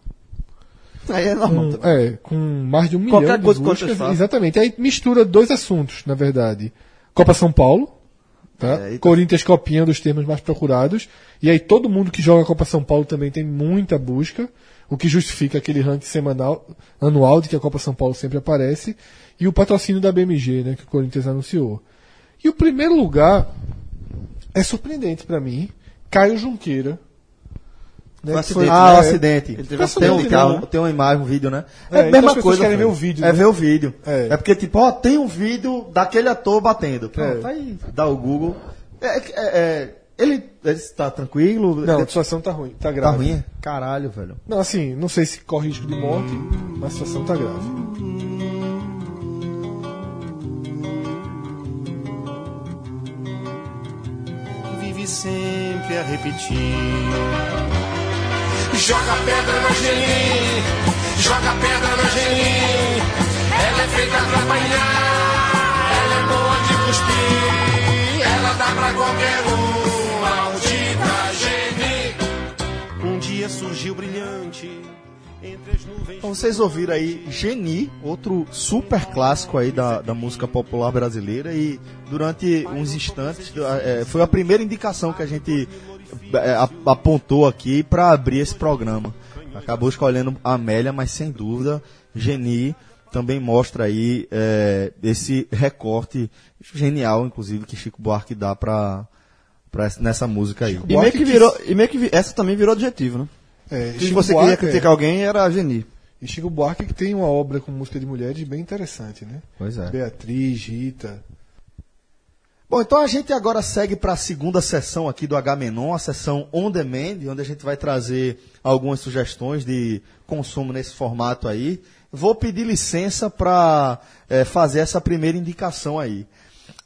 [SPEAKER 4] Aí é normal.
[SPEAKER 3] Com,
[SPEAKER 4] também.
[SPEAKER 3] é, com mais de um milhão
[SPEAKER 4] Qualquer
[SPEAKER 3] de
[SPEAKER 4] coisa que o
[SPEAKER 3] buscas.
[SPEAKER 4] Corinthians faça.
[SPEAKER 3] Exatamente. Aí mistura dois assuntos, na verdade. Copa São Paulo, tá?
[SPEAKER 2] É, e tá-
[SPEAKER 3] Corinthians copinha dos termos mais procurados. E aí todo mundo que joga Copa São Paulo também tem muita busca, o que justifica aquele ranking semanal, anual de que a Copa São Paulo sempre aparece. E o patrocínio da BMG, né, que o Corinthians anunciou. E o primeiro lugar é surpreendente pra mim, Caio Junqueira. né,
[SPEAKER 2] Foi um
[SPEAKER 3] que foi-
[SPEAKER 2] acidente,
[SPEAKER 3] Ah,
[SPEAKER 2] né?
[SPEAKER 3] é.
[SPEAKER 2] acidente.
[SPEAKER 4] Ele
[SPEAKER 3] teve
[SPEAKER 2] tem,
[SPEAKER 3] um
[SPEAKER 2] um
[SPEAKER 3] acidente,
[SPEAKER 2] carro,
[SPEAKER 3] né?
[SPEAKER 2] tem uma imagem, um vídeo, né?
[SPEAKER 3] É, então as pessoas querem
[SPEAKER 2] foi.
[SPEAKER 3] ver o vídeo,
[SPEAKER 2] É
[SPEAKER 3] né?
[SPEAKER 2] ver o vídeo.
[SPEAKER 3] É.
[SPEAKER 2] É, porque, tipo, ó, tem um vídeo daquele ator batendo. Pronto,
[SPEAKER 3] É.
[SPEAKER 2] aí dá o Google. É, é, é, ele, ele tá tranquilo?
[SPEAKER 3] Não, a
[SPEAKER 2] Ele-
[SPEAKER 3] situação tá ruim, tá
[SPEAKER 2] tá
[SPEAKER 3] grave.
[SPEAKER 2] ruim? Caralho, velho.
[SPEAKER 3] Não, assim, não sei se corre risco de morte, mas a situação tá grave.
[SPEAKER 7] vive sempre a repetir. Joga pedra na Angelim, joga pedra na Angelim. Ela é feita pra banhar, ela é boa de cuspir. Ela dá pra qualquer um, maldita Geni. Um dia surgiu brilhante entre as nuvens.
[SPEAKER 2] Então vocês ouviram aí Geni, outro super clássico aí da, da música popular brasileira e durante uns instantes da- eh, foi a primeira indicação que a gente eh, a- apontou aqui para abrir esse programa. Acabou escolhendo a Amélia, mas sem dúvida Geni também mostra aí eh, esse recorte genial, inclusive, que Chico Buarque dá para nessa música aí.
[SPEAKER 4] E meio que virou, e meio que vi- essa também virou adjetivo, né?
[SPEAKER 3] É,
[SPEAKER 4] Se você queria criticar alguém, era a Geni.
[SPEAKER 3] E Chico Buarque que tem uma obra com música de mulheres bem interessante, né?
[SPEAKER 2] Pois é.
[SPEAKER 3] Beatriz, Rita.
[SPEAKER 2] Bom, então a gente agora segue para a segunda sessão aqui do H-Menon, a sessão On Demand, onde a gente vai trazer algumas sugestões de consumo nesse formato aí. Vou pedir licença para fazer essa primeira indicação aí.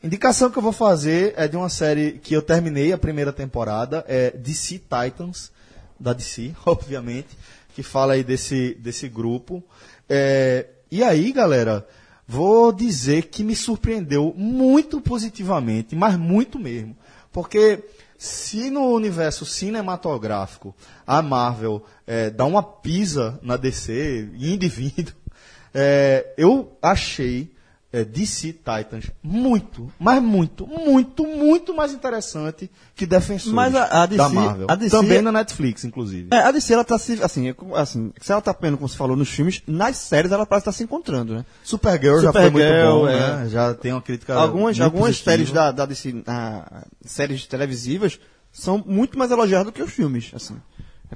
[SPEAKER 2] Indicação que eu vou fazer é de uma série que eu terminei a primeira temporada, é DC Titans, da DC, obviamente, que fala aí desse, desse grupo. É, e aí, galera, vou dizer que me surpreendeu muito positivamente, mas muito mesmo. Porque se no universo cinematográfico a Marvel é, dá uma pisa na DC, indo e vindo, é, eu achei é, DC Titans muito, mas muito, muito, muito mais interessante que Defensores
[SPEAKER 4] Mas a- a DC
[SPEAKER 2] da Marvel.
[SPEAKER 4] a é DC
[SPEAKER 2] Também na Netflix, inclusive.
[SPEAKER 4] É, a DC, ela tá se, assim, é como- assim, se ela tá apanhando, como você falou, nos filmes, nas séries ela parece estar se encontrando, né?
[SPEAKER 2] Supergirl já foi
[SPEAKER 4] Supergirl,
[SPEAKER 2] muito bom,
[SPEAKER 4] é.
[SPEAKER 2] né? Já tem uma crítica
[SPEAKER 4] algumas
[SPEAKER 2] muito
[SPEAKER 4] algumas
[SPEAKER 2] positiva.
[SPEAKER 4] séries da, da DC, ah, séries televisivas, são muito mais elogiadas do que os filmes, assim.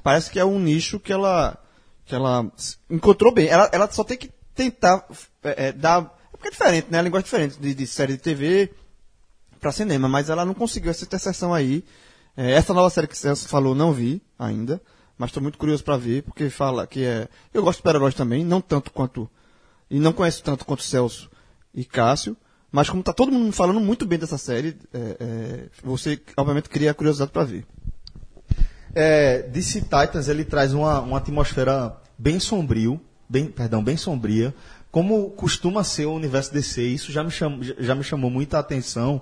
[SPEAKER 4] Parece que é um nicho que ela, que ela s- encontrou bem. Ela, ela só tem que tentar é, é, dar, é porque é diferente, né? A linguagem é diferente de, de série de TV pra cinema, mas ela não conseguiu essa interseção aí. É, essa nova série que você falou, não vi ainda, mas estou muito curioso pra ver, porque fala que é. Eu gosto de super-heróis também, não tanto quanto. E não conheço tanto quanto Celso e Cássio, mas como tá todo mundo falando muito bem dessa série, é, é, você obviamente cria curiosidade pra ver.
[SPEAKER 2] é, DC Titans ele traz uma, uma atmosfera bem sombrio, bem, perdão, bem sombria, como costuma ser o universo DC. Isso já me, cham, já- já me chamou muita atenção.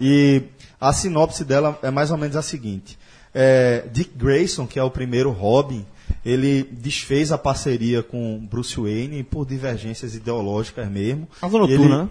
[SPEAKER 2] E a sinopse dela é mais ou menos a seguinte: É, Dick Grayson, que é o primeiro Robin, ele desfez a parceria com Bruce Wayne por divergências ideológicas mesmo.
[SPEAKER 4] Asa
[SPEAKER 2] E
[SPEAKER 4] Noturna,
[SPEAKER 2] ele-
[SPEAKER 4] né?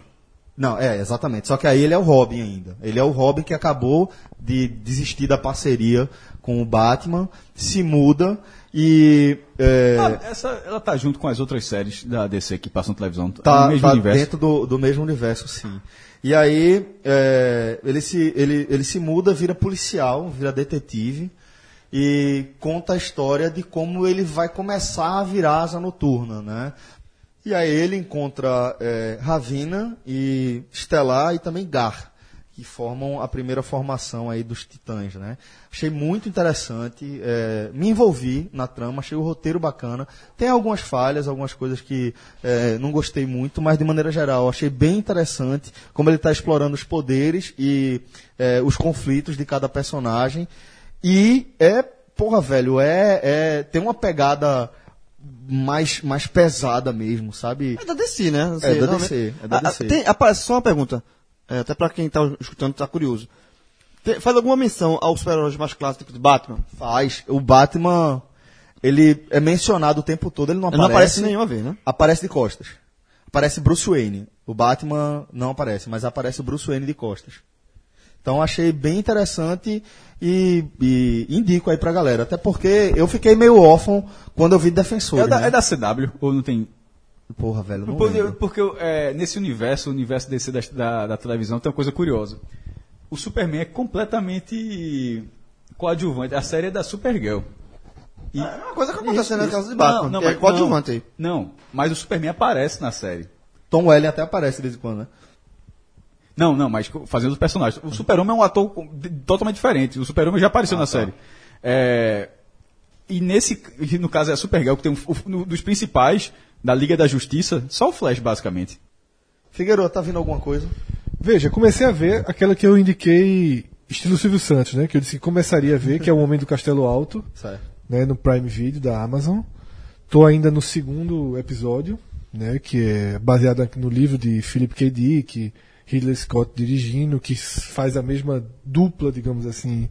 [SPEAKER 2] não, é, exatamente. Só que aí ele é o Robin ainda. Ele é o Robin que acabou de desistir da parceria com o Batman, se muda e. é,
[SPEAKER 5] Ah, essa, ela tá junto com as outras séries da DC que passam na televisão. é
[SPEAKER 2] tá,
[SPEAKER 5] no mesmo
[SPEAKER 2] tá
[SPEAKER 5] universo.
[SPEAKER 2] dentro do, do mesmo universo, sim. E aí é, ele, se, ele, ele se muda, vira policial, vira detetive e conta a história de como ele vai começar a virar asa noturna, né? E E aí ele encontra eh, Ravina e Stellar e também Gar, que formam a primeira formação aí dos Titãs, né? Achei muito interessante, eh, me envolvi na trama, achei o roteiro bacana. Tem algumas falhas, algumas coisas que eh, não gostei muito, mas de maneira geral achei bem interessante como ele está explorando os poderes e eh, os conflitos de cada personagem. E é, porra, velho, é, é tem uma pegada mais, mais pesada mesmo, sabe?
[SPEAKER 4] É da DC, né? Assim,
[SPEAKER 2] É da
[SPEAKER 4] normalmente-
[SPEAKER 2] DC, é da
[SPEAKER 4] Ah, ah,
[SPEAKER 2] DC.
[SPEAKER 4] tem- aparece só uma pergunta, é, até pra quem tá escutando tá curioso. Tem- faz alguma menção aos super-heróis mais clássicos, tipo de Batman?
[SPEAKER 2] Faz. O Batman, ele é mencionado o tempo todo, ele não
[SPEAKER 4] Ele
[SPEAKER 2] aparece.
[SPEAKER 4] não aparece nenhuma vez, né?
[SPEAKER 2] Aparece de costas. Aparece Bruce Wayne. O Batman não aparece, mas aparece o Bruce Wayne de costas. Então achei bem interessante e, e indico aí pra galera. Até porque eu fiquei meio órfão quando eu vi Defensor.
[SPEAKER 5] É da,
[SPEAKER 2] né?
[SPEAKER 5] é da CW, ou não tem.
[SPEAKER 2] Porra, velho, não
[SPEAKER 5] Porque,
[SPEAKER 2] lembro.
[SPEAKER 5] porque, é, nesse universo, o universo DC da, da, da televisão, tem uma coisa curiosa. O Superman é completamente coadjuvante. A série é da Supergirl. E-
[SPEAKER 4] É uma coisa que acontece
[SPEAKER 5] Isso,
[SPEAKER 4] na
[SPEAKER 5] isso.
[SPEAKER 4] casa de Batman,
[SPEAKER 5] Não, não,
[SPEAKER 4] que é
[SPEAKER 5] mas-
[SPEAKER 4] coadjuvante aí.
[SPEAKER 5] Não, mas o Superman aparece na série.
[SPEAKER 2] Tom Welling até aparece de vez em quando, né?
[SPEAKER 5] Não, não, mas co- fazendo os personagens. O Super-Homem é um ator com- de- totalmente diferente. O Super-Homem já apareceu
[SPEAKER 4] Ah, tá.
[SPEAKER 5] na série. É, e nesse, e no caso é a Supergirl, que tem um, o- no- dos principais da Liga da Justiça, só o Flash, basicamente.
[SPEAKER 2] Figueiredo, tá vindo alguma coisa?
[SPEAKER 3] Veja, comecei a ver aquela que eu indiquei, estilo Silvio Santos, né? Que eu disse que começaria a ver, que é O Homem do Castelo Alto,
[SPEAKER 2] Certo.
[SPEAKER 3] né? No Prime Video da Amazon. Tô ainda no segundo episódio, né? Que é baseado aqui no livro de Philip K. Dick, Ridley Scott dirigindo, que s- faz a mesma dupla, digamos assim,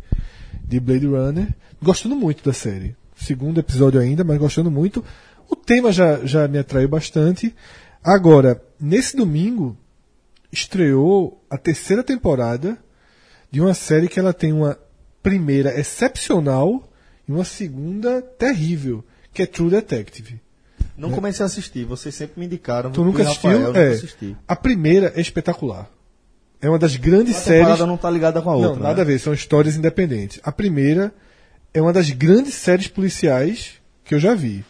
[SPEAKER 3] de Blade Runner. Gostando muito da série. Segundo episódio ainda, mas gostando muito. O tema já, já me atraiu bastante. Agora, nesse domingo, estreou a terceira temporada de uma série que ela tem uma primeira excepcional e uma segunda terrível, que é True Detective.
[SPEAKER 4] É.
[SPEAKER 2] Não comecei a assistir, vocês sempre me indicaram.
[SPEAKER 3] Tu nunca
[SPEAKER 2] E,
[SPEAKER 3] assistiu?
[SPEAKER 2] Rafael, eu nunca
[SPEAKER 3] é.
[SPEAKER 2] assisti.
[SPEAKER 3] A primeira é espetacular. É uma das grandes
[SPEAKER 2] A
[SPEAKER 3] séries.
[SPEAKER 2] temporada não tá ligada com a outra.
[SPEAKER 3] Não, nada
[SPEAKER 2] né?
[SPEAKER 3] a ver, são histórias independentes. A primeira é uma das grandes séries policiais que eu já vi.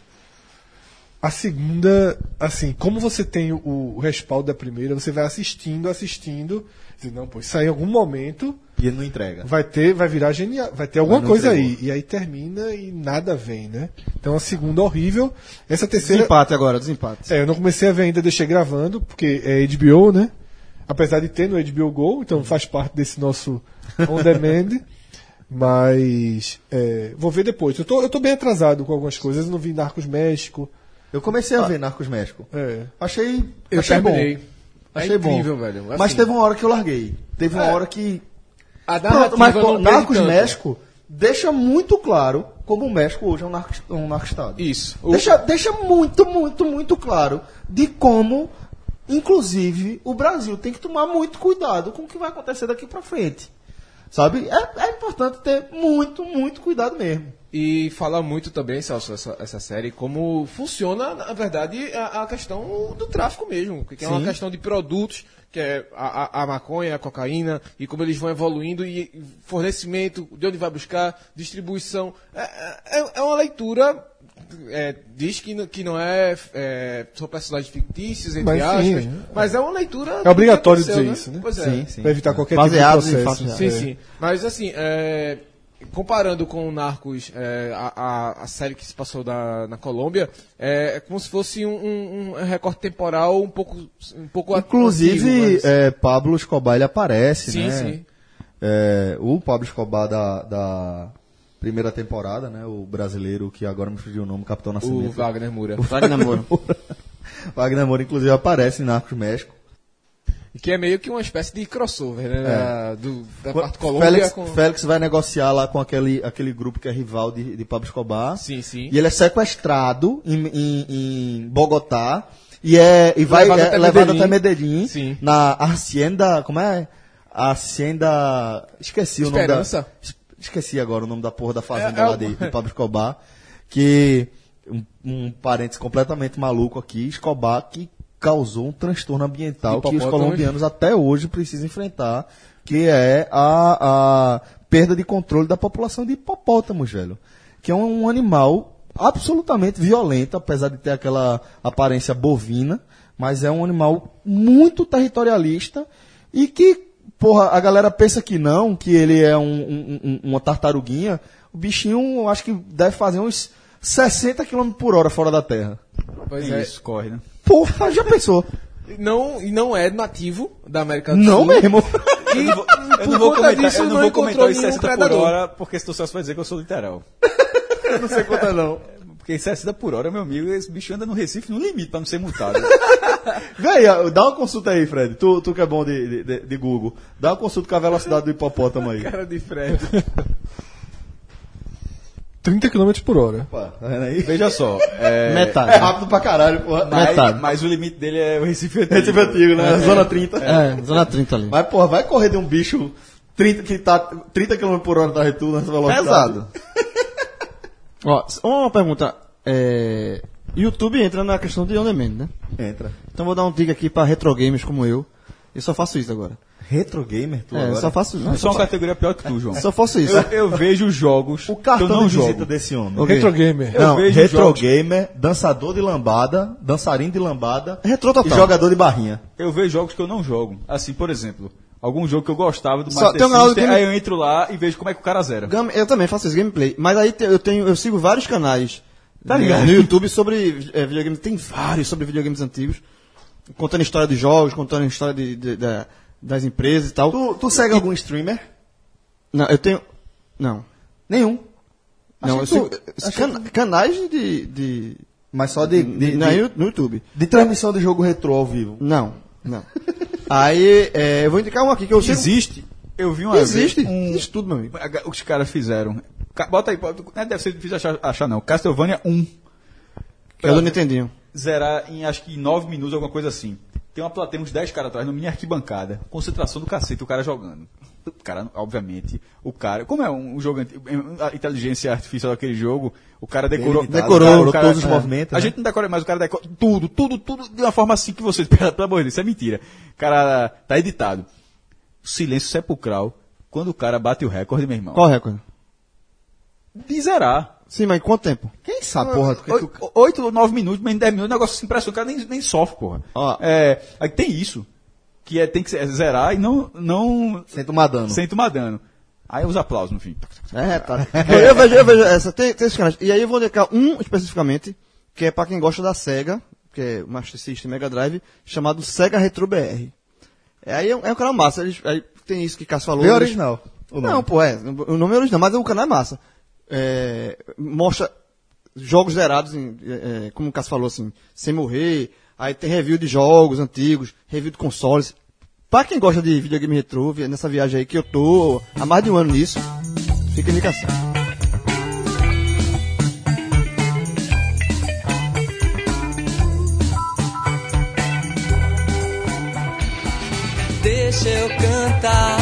[SPEAKER 3] A segunda, assim, como você tem o, o respaldo da primeira, você vai assistindo, assistindo, dizendo, não, pô, isso aí em algum momento
[SPEAKER 2] E não entrega.
[SPEAKER 3] vai ter, vai virar genial, vai ter alguma
[SPEAKER 2] Mas não
[SPEAKER 3] coisa
[SPEAKER 2] entregou.
[SPEAKER 3] aí. E aí termina e nada vem, né? Então a segunda é horrível. Essa terceira.
[SPEAKER 4] Desempate agora, desempate.
[SPEAKER 3] É, eu não comecei a ver ainda, deixei gravando, porque é HBO, né? Apesar de ter no HBO Go, então faz parte desse nosso on demand. Mas é, vou ver depois. Eu tô, eu tô bem atrasado com algumas coisas, eu não vi Narcos México.
[SPEAKER 2] Eu comecei a ver Narcos México.
[SPEAKER 3] É.
[SPEAKER 2] Achei,
[SPEAKER 6] Eu
[SPEAKER 2] achei bom.
[SPEAKER 6] terminei.
[SPEAKER 2] Achei
[SPEAKER 6] é incrível,
[SPEAKER 2] bom.
[SPEAKER 6] velho.
[SPEAKER 2] Mas
[SPEAKER 6] Assim, é.
[SPEAKER 2] teve uma hora que eu larguei. Teve uma hora que.
[SPEAKER 6] a
[SPEAKER 2] Pronto,
[SPEAKER 6] narrativa
[SPEAKER 2] mas
[SPEAKER 6] não perde
[SPEAKER 2] Narcos
[SPEAKER 6] tanto.
[SPEAKER 2] México deixa muito claro como o México hoje é um narco, um narco-estado.
[SPEAKER 6] Isso. O-
[SPEAKER 2] Deixa, deixa muito, muito, muito claro de como, inclusive, o Brasil tem que tomar muito cuidado com o que vai acontecer daqui pra frente. Sabe? É, é importante ter muito, muito cuidado mesmo.
[SPEAKER 6] E fala muito também, Celso, essa, essa série, como funciona, na verdade, a, a questão do tráfico mesmo, que é uma questão de produtos, que é a, a- a maconha, a cocaína, e como eles vão evoluindo, e fornecimento, de onde vai buscar, distribuição. É, é- é uma leitura, é, diz que, não- que não é, é, são personagens fictícios, entre
[SPEAKER 3] Mas sim,
[SPEAKER 6] aspas, mas é uma leitura... do que
[SPEAKER 3] obrigatório
[SPEAKER 6] aconteceu,
[SPEAKER 3] dizer isso, né?
[SPEAKER 6] Pois é.
[SPEAKER 3] Pra evitar qualquer
[SPEAKER 4] Baseados
[SPEAKER 3] tipo de
[SPEAKER 4] em
[SPEAKER 3] processo.
[SPEAKER 4] fatos
[SPEAKER 6] Sim,
[SPEAKER 3] É.
[SPEAKER 6] sim. Mas assim, é, comparando com o Narcos, é, a, a- a série que se passou da- na Colômbia, é, é como se fosse um, um- um recorte temporal um pouco, um pouco antigo,
[SPEAKER 2] Inclusive,
[SPEAKER 6] mas-
[SPEAKER 2] é, Pablo Escobar ele aparece,
[SPEAKER 6] Sim,
[SPEAKER 2] né?
[SPEAKER 6] sim.
[SPEAKER 2] É, o Pablo Escobar da, da primeira temporada, né? O brasileiro que agora me fugiu o nome, Capitão
[SPEAKER 6] o
[SPEAKER 2] Nascimento.
[SPEAKER 6] Wagner Moura.
[SPEAKER 4] Wagner Moura.
[SPEAKER 2] Wagner Moura, inclusive, aparece em Narcos México.
[SPEAKER 6] Que é meio que uma espécie de
[SPEAKER 3] é,
[SPEAKER 6] crossover, né? Da, do- da parte Colômbia
[SPEAKER 2] Félix,
[SPEAKER 6] com...
[SPEAKER 2] Félix vai negociar lá com aquele, aquele grupo que é rival de, de Pablo Escobar.
[SPEAKER 6] Sim, sim.
[SPEAKER 2] E ele é sequestrado em, em- em Bogotá e é e vai
[SPEAKER 6] Levado
[SPEAKER 2] é
[SPEAKER 6] até
[SPEAKER 2] levado
[SPEAKER 6] Medellín.
[SPEAKER 2] até Medellín
[SPEAKER 6] Sim.
[SPEAKER 2] na hacienda, como é? Hacienda, esqueci o
[SPEAKER 6] Esperança.
[SPEAKER 2] nome da es- Esqueci agora o nome da porra da fazenda
[SPEAKER 6] É, é
[SPEAKER 2] lá
[SPEAKER 6] o-
[SPEAKER 2] de, de Pablo Escobar, que um, um parênteses completamente maluco aqui, Escobar que causou um transtorno ambiental que os
[SPEAKER 6] Hipopótamos.
[SPEAKER 2] colombianos até hoje precisam enfrentar, que é a, a perda de controle da população de hipopótamos, velho. Que é um, animal absolutamente violento, apesar de ter aquela aparência bovina, mas é um animal muito territorialista e que, porra, a galera pensa que não, que ele é um- um- um- uma tartaruguinha. O bichinho, eu acho que deve fazer uns 60 km por hora fora da Terra.
[SPEAKER 6] Pois
[SPEAKER 5] Tem
[SPEAKER 6] é.
[SPEAKER 5] isso, corre, né?
[SPEAKER 2] Porra, já pensou?
[SPEAKER 6] Não, e não é nativo da América do
[SPEAKER 2] Não
[SPEAKER 6] Sul.
[SPEAKER 2] mesmo.
[SPEAKER 6] E
[SPEAKER 5] Eu não vou,
[SPEAKER 6] por
[SPEAKER 5] eu não vou
[SPEAKER 6] conta
[SPEAKER 5] comentar,
[SPEAKER 6] disso
[SPEAKER 5] eu não
[SPEAKER 6] não
[SPEAKER 5] vou
[SPEAKER 6] encontrou
[SPEAKER 5] comentar os
[SPEAKER 6] nenhum
[SPEAKER 5] 60
[SPEAKER 6] predador.
[SPEAKER 5] por hora, porque se tu Celso vai dizer que eu sou literal.
[SPEAKER 2] Eu não sei contar não.
[SPEAKER 5] Porque em 60 por hora, meu amigo, esse bicho anda no Recife no limite pra não ser multado.
[SPEAKER 2] Véi, dá uma consulta aí, Fred. Tu, tu que é bom de, de, de Google. Dá uma consulta com a velocidade do hipopótamo aí.
[SPEAKER 6] Cara de Fred.
[SPEAKER 3] 30 km por hora.
[SPEAKER 2] Opa, tá vendo aí?
[SPEAKER 5] Veja só.
[SPEAKER 4] Tá,
[SPEAKER 5] É,
[SPEAKER 4] né?
[SPEAKER 2] Metade. É rápido pra caralho, porra.
[SPEAKER 5] Mas,
[SPEAKER 4] Metade.
[SPEAKER 5] mas o limite dele é o Recife antigo.
[SPEAKER 2] Recife antigo, né? Zona 30.
[SPEAKER 4] É, zona 30 ali.
[SPEAKER 2] Mas, porra, vai correr de um bicho 30, que tá 30 km por hora da retu nessa velocidade.
[SPEAKER 4] Pesado. Ó, uma pergunta. É, YouTube entra na questão de on demand, né?
[SPEAKER 2] É. Entra.
[SPEAKER 4] Então vou dar um dica aqui pra retro games como eu. Eu só faço isso agora.
[SPEAKER 2] Retro gamer, tu
[SPEAKER 4] é,
[SPEAKER 2] agora?
[SPEAKER 4] só faço não,
[SPEAKER 5] É
[SPEAKER 4] só,
[SPEAKER 5] só uma categoria pior que tu, João.
[SPEAKER 4] só faço isso.
[SPEAKER 5] Eu, eu vejo jogos
[SPEAKER 2] O
[SPEAKER 5] que eu
[SPEAKER 2] cartão
[SPEAKER 5] não
[SPEAKER 2] de visita
[SPEAKER 5] jogo.
[SPEAKER 2] desse homem.
[SPEAKER 4] Ok.
[SPEAKER 3] Retro gamer.
[SPEAKER 5] Eu
[SPEAKER 2] Não,
[SPEAKER 5] vejo
[SPEAKER 2] retro
[SPEAKER 5] jogos-
[SPEAKER 2] gamer, dançador de lambada, dançarino de lambada
[SPEAKER 4] Retro
[SPEAKER 2] e
[SPEAKER 4] total.
[SPEAKER 2] jogador de barrinha.
[SPEAKER 5] Eu vejo jogos que eu não jogo. Assim, por exemplo, algum jogo que eu gostava do
[SPEAKER 4] Só
[SPEAKER 5] Master
[SPEAKER 4] tem um canal do
[SPEAKER 5] System,
[SPEAKER 4] Game-
[SPEAKER 5] aí eu entro lá e vejo como é que o cara zera.
[SPEAKER 4] Gam- Eu também faço isso, gameplay. Mas aí te- eu tenho, eu sigo vários canais
[SPEAKER 5] Tá
[SPEAKER 4] no-
[SPEAKER 5] ligado?
[SPEAKER 4] no YouTube sobre é, videogames. Tem vários sobre videogames antigos. Contando a história dos jogos, contando a história de- de- da- das empresas e tal.
[SPEAKER 2] Tu, tu segue algum streamer?
[SPEAKER 4] Não, eu tenho. Não.
[SPEAKER 2] Nenhum.
[SPEAKER 4] Não, eu
[SPEAKER 2] Acho que
[SPEAKER 4] sigo,
[SPEAKER 2] tu-
[SPEAKER 4] eu
[SPEAKER 2] acho
[SPEAKER 4] sigo cana- canais de. de,
[SPEAKER 2] Mas só de, de,
[SPEAKER 4] de-
[SPEAKER 2] de,
[SPEAKER 4] na Yu- no YouTube.
[SPEAKER 2] de transmissão de jogo retrô ao vivo.
[SPEAKER 4] Não, não. Aí, é, eu vou indicar um aqui que eu sigo.
[SPEAKER 5] Existe? Eu vi uma vez
[SPEAKER 4] Existe.
[SPEAKER 5] um-
[SPEAKER 4] Existe tudo, meu amigo.
[SPEAKER 5] Os caras fizeram. Ca- Bota aí, bota- né, deve ser difícil achar, achar não. Castlevania 1.
[SPEAKER 4] Que é do Nintendinho.
[SPEAKER 5] Zerar em acho que 9 minutos, alguma coisa assim. Tem uma plateia, uns 10 caras atrás, numa mini arquibancada. Concentração do cacete, o cara jogando. O cara, obviamente, o cara. Como é um jogo antigo, a inteligência artificial daquele jogo, o cara decorou.
[SPEAKER 2] Delimitado.
[SPEAKER 5] o
[SPEAKER 2] Decorou
[SPEAKER 5] o
[SPEAKER 2] tá
[SPEAKER 5] é.
[SPEAKER 2] todos os movimentos,
[SPEAKER 5] A
[SPEAKER 2] né?
[SPEAKER 5] gente não decora mais, o cara decora tudo, tudo, tudo, de uma forma assim que vocês. Pelo amor de Deus, isso é mentira. O cara tá editado. Silêncio sepulcral quando o cara bate o recorde, meu irmão.
[SPEAKER 4] Qual o recorde?
[SPEAKER 5] De zerar.
[SPEAKER 4] Sim, mas em quanto tempo? É,
[SPEAKER 2] Quem sabe, porra? que tu-
[SPEAKER 5] Ah, Oi- Oito ou nove minutos, menos dez minutos, o negócio se impressiona, o cara nem, nem sofre, porra.
[SPEAKER 4] Ó.
[SPEAKER 5] É, aí tem isso, que é, tem que zerar e não, não
[SPEAKER 2] Sem tomar dano.
[SPEAKER 5] sem tomar dano. Aí os aplausos no fim.
[SPEAKER 4] É, tá. Eu vejo, eu vejo essa, tem, tem esses canais. E aí eu vou dedicar um especificamente, que é pra quem gosta da SEGA, que é o Master System Mega Drive, chamado SEGA Retro BR. É, aí é um, é um canal massa, eles, aí tem isso que Cássio falou.
[SPEAKER 2] Bem
[SPEAKER 4] eles-
[SPEAKER 2] original. o nome.
[SPEAKER 4] Não, pô, é, o nome é original, mas o canal é massa. É, mostra jogos zerados, em, é, é, como o Cássio falou assim, sem morrer, aí tem review de jogos antigos, review de consoles. Pra quem gosta de videogame retrô, vi- nessa viagem aí que eu tô há mais de um ano nisso, fica a indicação.
[SPEAKER 8] Deixa eu cantar,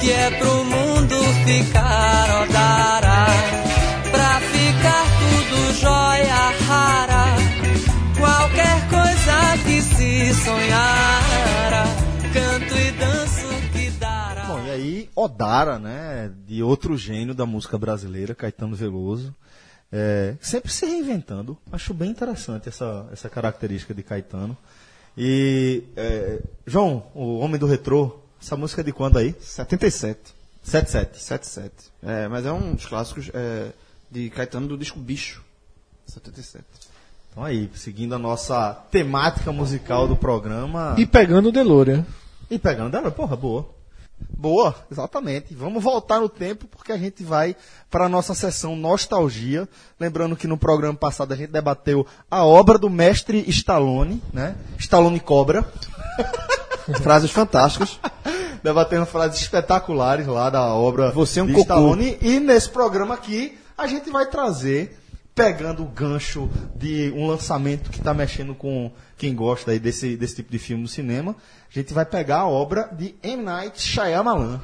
[SPEAKER 8] que é pro mundo ficar odara. Pra ficar tudo jóia rara, qualquer coisa que se sonhara. Canto e danço que dará.
[SPEAKER 2] Bom, e aí, Odara, né? De outro gênio da música brasileira, Caetano Veloso. é, sempre se reinventando. Acho bem interessante essa, essa característica de Caetano. E, é, João, o Homem do Retrô, essa música é de quando aí?
[SPEAKER 4] 77.
[SPEAKER 2] 77.
[SPEAKER 4] 77. É, mas é um dos clássicos é, de Caetano do disco Bicho. 77.
[SPEAKER 2] Então aí, seguindo a nossa temática musical do programa.
[SPEAKER 3] E pegando o DeLorean.
[SPEAKER 2] E pegando ela, porra, boa. Boa, exatamente. Vamos voltar no tempo porque a gente vai para a nossa sessão nostalgia. Lembrando que no programa passado a gente debateu a obra do mestre Stallone, né? Stallone Cobra.
[SPEAKER 4] Frases fantásticas.
[SPEAKER 2] Debatendo frases espetaculares lá da obra
[SPEAKER 4] Você é um
[SPEAKER 2] de
[SPEAKER 4] cocô.
[SPEAKER 2] Stallone. E nesse programa aqui a gente vai trazer, pegando o gancho de um lançamento que está mexendo com quem gosta aí desse, desse tipo de filme no cinema, a gente vai pegar a obra de M. Night Shyamalan,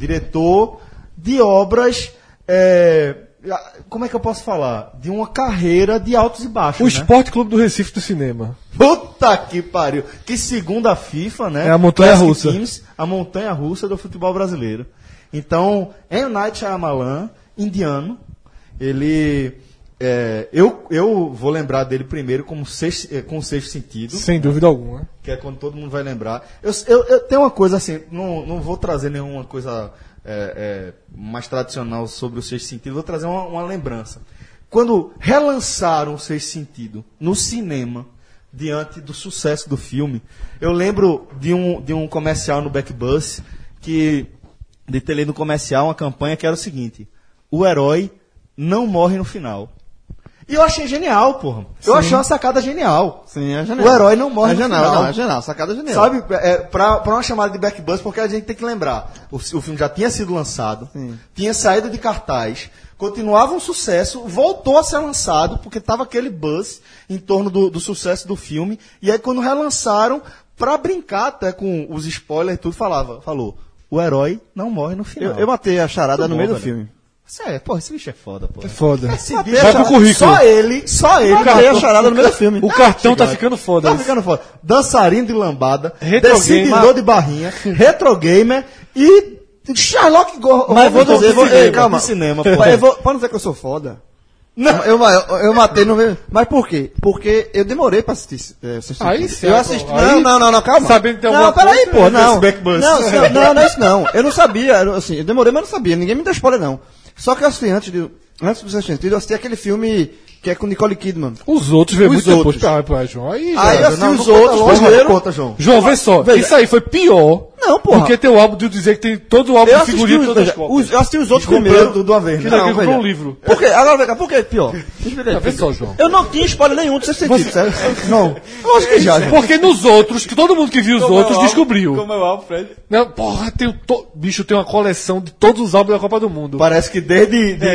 [SPEAKER 2] diretor de obras. é, a- como é que eu posso falar? De uma carreira de altos e baixos.
[SPEAKER 3] O
[SPEAKER 2] né?
[SPEAKER 3] Esporte Clube do Recife do Cinema.
[SPEAKER 2] Puta que pariu. Que segundo a FIFA, né?
[SPEAKER 3] É a montanha
[SPEAKER 2] Classic
[SPEAKER 3] russa.
[SPEAKER 2] Teams, a montanha russa do futebol brasileiro. Então, M. Night Shyamalan, indiano, ele é, eu, eu vou lembrar dele primeiro como sexto, eh, com o sexto sentido.
[SPEAKER 3] Sem dúvida alguma.
[SPEAKER 2] que é quando todo mundo vai lembrar. Eu, eu, eu tenho uma coisa assim, não, não vou trazer nenhuma coisa é, é, mais tradicional sobre o Sexto Sentido, vou trazer uma, uma lembrança. Quando relançaram o Sexto Sentido no cinema, diante do sucesso do filme, eu lembro de um, de um comercial no Backbus, que, de ter lido no comercial, uma campanha que era o seguinte, o herói não morre no final. E eu achei genial, porra. Eu achei uma sacada genial.
[SPEAKER 4] Sim, é
[SPEAKER 2] O herói não morre
[SPEAKER 4] é
[SPEAKER 2] no
[SPEAKER 4] genial,
[SPEAKER 2] final.
[SPEAKER 4] Não, é genial, sacada genial.
[SPEAKER 2] Sabe, é, pra, pra uma chamada de backbus, porque a gente tem que lembrar, o, o filme já tinha sido lançado,
[SPEAKER 4] Sim.
[SPEAKER 2] tinha saído de cartaz, continuava um sucesso, voltou a ser lançado, porque tava aquele buzz em torno do, do sucesso do filme, e aí quando relançaram, pra brincar até com os spoilers e tudo, falava, falou, o herói não morre no final.
[SPEAKER 4] Eu, eu matei a charada
[SPEAKER 2] Muito
[SPEAKER 4] no
[SPEAKER 2] bom,
[SPEAKER 4] meio do
[SPEAKER 2] velho.
[SPEAKER 4] filme.
[SPEAKER 2] Isso é, porra, esse bicho é foda, porra.
[SPEAKER 3] É foda.
[SPEAKER 2] Esse
[SPEAKER 4] Vai
[SPEAKER 2] bicho
[SPEAKER 3] pro
[SPEAKER 2] é foda.
[SPEAKER 3] currículo.
[SPEAKER 2] Só ele, só ele.
[SPEAKER 4] Matei a charada no meio do filme.
[SPEAKER 3] O cartão tá ficando foda.
[SPEAKER 2] Tá ficando foda. Dançarino de lambada,
[SPEAKER 3] Retrogamer.
[SPEAKER 2] decididor de barrinha, retrogamer e Sherlock Go
[SPEAKER 4] Mas eu vou
[SPEAKER 2] Holmes
[SPEAKER 4] dizer,
[SPEAKER 2] do
[SPEAKER 4] vou-
[SPEAKER 2] cinema,
[SPEAKER 4] ei, calma.
[SPEAKER 2] do cinema, pô.
[SPEAKER 4] Eu vou, pra não dizer que eu sou foda,
[SPEAKER 2] Não,
[SPEAKER 4] eu, eu, eu matei no meio. Mas por quê? Porque eu demorei pra assistir. É, assistir
[SPEAKER 3] Aí
[SPEAKER 4] tudo.
[SPEAKER 3] sim,
[SPEAKER 4] Eu
[SPEAKER 3] pô.
[SPEAKER 4] assisti.
[SPEAKER 3] Aí-
[SPEAKER 4] não, não, não, não, calma.
[SPEAKER 3] Sabendo que tem
[SPEAKER 4] não,
[SPEAKER 3] alguma
[SPEAKER 4] peraí,
[SPEAKER 3] coisa, né,
[SPEAKER 4] pô, não.
[SPEAKER 3] esse backbus.
[SPEAKER 4] Não, isso não, não, não é isso não. Eu não sabia, eu, assim, eu demorei, mas eu não sabia. Ninguém me deu spoiler, não. Só que eu assisti antes de. Antes do Sexto Sentido, eu assisti aquele filme que é com Nicole Kidman.
[SPEAKER 3] Os outros veio
[SPEAKER 4] Os
[SPEAKER 3] muito depois.
[SPEAKER 4] outros.
[SPEAKER 3] Ah, pô, João. Aí,
[SPEAKER 4] Aí
[SPEAKER 3] já-
[SPEAKER 4] eu assisti
[SPEAKER 2] não,
[SPEAKER 4] os
[SPEAKER 2] não conta
[SPEAKER 4] outros,
[SPEAKER 2] logo,
[SPEAKER 4] primeiro.
[SPEAKER 2] não conta, João.
[SPEAKER 3] João, vê só.
[SPEAKER 4] Veja.
[SPEAKER 3] Isso aí foi pior.
[SPEAKER 4] Não, porra.
[SPEAKER 3] Do que ter o álbum de dizer que tem todo o álbum
[SPEAKER 4] Eu
[SPEAKER 3] de
[SPEAKER 4] assisti,
[SPEAKER 3] figurinha
[SPEAKER 4] os,
[SPEAKER 3] todas as
[SPEAKER 4] veja,
[SPEAKER 3] cópias.
[SPEAKER 4] os- eu assisti os outros
[SPEAKER 2] comprando
[SPEAKER 4] primeiro.
[SPEAKER 2] tudo de uma vez,
[SPEAKER 3] Que
[SPEAKER 2] né?
[SPEAKER 3] daqui
[SPEAKER 4] Não,
[SPEAKER 3] comprou um
[SPEAKER 4] veja.
[SPEAKER 3] livro.
[SPEAKER 4] Por quê? Agora, vem cá, por que é pior? Explica aí.
[SPEAKER 3] Vê só, João.
[SPEAKER 4] Eu não tinha spoiler nenhum do Sexto Sentido,
[SPEAKER 2] é
[SPEAKER 4] sério.
[SPEAKER 3] Não.
[SPEAKER 4] Lógico que já. João.
[SPEAKER 3] Porque nos outros, que todo mundo que viu os outros descobriu.
[SPEAKER 5] Como é o Alfred?
[SPEAKER 3] Não, porra, tem o to... bicho tem uma coleção de todos os álbuns da Copa do Mundo.
[SPEAKER 2] Parece que desde de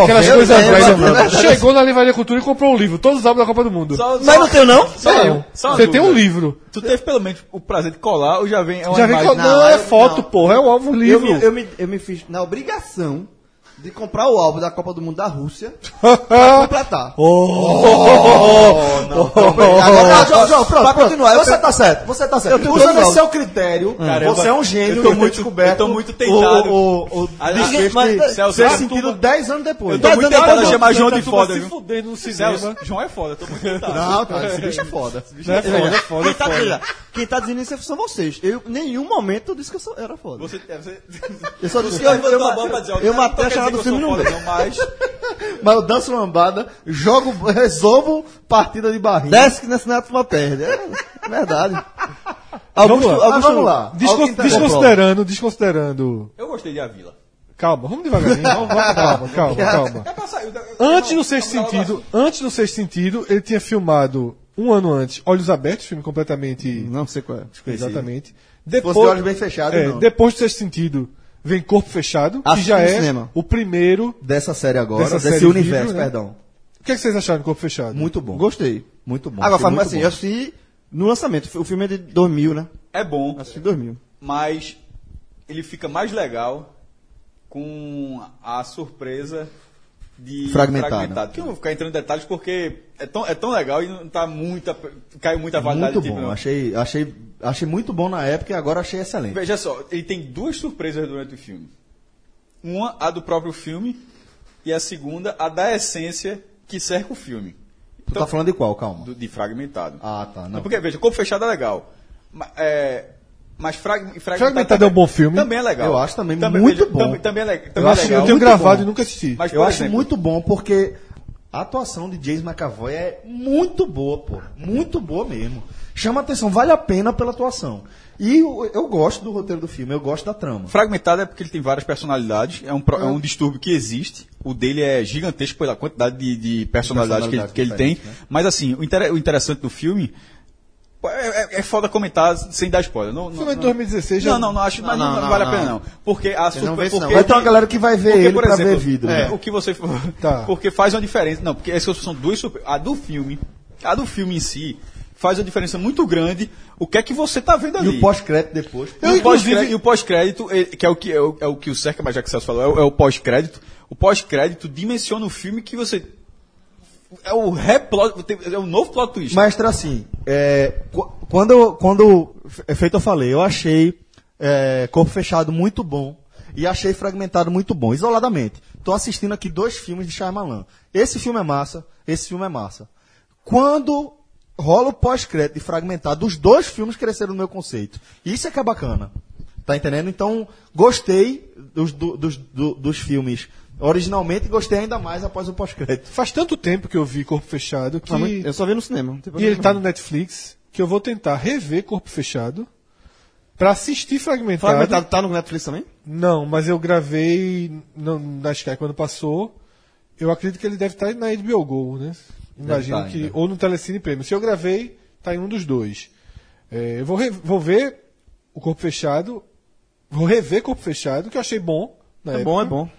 [SPEAKER 3] Aquelas
[SPEAKER 2] 90,
[SPEAKER 3] coisas
[SPEAKER 2] né,
[SPEAKER 3] velhas.
[SPEAKER 2] mano?
[SPEAKER 3] mano. Chegou na Livraria Cultura e comprou o livro, todos os álbuns da Copa do Mundo.
[SPEAKER 5] Só,
[SPEAKER 4] Mas não tenho, não?
[SPEAKER 5] só
[SPEAKER 3] Não,
[SPEAKER 5] eu. Só uma
[SPEAKER 3] Você tem um
[SPEAKER 5] dúvida.
[SPEAKER 3] livro.
[SPEAKER 5] Tu teve pelo menos o prazer de colar ou já vem. É uma
[SPEAKER 3] Já vi que
[SPEAKER 5] imagem-
[SPEAKER 3] não, é
[SPEAKER 4] eu-
[SPEAKER 3] foto,
[SPEAKER 4] não.
[SPEAKER 3] porra, é um álbum
[SPEAKER 4] Eu
[SPEAKER 3] livro.
[SPEAKER 4] me, eu, me, eu me fiz na obrigação de comprar o álbum da Copa do Mundo da Rússia pra completar. Agora, João, João, pronto,
[SPEAKER 2] Pra
[SPEAKER 4] pronto.
[SPEAKER 2] continuar, você tá certo, você tá certo.
[SPEAKER 4] tenho Ah.
[SPEAKER 2] Usando
[SPEAKER 4] todos
[SPEAKER 2] esse
[SPEAKER 4] os
[SPEAKER 2] seu critério,
[SPEAKER 5] Caramba,
[SPEAKER 2] você é um gênio,
[SPEAKER 5] eu tô
[SPEAKER 2] foi
[SPEAKER 5] muito-
[SPEAKER 2] descoberto.
[SPEAKER 5] eu tô muito tentado.
[SPEAKER 2] O, o, o,
[SPEAKER 5] Aliás,
[SPEAKER 2] desde-
[SPEAKER 5] ninguém-
[SPEAKER 2] Celso,
[SPEAKER 5] mas- Celso,
[SPEAKER 2] fez sentido
[SPEAKER 5] turma.
[SPEAKER 2] 10 anos depois.
[SPEAKER 5] Eu tô muito
[SPEAKER 4] Não,
[SPEAKER 5] tentado a
[SPEAKER 4] não,
[SPEAKER 5] chamar João
[SPEAKER 3] Tá
[SPEAKER 5] de
[SPEAKER 3] tudo
[SPEAKER 4] assim,
[SPEAKER 5] foda,
[SPEAKER 3] se
[SPEAKER 5] viu?
[SPEAKER 3] fudendo no
[SPEAKER 5] Celso,
[SPEAKER 3] cinema.
[SPEAKER 5] João é foda, eu tô muito tentado.
[SPEAKER 2] Não, cara, esse bicho é foda.
[SPEAKER 3] É foda, é foda,
[SPEAKER 4] Quem
[SPEAKER 3] é
[SPEAKER 4] tá,
[SPEAKER 3] foda.
[SPEAKER 4] veja, quem tá dizendo isso são vocês. Eu, em nenhum momento, eu disse que eu sou- era foda.
[SPEAKER 5] Você, você, tá
[SPEAKER 4] Eu só disse que eu,
[SPEAKER 5] eu,
[SPEAKER 4] eu, eu,
[SPEAKER 5] né?
[SPEAKER 4] eu
[SPEAKER 5] Então
[SPEAKER 4] matei a charada do filme no meio.
[SPEAKER 5] Mas
[SPEAKER 2] Mas eu danço lambada, jogo, resolvo partida de barriga.
[SPEAKER 4] Desce que nesse neto uma perde. É verdade. Augusto,
[SPEAKER 3] lá.
[SPEAKER 4] Augusto,
[SPEAKER 2] Ah, vamos lá.
[SPEAKER 3] Descon-
[SPEAKER 2] Alguém tá-
[SPEAKER 3] desconsiderando, desconsiderando.
[SPEAKER 5] eu gostei de A Vila.
[SPEAKER 3] Calma, vamos devagarinho. Vamos, vamos, calma, calma, calma.
[SPEAKER 5] É pra sair. eu- eu-
[SPEAKER 3] Antes
[SPEAKER 5] eu-
[SPEAKER 3] do sexto
[SPEAKER 5] eu- eu-
[SPEAKER 3] sentido, antes do sexto sentido, ele tinha filmado um ano antes Olhos Abertos, filme completamente
[SPEAKER 4] Não sei qual é.
[SPEAKER 3] exatamente.
[SPEAKER 2] Depois, de olhos bem fechados,
[SPEAKER 3] é,
[SPEAKER 2] não.
[SPEAKER 3] depois do sexto sentido, vem Corpo Fechado, que
[SPEAKER 4] Assisti
[SPEAKER 3] já
[SPEAKER 4] no
[SPEAKER 3] é
[SPEAKER 4] cinema.
[SPEAKER 3] o primeiro.
[SPEAKER 2] Dessa série agora,
[SPEAKER 3] Dessa
[SPEAKER 2] desse
[SPEAKER 3] série de
[SPEAKER 2] universo,
[SPEAKER 3] livro, né?
[SPEAKER 2] perdão.
[SPEAKER 3] O que, é que vocês acharam de Corpo Fechado?
[SPEAKER 2] Muito bom.
[SPEAKER 4] Gostei.
[SPEAKER 2] Muito bom.
[SPEAKER 4] Agora,
[SPEAKER 2] Foi
[SPEAKER 4] fala
[SPEAKER 2] muito
[SPEAKER 4] assim,
[SPEAKER 2] bom.
[SPEAKER 4] eu assisti no lançamento. O filme é de 2000, né?
[SPEAKER 5] É bom,
[SPEAKER 4] Assisti em 2000.
[SPEAKER 5] mas ele fica mais legal com a surpresa de
[SPEAKER 2] Fragmentado.
[SPEAKER 5] Que eu não vou ficar entrando em detalhes porque é tão, é tão legal e não tá muita. caiu muita validade
[SPEAKER 2] Muito
[SPEAKER 5] tipo,
[SPEAKER 2] bom.
[SPEAKER 5] não.
[SPEAKER 2] Achei, achei, achei muito bom na época e agora achei excelente.
[SPEAKER 5] Veja só, ele tem duas surpresas durante o filme. Uma, a do próprio filme, e a segunda, a da essência que cerca o filme.
[SPEAKER 2] Tu tá falando de qual, calma?
[SPEAKER 5] do- de fragmentado.
[SPEAKER 2] Ah, tá. Não.
[SPEAKER 5] Não, porque, veja, corpo fechado é legal. Ma- é, Mas frag, fragmentado,
[SPEAKER 3] Fragmentado é um bom filme.
[SPEAKER 5] Também é legal.
[SPEAKER 2] Eu acho também muito
[SPEAKER 5] veja,
[SPEAKER 2] bom.
[SPEAKER 5] Também, também é, le- também
[SPEAKER 3] Eu,
[SPEAKER 5] é
[SPEAKER 3] acho,
[SPEAKER 5] legal.
[SPEAKER 3] eu tenho
[SPEAKER 2] Muito
[SPEAKER 3] gravado
[SPEAKER 2] bom.
[SPEAKER 3] e nunca assisti.
[SPEAKER 5] Mas,
[SPEAKER 2] eu
[SPEAKER 5] por
[SPEAKER 2] acho
[SPEAKER 5] exemplo,
[SPEAKER 2] muito bom porque a atuação de James McAvoy é muito boa, pô. Muito boa mesmo. Chama atenção, vale a pena pela atuação. E eu, eu gosto do roteiro do filme, eu gosto da trama.
[SPEAKER 5] Fragmentado é porque ele tem várias personalidades. É um, pro- é
[SPEAKER 2] Ah.
[SPEAKER 5] um distúrbio que existe. O dele é gigantesco pela quantidade de, de personalidades que ele, que ele tem.
[SPEAKER 2] né?
[SPEAKER 5] Mas, assim, o, inter- o interessante do filme. É, é- é foda comentar sem dar spoiler. Não, não,
[SPEAKER 3] Filme de
[SPEAKER 5] não,
[SPEAKER 3] 2016 já-
[SPEAKER 5] não, não, não acho, mas
[SPEAKER 4] Não,
[SPEAKER 5] não,
[SPEAKER 4] não,
[SPEAKER 5] vale a
[SPEAKER 4] não,
[SPEAKER 5] pena
[SPEAKER 4] não.
[SPEAKER 5] não. Porque a
[SPEAKER 4] não vê
[SPEAKER 5] surpresa.
[SPEAKER 4] isso, não.
[SPEAKER 5] porque-
[SPEAKER 2] Vai ter uma galera que vai ver
[SPEAKER 5] Porque,
[SPEAKER 2] ele
[SPEAKER 5] por
[SPEAKER 2] pra
[SPEAKER 5] exemplo,
[SPEAKER 2] ver vidro.
[SPEAKER 5] é,
[SPEAKER 2] né?
[SPEAKER 5] o que você
[SPEAKER 3] Tá.
[SPEAKER 5] porque faz uma diferença. Não, porque é essas são duas surpresas. A do filme, a do filme em si faz uma diferença muito grande. O que é que você tá vendo
[SPEAKER 2] E
[SPEAKER 5] ali?
[SPEAKER 2] o pós-crédito depois.
[SPEAKER 5] E o pós-crédito- e o pós-crédito, eh, que é o que é o, é o que o Cerca Major que Celso falou, é o, é o pós-crédito. O pós-crédito dimensiona o filme que você é o replot, tem- é o novo plot twist.
[SPEAKER 2] Mestre, assim, é, qu- quando, eu- quando é feito eu falei, eu achei é, Corpo Fechado muito bom. e achei Fragmentado muito bom, isoladamente. Tô assistindo aqui dois filmes de Shyamalan. Esse filme é massa, esse filme é massa. Quando rola o pós-crédito de Fragmentado, os dois filmes cresceram no meu conceito. Isso é que é bacana. Tá entendendo? Então, gostei dos, do- dos, do- dos filmes originalmente e gostei ainda mais após o pós-crédito.
[SPEAKER 3] Faz tanto tempo que eu vi Corpo Fechado que.
[SPEAKER 4] Tá Ah, Eu só vi no cinema. Tipo, não tem
[SPEAKER 3] E
[SPEAKER 4] problema.
[SPEAKER 3] ele tá no Netflix, que eu vou tentar rever Corpo Fechado pra assistir fragmentado.
[SPEAKER 4] Fragmentado tá no Netflix também?
[SPEAKER 3] Não, mas eu gravei no, na Sky quando passou. Eu acredito que ele deve estar na HBO Go, né? Imagino
[SPEAKER 5] tá
[SPEAKER 3] que.
[SPEAKER 5] ainda.
[SPEAKER 3] Ou no Telecine Premium. Se eu gravei, tá em um dos dois. É, eu vou, re- vou ver o Corpo Fechado. Vou rever Corpo Fechado, que eu achei bom. na
[SPEAKER 4] É bom, é
[SPEAKER 3] época.
[SPEAKER 4] bom.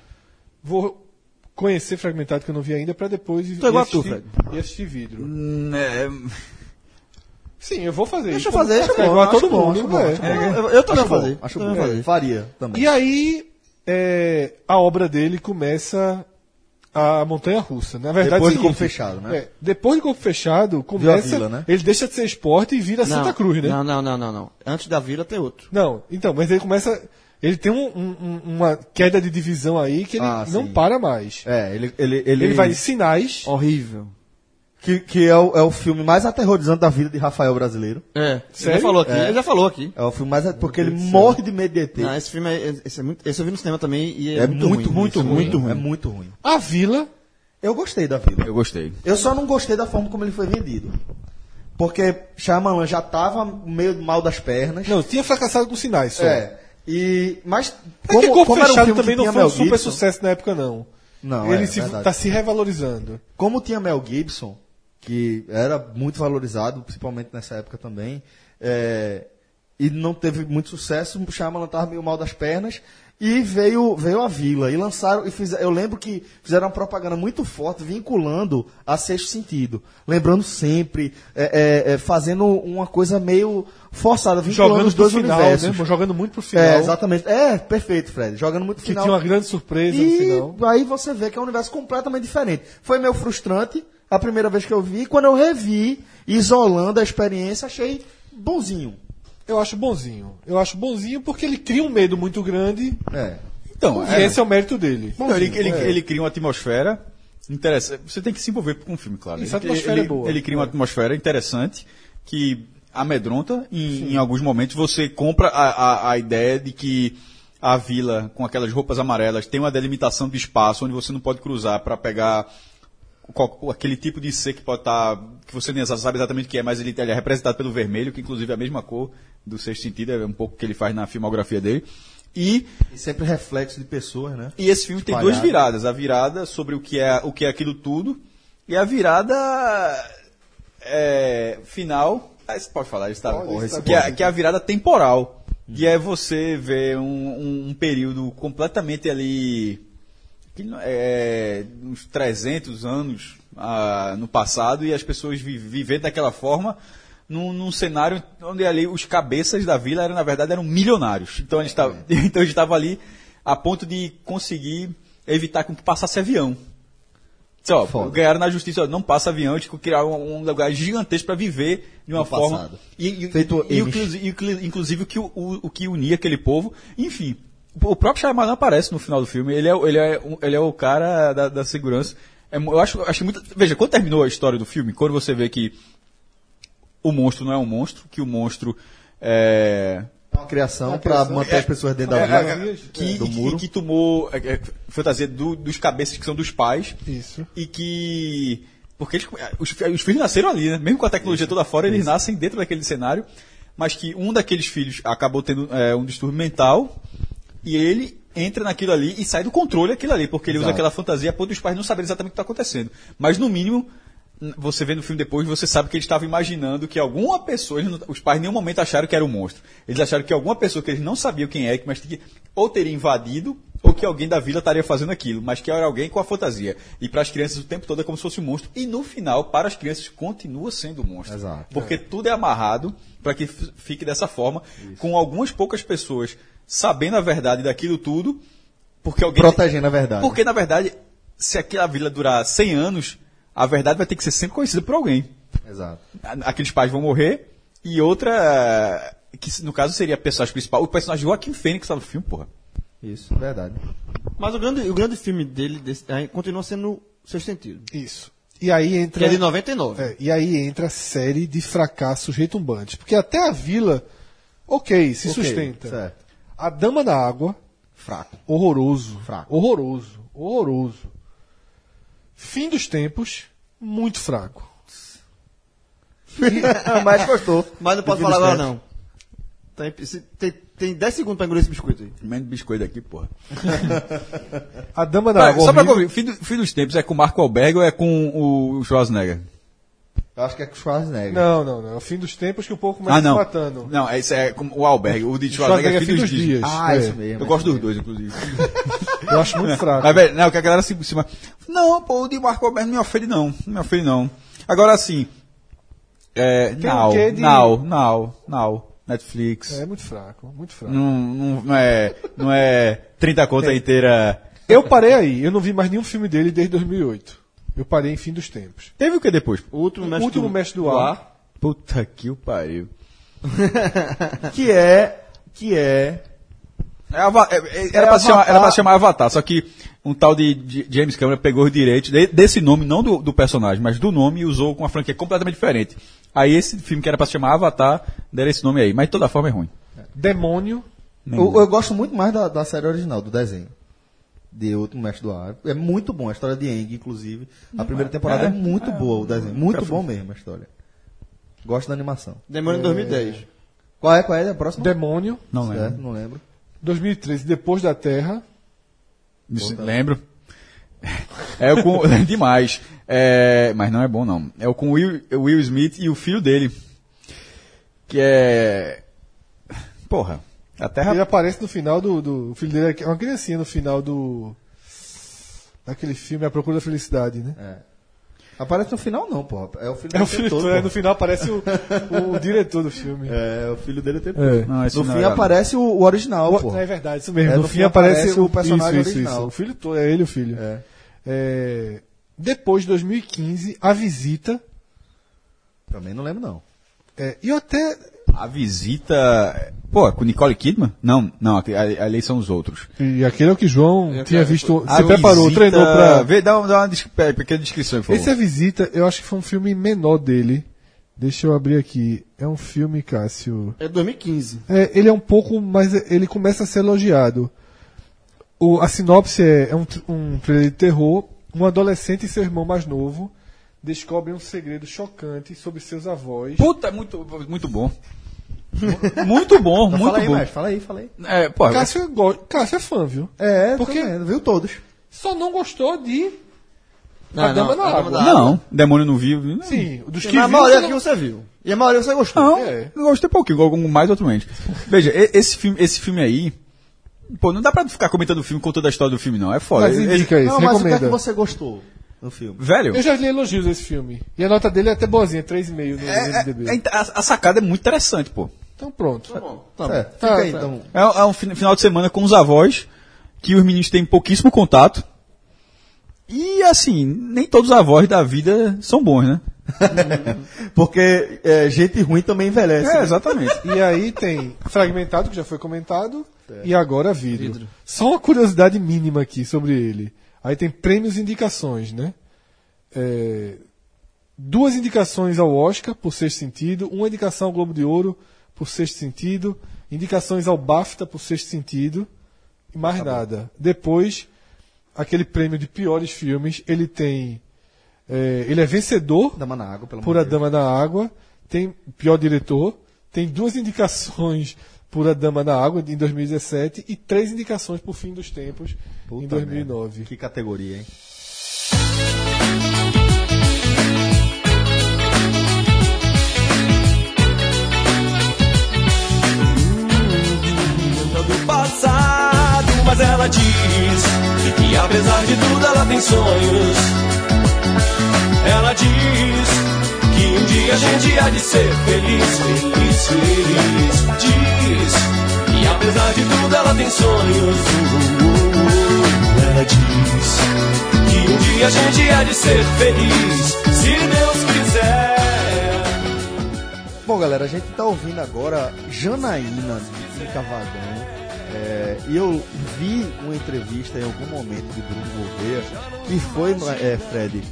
[SPEAKER 3] Vou conhecer fragmentado que eu não vi ainda pra depois ir-
[SPEAKER 4] Tu é igual a tu,
[SPEAKER 3] assistir, e assistir vidro. Sim, eu vou fazer
[SPEAKER 4] Deixa
[SPEAKER 3] isso.
[SPEAKER 4] eu fazer,
[SPEAKER 3] Ficar
[SPEAKER 4] acho bom,
[SPEAKER 3] é? igual a todo
[SPEAKER 4] acho bom,
[SPEAKER 3] mundo.
[SPEAKER 4] acho bom,
[SPEAKER 3] é.
[SPEAKER 4] acho bom. Eu, eu também vou fazer.
[SPEAKER 2] Acho
[SPEAKER 4] também
[SPEAKER 2] bom.
[SPEAKER 4] vou fazer.
[SPEAKER 2] Faria também.
[SPEAKER 3] E aí é, a obra dele começa a montanha russa. Na verdade,
[SPEAKER 2] Depois
[SPEAKER 3] é o
[SPEAKER 2] do
[SPEAKER 3] seguinte,
[SPEAKER 2] Corpo Fechado, né?
[SPEAKER 3] é, depois do corpo fechado, começa.
[SPEAKER 2] Vila, né?
[SPEAKER 3] Ele deixa de ser esporte e vira Santa Cruz, né? Não.
[SPEAKER 4] Não, não, não, não, não. Antes da vila tem outro.
[SPEAKER 3] então, mas ele começa. Ele tem um- um- um- uma queda de divisão aí que ele
[SPEAKER 2] Ah,
[SPEAKER 3] não
[SPEAKER 2] sim.
[SPEAKER 3] para mais.
[SPEAKER 2] É, ele, ele,
[SPEAKER 3] Ele,
[SPEAKER 2] ele,
[SPEAKER 3] vai em sinais.
[SPEAKER 4] Horrível.
[SPEAKER 2] Que, que é, o, é o filme mais aterrorizante da vida de Rafael Brasileiro.
[SPEAKER 4] É. Ele
[SPEAKER 3] Sério?
[SPEAKER 4] já falou aqui.
[SPEAKER 2] É.
[SPEAKER 4] Ele já falou aqui.
[SPEAKER 2] É o filme mais. Porque ele morre de medo de ET.
[SPEAKER 4] Não, esse filme é, esse é muito, esse eu vi no cinema também e é,
[SPEAKER 2] É muito, muito,
[SPEAKER 4] ruim,
[SPEAKER 2] muito,
[SPEAKER 4] isso é
[SPEAKER 2] ruim, É muito ruim.
[SPEAKER 3] A vila.
[SPEAKER 2] Eu gostei da vila.
[SPEAKER 5] Eu gostei.
[SPEAKER 2] Eu só não gostei da forma como ele foi vendido. Porque Shyamalan já tava meio mal das pernas.
[SPEAKER 3] Não, tinha fracassado com sinais só.
[SPEAKER 2] é. E, mas
[SPEAKER 3] Porque
[SPEAKER 2] como,
[SPEAKER 3] Corpo
[SPEAKER 2] como era um
[SPEAKER 3] Fechado
[SPEAKER 2] filme
[SPEAKER 3] também
[SPEAKER 2] que
[SPEAKER 3] não
[SPEAKER 2] tinha
[SPEAKER 3] foi um
[SPEAKER 2] Mel
[SPEAKER 3] super
[SPEAKER 2] Gibson,
[SPEAKER 3] sucesso na época, não.
[SPEAKER 2] Não,
[SPEAKER 3] ele
[SPEAKER 2] é,
[SPEAKER 3] se,
[SPEAKER 2] verdade.
[SPEAKER 3] tá se revalorizando.
[SPEAKER 2] como tinha Mel Gibson, que era muito valorizado, principalmente nessa época também, é, e não teve muito sucesso, o Shyamalan tava meio mal das pernas, e veio, veio a Vila, e lançaram, e fizeram, eu lembro que fizeram uma propaganda muito forte, vinculando a Sexto Sentido, lembrando sempre, é, é, é, fazendo uma coisa meio forçada, vinculando
[SPEAKER 3] Jogando
[SPEAKER 2] os dois
[SPEAKER 3] pro final,
[SPEAKER 2] universos.
[SPEAKER 3] né? Jogando muito pro final.
[SPEAKER 2] É, exatamente. É, perfeito, Fred. Jogando muito
[SPEAKER 3] Que
[SPEAKER 2] final.
[SPEAKER 3] tinha uma grande surpresa no final.
[SPEAKER 2] E aí você vê que é um universo completamente diferente. Foi meio frustrante a primeira vez que eu vi. Quando eu revi, isolando a experiência, achei bonzinho.
[SPEAKER 3] Eu acho bonzinho. Eu acho bonzinho porque ele cria um medo muito grande.
[SPEAKER 2] É.
[SPEAKER 5] Então,
[SPEAKER 3] E
[SPEAKER 5] é,
[SPEAKER 3] esse é o mérito dele.
[SPEAKER 5] Não, ele, ele-
[SPEAKER 3] é.
[SPEAKER 5] ele cria uma atmosfera interessante. Você tem que se envolver com o filme, claro.
[SPEAKER 3] Isso, a
[SPEAKER 5] ele,
[SPEAKER 3] atmosfera
[SPEAKER 5] ele-
[SPEAKER 3] é boa.
[SPEAKER 5] ele cria uma atmosfera interessante que amedronta. Em, em alguns momentos você compra a, a- a ideia de que a vila, com aquelas roupas amarelas, tem uma delimitação de espaço onde você não pode cruzar para pegar qual- aquele tipo de ser que pode estar. que você nem sabe exatamente o que é, mas ele, ele é representado pelo vermelho, que inclusive é a mesma cor do sexto sentido, é um pouco o que ele faz na filmografia dele. E
[SPEAKER 2] E sempre reflexo de pessoas, né?
[SPEAKER 5] e esse filme tem
[SPEAKER 2] Espalhado.
[SPEAKER 5] duas viradas. A virada sobre o que é, o que é aquilo tudo e a virada é, final. Ah, você pode falar, está,
[SPEAKER 3] Pode, isso tá
[SPEAKER 5] que, é,
[SPEAKER 3] bom. Uhum.
[SPEAKER 5] que é a virada temporal. E é você ver um, um- um período completamente ali. que não- é, uns 300 anos ah, no passado e as pessoas vi- vivendo daquela forma. Num, num cenário onde ali os cabeças da vila eram, na verdade, eram milionários. Então eles estavam então, eles estavam ali a ponto de conseguir evitar que passasse avião. Só, ganharam na justiça, ó, não passa avião, tipo, criar um, um lugar gigantesco para viver de uma
[SPEAKER 2] No
[SPEAKER 5] forma.
[SPEAKER 2] passado.
[SPEAKER 5] E, e,
[SPEAKER 2] Feito
[SPEAKER 5] e, e,
[SPEAKER 2] eles.
[SPEAKER 5] inclusi- e inclu- inclusive o que, o, o que unia aquele povo. Enfim, o próprio Shyamalan aparece no final do filme. Ele é, o- ele é, o- ele é o cara da, da segurança. É mu- eu acho, acho muito. Veja, quando terminou a história do filme, quando você vê que o monstro não é um monstro, que o monstro é,
[SPEAKER 2] É uma criação
[SPEAKER 3] Uma
[SPEAKER 2] pra
[SPEAKER 3] criação.
[SPEAKER 2] manter as pessoas dentro da
[SPEAKER 5] é,
[SPEAKER 2] vila.
[SPEAKER 5] é, é, que,
[SPEAKER 2] do
[SPEAKER 5] que-
[SPEAKER 2] muro.
[SPEAKER 5] que tomou é, é, fantasia do- dos cabeças que são dos pais
[SPEAKER 3] é. Isso.
[SPEAKER 5] e que porque eles- eh, os, fi- os filhos nasceram ali, né? Mesmo com a tecnologia toda fora, eles nascem dentro daquele cenário, mas que um daqueles filhos acabou tendo é, um distúrbio mental e ele entra naquilo ali e sai do controle aquilo ali, porque ele usa aquela fantasia a ponto dos pais não saberem exatamente o que está acontecendo. Mas no mínimo n- você vê no filme depois, você sabe que eles estavam imaginando que alguma pessoa, eles não- os pais em nenhum momento acharam que era um monstro. Eles acharam que alguma pessoa que eles não sabiam quem é, mas que ou teria invadido, ou que alguém da vila estaria fazendo aquilo, mas que era alguém com a fantasia. E para as crianças o tempo todo é como se fosse um monstro. E no final, para as crianças, continua sendo um monstro.
[SPEAKER 2] Exato.
[SPEAKER 5] Porque tudo é amarrado para que f- fique dessa forma, com algumas poucas pessoas sabendo a verdade daquilo tudo, porque alguém.
[SPEAKER 2] Protegendo a verdade.
[SPEAKER 5] Porque, na verdade, se aquela vila durar 100 anos, a verdade vai ter que ser sempre conhecida por alguém.
[SPEAKER 2] Exato.
[SPEAKER 5] A- Aqueles pais vão morrer, eh, e outra, que se- no caso seria a personagem principal, o personagem de Joaquim Fênix tá no filme, porra.
[SPEAKER 2] Isso, verdade.
[SPEAKER 4] Mas o grande, o grande filme dele desse- aí continua sendo Sexto Sentido.
[SPEAKER 3] Isso. E aí
[SPEAKER 4] Que
[SPEAKER 3] entra.
[SPEAKER 4] é de 99.
[SPEAKER 3] É, e aí entra a série de fracassos retumbantes. Porque até a vila, ok, se
[SPEAKER 2] Ok,
[SPEAKER 3] sustenta.
[SPEAKER 2] Certo.
[SPEAKER 3] A Dama na Água,
[SPEAKER 2] Fraco.
[SPEAKER 3] horroroso.
[SPEAKER 2] Fraco.
[SPEAKER 3] Horroroso. Horroroso. Fim dos tempos, muito fraco.
[SPEAKER 2] Mas gostou.
[SPEAKER 4] Mas não pode
[SPEAKER 2] Divinos
[SPEAKER 4] falar agora,
[SPEAKER 2] Pets.
[SPEAKER 4] não. Tem, se- tem, tem 10 segundos pra engolir esse biscoito aí.
[SPEAKER 5] Menos biscoito aqui, porra.
[SPEAKER 3] A Dama na
[SPEAKER 5] Pera,
[SPEAKER 3] Água.
[SPEAKER 5] só pra
[SPEAKER 3] horrível.
[SPEAKER 5] conferir, fim, do- fim dos tempos é com o Marco Alberg ou é com o Schwarzenegger?
[SPEAKER 2] Eu acho que é com o Schwarzenegger.
[SPEAKER 3] Não, não, não. É o fim dos tempos que o povo começa
[SPEAKER 5] Ah, não.
[SPEAKER 3] se matando.
[SPEAKER 5] Não, é, isso é com o Alberg. O de Schwarzenegger, é fim dos dias.
[SPEAKER 2] Ah,
[SPEAKER 3] É.
[SPEAKER 2] isso mesmo.
[SPEAKER 5] Eu gosto dos dois, inclusive.
[SPEAKER 3] Eu acho muito fraco.
[SPEAKER 5] Mas, velho, não, que a galera se, se... ma- Não, pô, o de Marco Alberg não me ofende, não. Não me ofende, não. Agora, assim... É,
[SPEAKER 3] um
[SPEAKER 5] now,
[SPEAKER 3] quê de-
[SPEAKER 5] now, now, now. Netflix.
[SPEAKER 3] É muito fraco, muito fraco.
[SPEAKER 5] Não, não, não é... Não é 30 conta inteira...
[SPEAKER 3] Eu parei aí, eu não vi mais nenhum filme dele desde 2008. Eu parei em fim dos tempos.
[SPEAKER 5] Teve o que depois?
[SPEAKER 4] O último
[SPEAKER 3] O
[SPEAKER 4] mestre
[SPEAKER 3] último
[SPEAKER 4] do...
[SPEAKER 3] mestre do ar.
[SPEAKER 5] Puta que o pariu.
[SPEAKER 2] Que é. Que é.
[SPEAKER 5] É ava- é- é- era, pra chamar, era pra chamar Avatar, só que um tal de, de James Cameron pegou os direitos de- desse nome, não do, do personagem, mas do nome e usou com uma franquia completamente diferente. Aí esse filme que era pra se chamar Avatar, deram esse nome aí, mas de toda forma é ruim.
[SPEAKER 3] Demônio.
[SPEAKER 5] Nem-
[SPEAKER 2] Eu, eu gosto muito mais da, da série original, do desenho. De Último Mestre do Ar. É muito bom a história de Eng, inclusive. A primeira temporada é, muito boa o desenho. Muito bom mesmo a história. Gosto da animação.
[SPEAKER 4] Demônio em 2010.
[SPEAKER 2] Qual é, qual é a próxima?
[SPEAKER 3] Demônio.
[SPEAKER 5] Não lembro.
[SPEAKER 2] Certo, não lembro.
[SPEAKER 3] 2013, Depois da Terra.
[SPEAKER 5] Isso, lembro. É o com, lembro demais. É, mas não é bom não. É o com Will, Will Smith e o filho dele. Que é. Porra. A Terra
[SPEAKER 3] Ele aparece no final do, do. O filho dele é uma criancinha no final do. Daquele filme A Procura da Felicidade, né?
[SPEAKER 2] É. Aparece no final, não, porra. É o filho
[SPEAKER 3] É
[SPEAKER 2] dele
[SPEAKER 3] o filho
[SPEAKER 2] todo.
[SPEAKER 3] todo, é,
[SPEAKER 2] porra.
[SPEAKER 3] no final aparece o, o diretor do filme.
[SPEAKER 2] É, o filho dele tem
[SPEAKER 3] É.
[SPEAKER 5] Não, esse
[SPEAKER 2] No
[SPEAKER 5] não
[SPEAKER 2] fim
[SPEAKER 5] era,
[SPEAKER 2] aparece o, o original,
[SPEAKER 3] O-
[SPEAKER 2] pô.
[SPEAKER 3] é verdade, isso mesmo.
[SPEAKER 2] É,
[SPEAKER 3] no, fim, aparece, o personagem isso,
[SPEAKER 2] original.
[SPEAKER 3] Isso, O filho todo, é ele o filho.
[SPEAKER 2] É.
[SPEAKER 3] É, Depois de 2015, A Visita.
[SPEAKER 2] Também não lembro, não.
[SPEAKER 3] é, E eu até.
[SPEAKER 5] A visita. Pô, é com Nicole Kidman? Não, não, a- a- ali são os outros.
[SPEAKER 3] E aquele é o que João
[SPEAKER 6] Eu
[SPEAKER 3] tinha
[SPEAKER 6] quero-
[SPEAKER 3] visto.
[SPEAKER 5] A
[SPEAKER 3] Se preparou,
[SPEAKER 5] Visita-
[SPEAKER 3] treinou pra.
[SPEAKER 5] Vê, dá, uma- dá uma des- pe- pequena descrição, aí, por favor.
[SPEAKER 3] Esse é Visita, eu acho que foi um filme menor dele. Deixa eu abrir aqui. É um filme, Cássio.
[SPEAKER 4] É 2015.
[SPEAKER 3] É, ele é um pouco, mas ele começa a ser elogiado. O- a sinopse é, é um, tr- um trailer de terror. Um adolescente e seu irmão mais novo descobrem um segredo chocante sobre seus avós.
[SPEAKER 5] Puta, é muito, muito bom. Muito bom,
[SPEAKER 2] Então
[SPEAKER 5] muito
[SPEAKER 2] fala aí,
[SPEAKER 5] bom.
[SPEAKER 2] mais, fala aí, fala aí.
[SPEAKER 5] É, pô,
[SPEAKER 3] Cássio, go- Cássio é fã, viu?
[SPEAKER 2] É,
[SPEAKER 3] Por
[SPEAKER 2] porque
[SPEAKER 3] quê?
[SPEAKER 2] viu todos.
[SPEAKER 3] Só não gostou de.
[SPEAKER 4] Não,
[SPEAKER 3] a Dama
[SPEAKER 4] não,
[SPEAKER 3] na
[SPEAKER 4] a Dama
[SPEAKER 3] Água.
[SPEAKER 4] na Água.
[SPEAKER 5] não, Demônio no Vivo. não.
[SPEAKER 3] Sim, dos que
[SPEAKER 4] Mas a
[SPEAKER 3] viu,
[SPEAKER 4] maioria
[SPEAKER 3] não-
[SPEAKER 4] que você viu. E a maioria você gostou.
[SPEAKER 5] Não,
[SPEAKER 3] É.
[SPEAKER 5] eu gostei pouquinho, algum mais outro menos. Veja, e- esse filme, esse filme aí. Pô, não dá pra ficar comentando o filme, contando a história do filme, não. É foda.
[SPEAKER 3] Mas
[SPEAKER 5] Esse-
[SPEAKER 3] indica isso,
[SPEAKER 2] não, mas o que é
[SPEAKER 3] recomenda.
[SPEAKER 2] que você gostou no filme?
[SPEAKER 5] Velho,
[SPEAKER 3] Eu já li elogios desse filme. E a nota dele é até boazinha, 3,5 no IMDb.
[SPEAKER 5] é- é- a, a sacada é muito interessante, pô.
[SPEAKER 3] Então pronto.
[SPEAKER 4] Tá bom.
[SPEAKER 2] Certo,
[SPEAKER 3] Tá,
[SPEAKER 2] fica aí,
[SPEAKER 3] tá.
[SPEAKER 2] então.
[SPEAKER 5] É, é um fin- final de semana com os avós, que os meninos têm pouquíssimo contato. E assim, nem todos os avós da vida são bons, né?
[SPEAKER 2] Porque é, gente ruim também
[SPEAKER 4] É,
[SPEAKER 2] envelhece.
[SPEAKER 5] É.
[SPEAKER 2] né?
[SPEAKER 5] exatamente.
[SPEAKER 3] E aí tem Fragmentado, que já foi comentado, e agora vidro. Só uma curiosidade mínima aqui sobre ele. Aí tem prêmios e indicações, né? É, duas indicações ao Oscar por Sexto Sentido, uma indicação ao Globo de Ouro por Sexto Sentido, indicações ao BAFTA por Sexto Sentido, e mais nada. Depois, aquele prêmio de piores filmes, ele tem... é, ele é vencedor
[SPEAKER 2] Dama na água, pelo
[SPEAKER 3] por A
[SPEAKER 2] amor de Deus.
[SPEAKER 3] Dama na Água, tem pior diretor, tem duas indicações por A Dama na Água em 2017 e três indicações por Fim dos Tempos
[SPEAKER 2] Puta
[SPEAKER 3] em 2009.
[SPEAKER 2] merda. Que categoria, hein?
[SPEAKER 1] do passado, mas ela diz que apesar de tudo ela tem sonhos. Ela diz que um dia a gente há de ser feliz, feliz, feliz. Diz que apesar de tudo ela tem sonhos. Uh, uh, uh. Ela diz que um dia a gente há de ser feliz, se Deus quiser.
[SPEAKER 2] Bom, galera, a gente tá ouvindo agora Janaína de Cavadão É, e eu vi uma entrevista em algum momento de Bruno Gouveia que foi, é, Fred,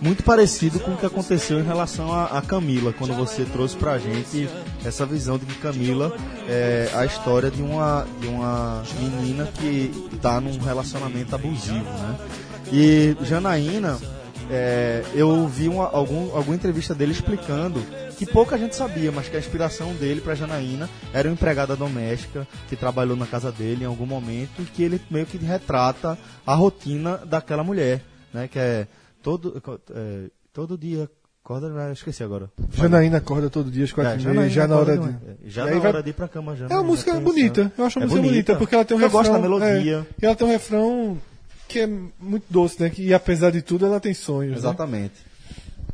[SPEAKER 2] muito parecido com o que aconteceu em relação a, a Camila, quando você trouxe pra gente essa visão de que Camila é a história de uma, de uma menina que tá num relacionamento abusivo, né? E Janaína, é, eu vi uma, algum, alguma entrevista dele explicando que pouca gente sabia, mas que a inspiração dele pra Janaína era uma empregada doméstica que trabalhou na casa dele em algum momento e que ele meio que retrata a rotina daquela mulher, né? Que é todo, é, todo dia acorda, eu esqueci agora.
[SPEAKER 3] Janaína acorda todo dia às
[SPEAKER 2] É,
[SPEAKER 3] quatro e meia,
[SPEAKER 2] Janaína
[SPEAKER 3] já é na hora
[SPEAKER 2] acorda
[SPEAKER 3] de.
[SPEAKER 2] de manhã. Já
[SPEAKER 3] E
[SPEAKER 2] na
[SPEAKER 3] aí vai-
[SPEAKER 2] hora de ir pra cama, já.
[SPEAKER 3] É uma
[SPEAKER 2] né?
[SPEAKER 3] música
[SPEAKER 2] Já
[SPEAKER 3] bonita,
[SPEAKER 2] pensando.
[SPEAKER 3] eu acho uma
[SPEAKER 2] É
[SPEAKER 3] música bonita, porque ela tem um
[SPEAKER 2] eu
[SPEAKER 3] refrão.
[SPEAKER 2] gosto da melodia.
[SPEAKER 3] é, e ela tem um refrão que é muito doce, né? que- E apesar de tudo, ela tem sonhos. né?
[SPEAKER 2] Exatamente.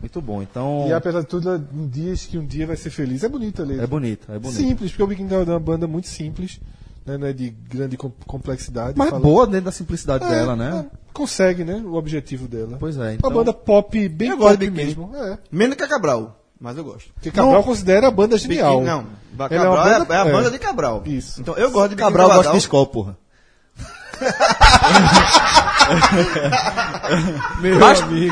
[SPEAKER 2] Muito bom. Então,
[SPEAKER 3] E apesar de tudo, ela diz que um dia vai ser feliz. É bonita a letra.
[SPEAKER 2] é bonito, é bonito.
[SPEAKER 3] Simples, porque o Big Down é uma banda muito simples, né? não é de grande com- complexidade.
[SPEAKER 2] Mas
[SPEAKER 3] Fala-
[SPEAKER 2] boa dentro da simplicidade
[SPEAKER 3] É,
[SPEAKER 2] dela, né?
[SPEAKER 3] é, consegue, né? O objetivo dela.
[SPEAKER 2] Pois é,
[SPEAKER 3] Uma
[SPEAKER 2] então-
[SPEAKER 3] banda pop, bem
[SPEAKER 4] Eu gosto
[SPEAKER 3] pop
[SPEAKER 4] de Big
[SPEAKER 3] mesmo. É.
[SPEAKER 4] Menos que a Cabral, mas eu gosto.
[SPEAKER 3] Que Cabral
[SPEAKER 2] Não.
[SPEAKER 3] considera a banda genial.
[SPEAKER 4] Biquíni- Não,
[SPEAKER 3] Ela é,
[SPEAKER 4] Cabral é,
[SPEAKER 3] uma banda,
[SPEAKER 4] é a
[SPEAKER 3] é.
[SPEAKER 4] banda de Cabral.
[SPEAKER 3] Isso.
[SPEAKER 4] Então eu gosto de
[SPEAKER 2] Cabral
[SPEAKER 4] Biquíni
[SPEAKER 2] gosta de escola, porra.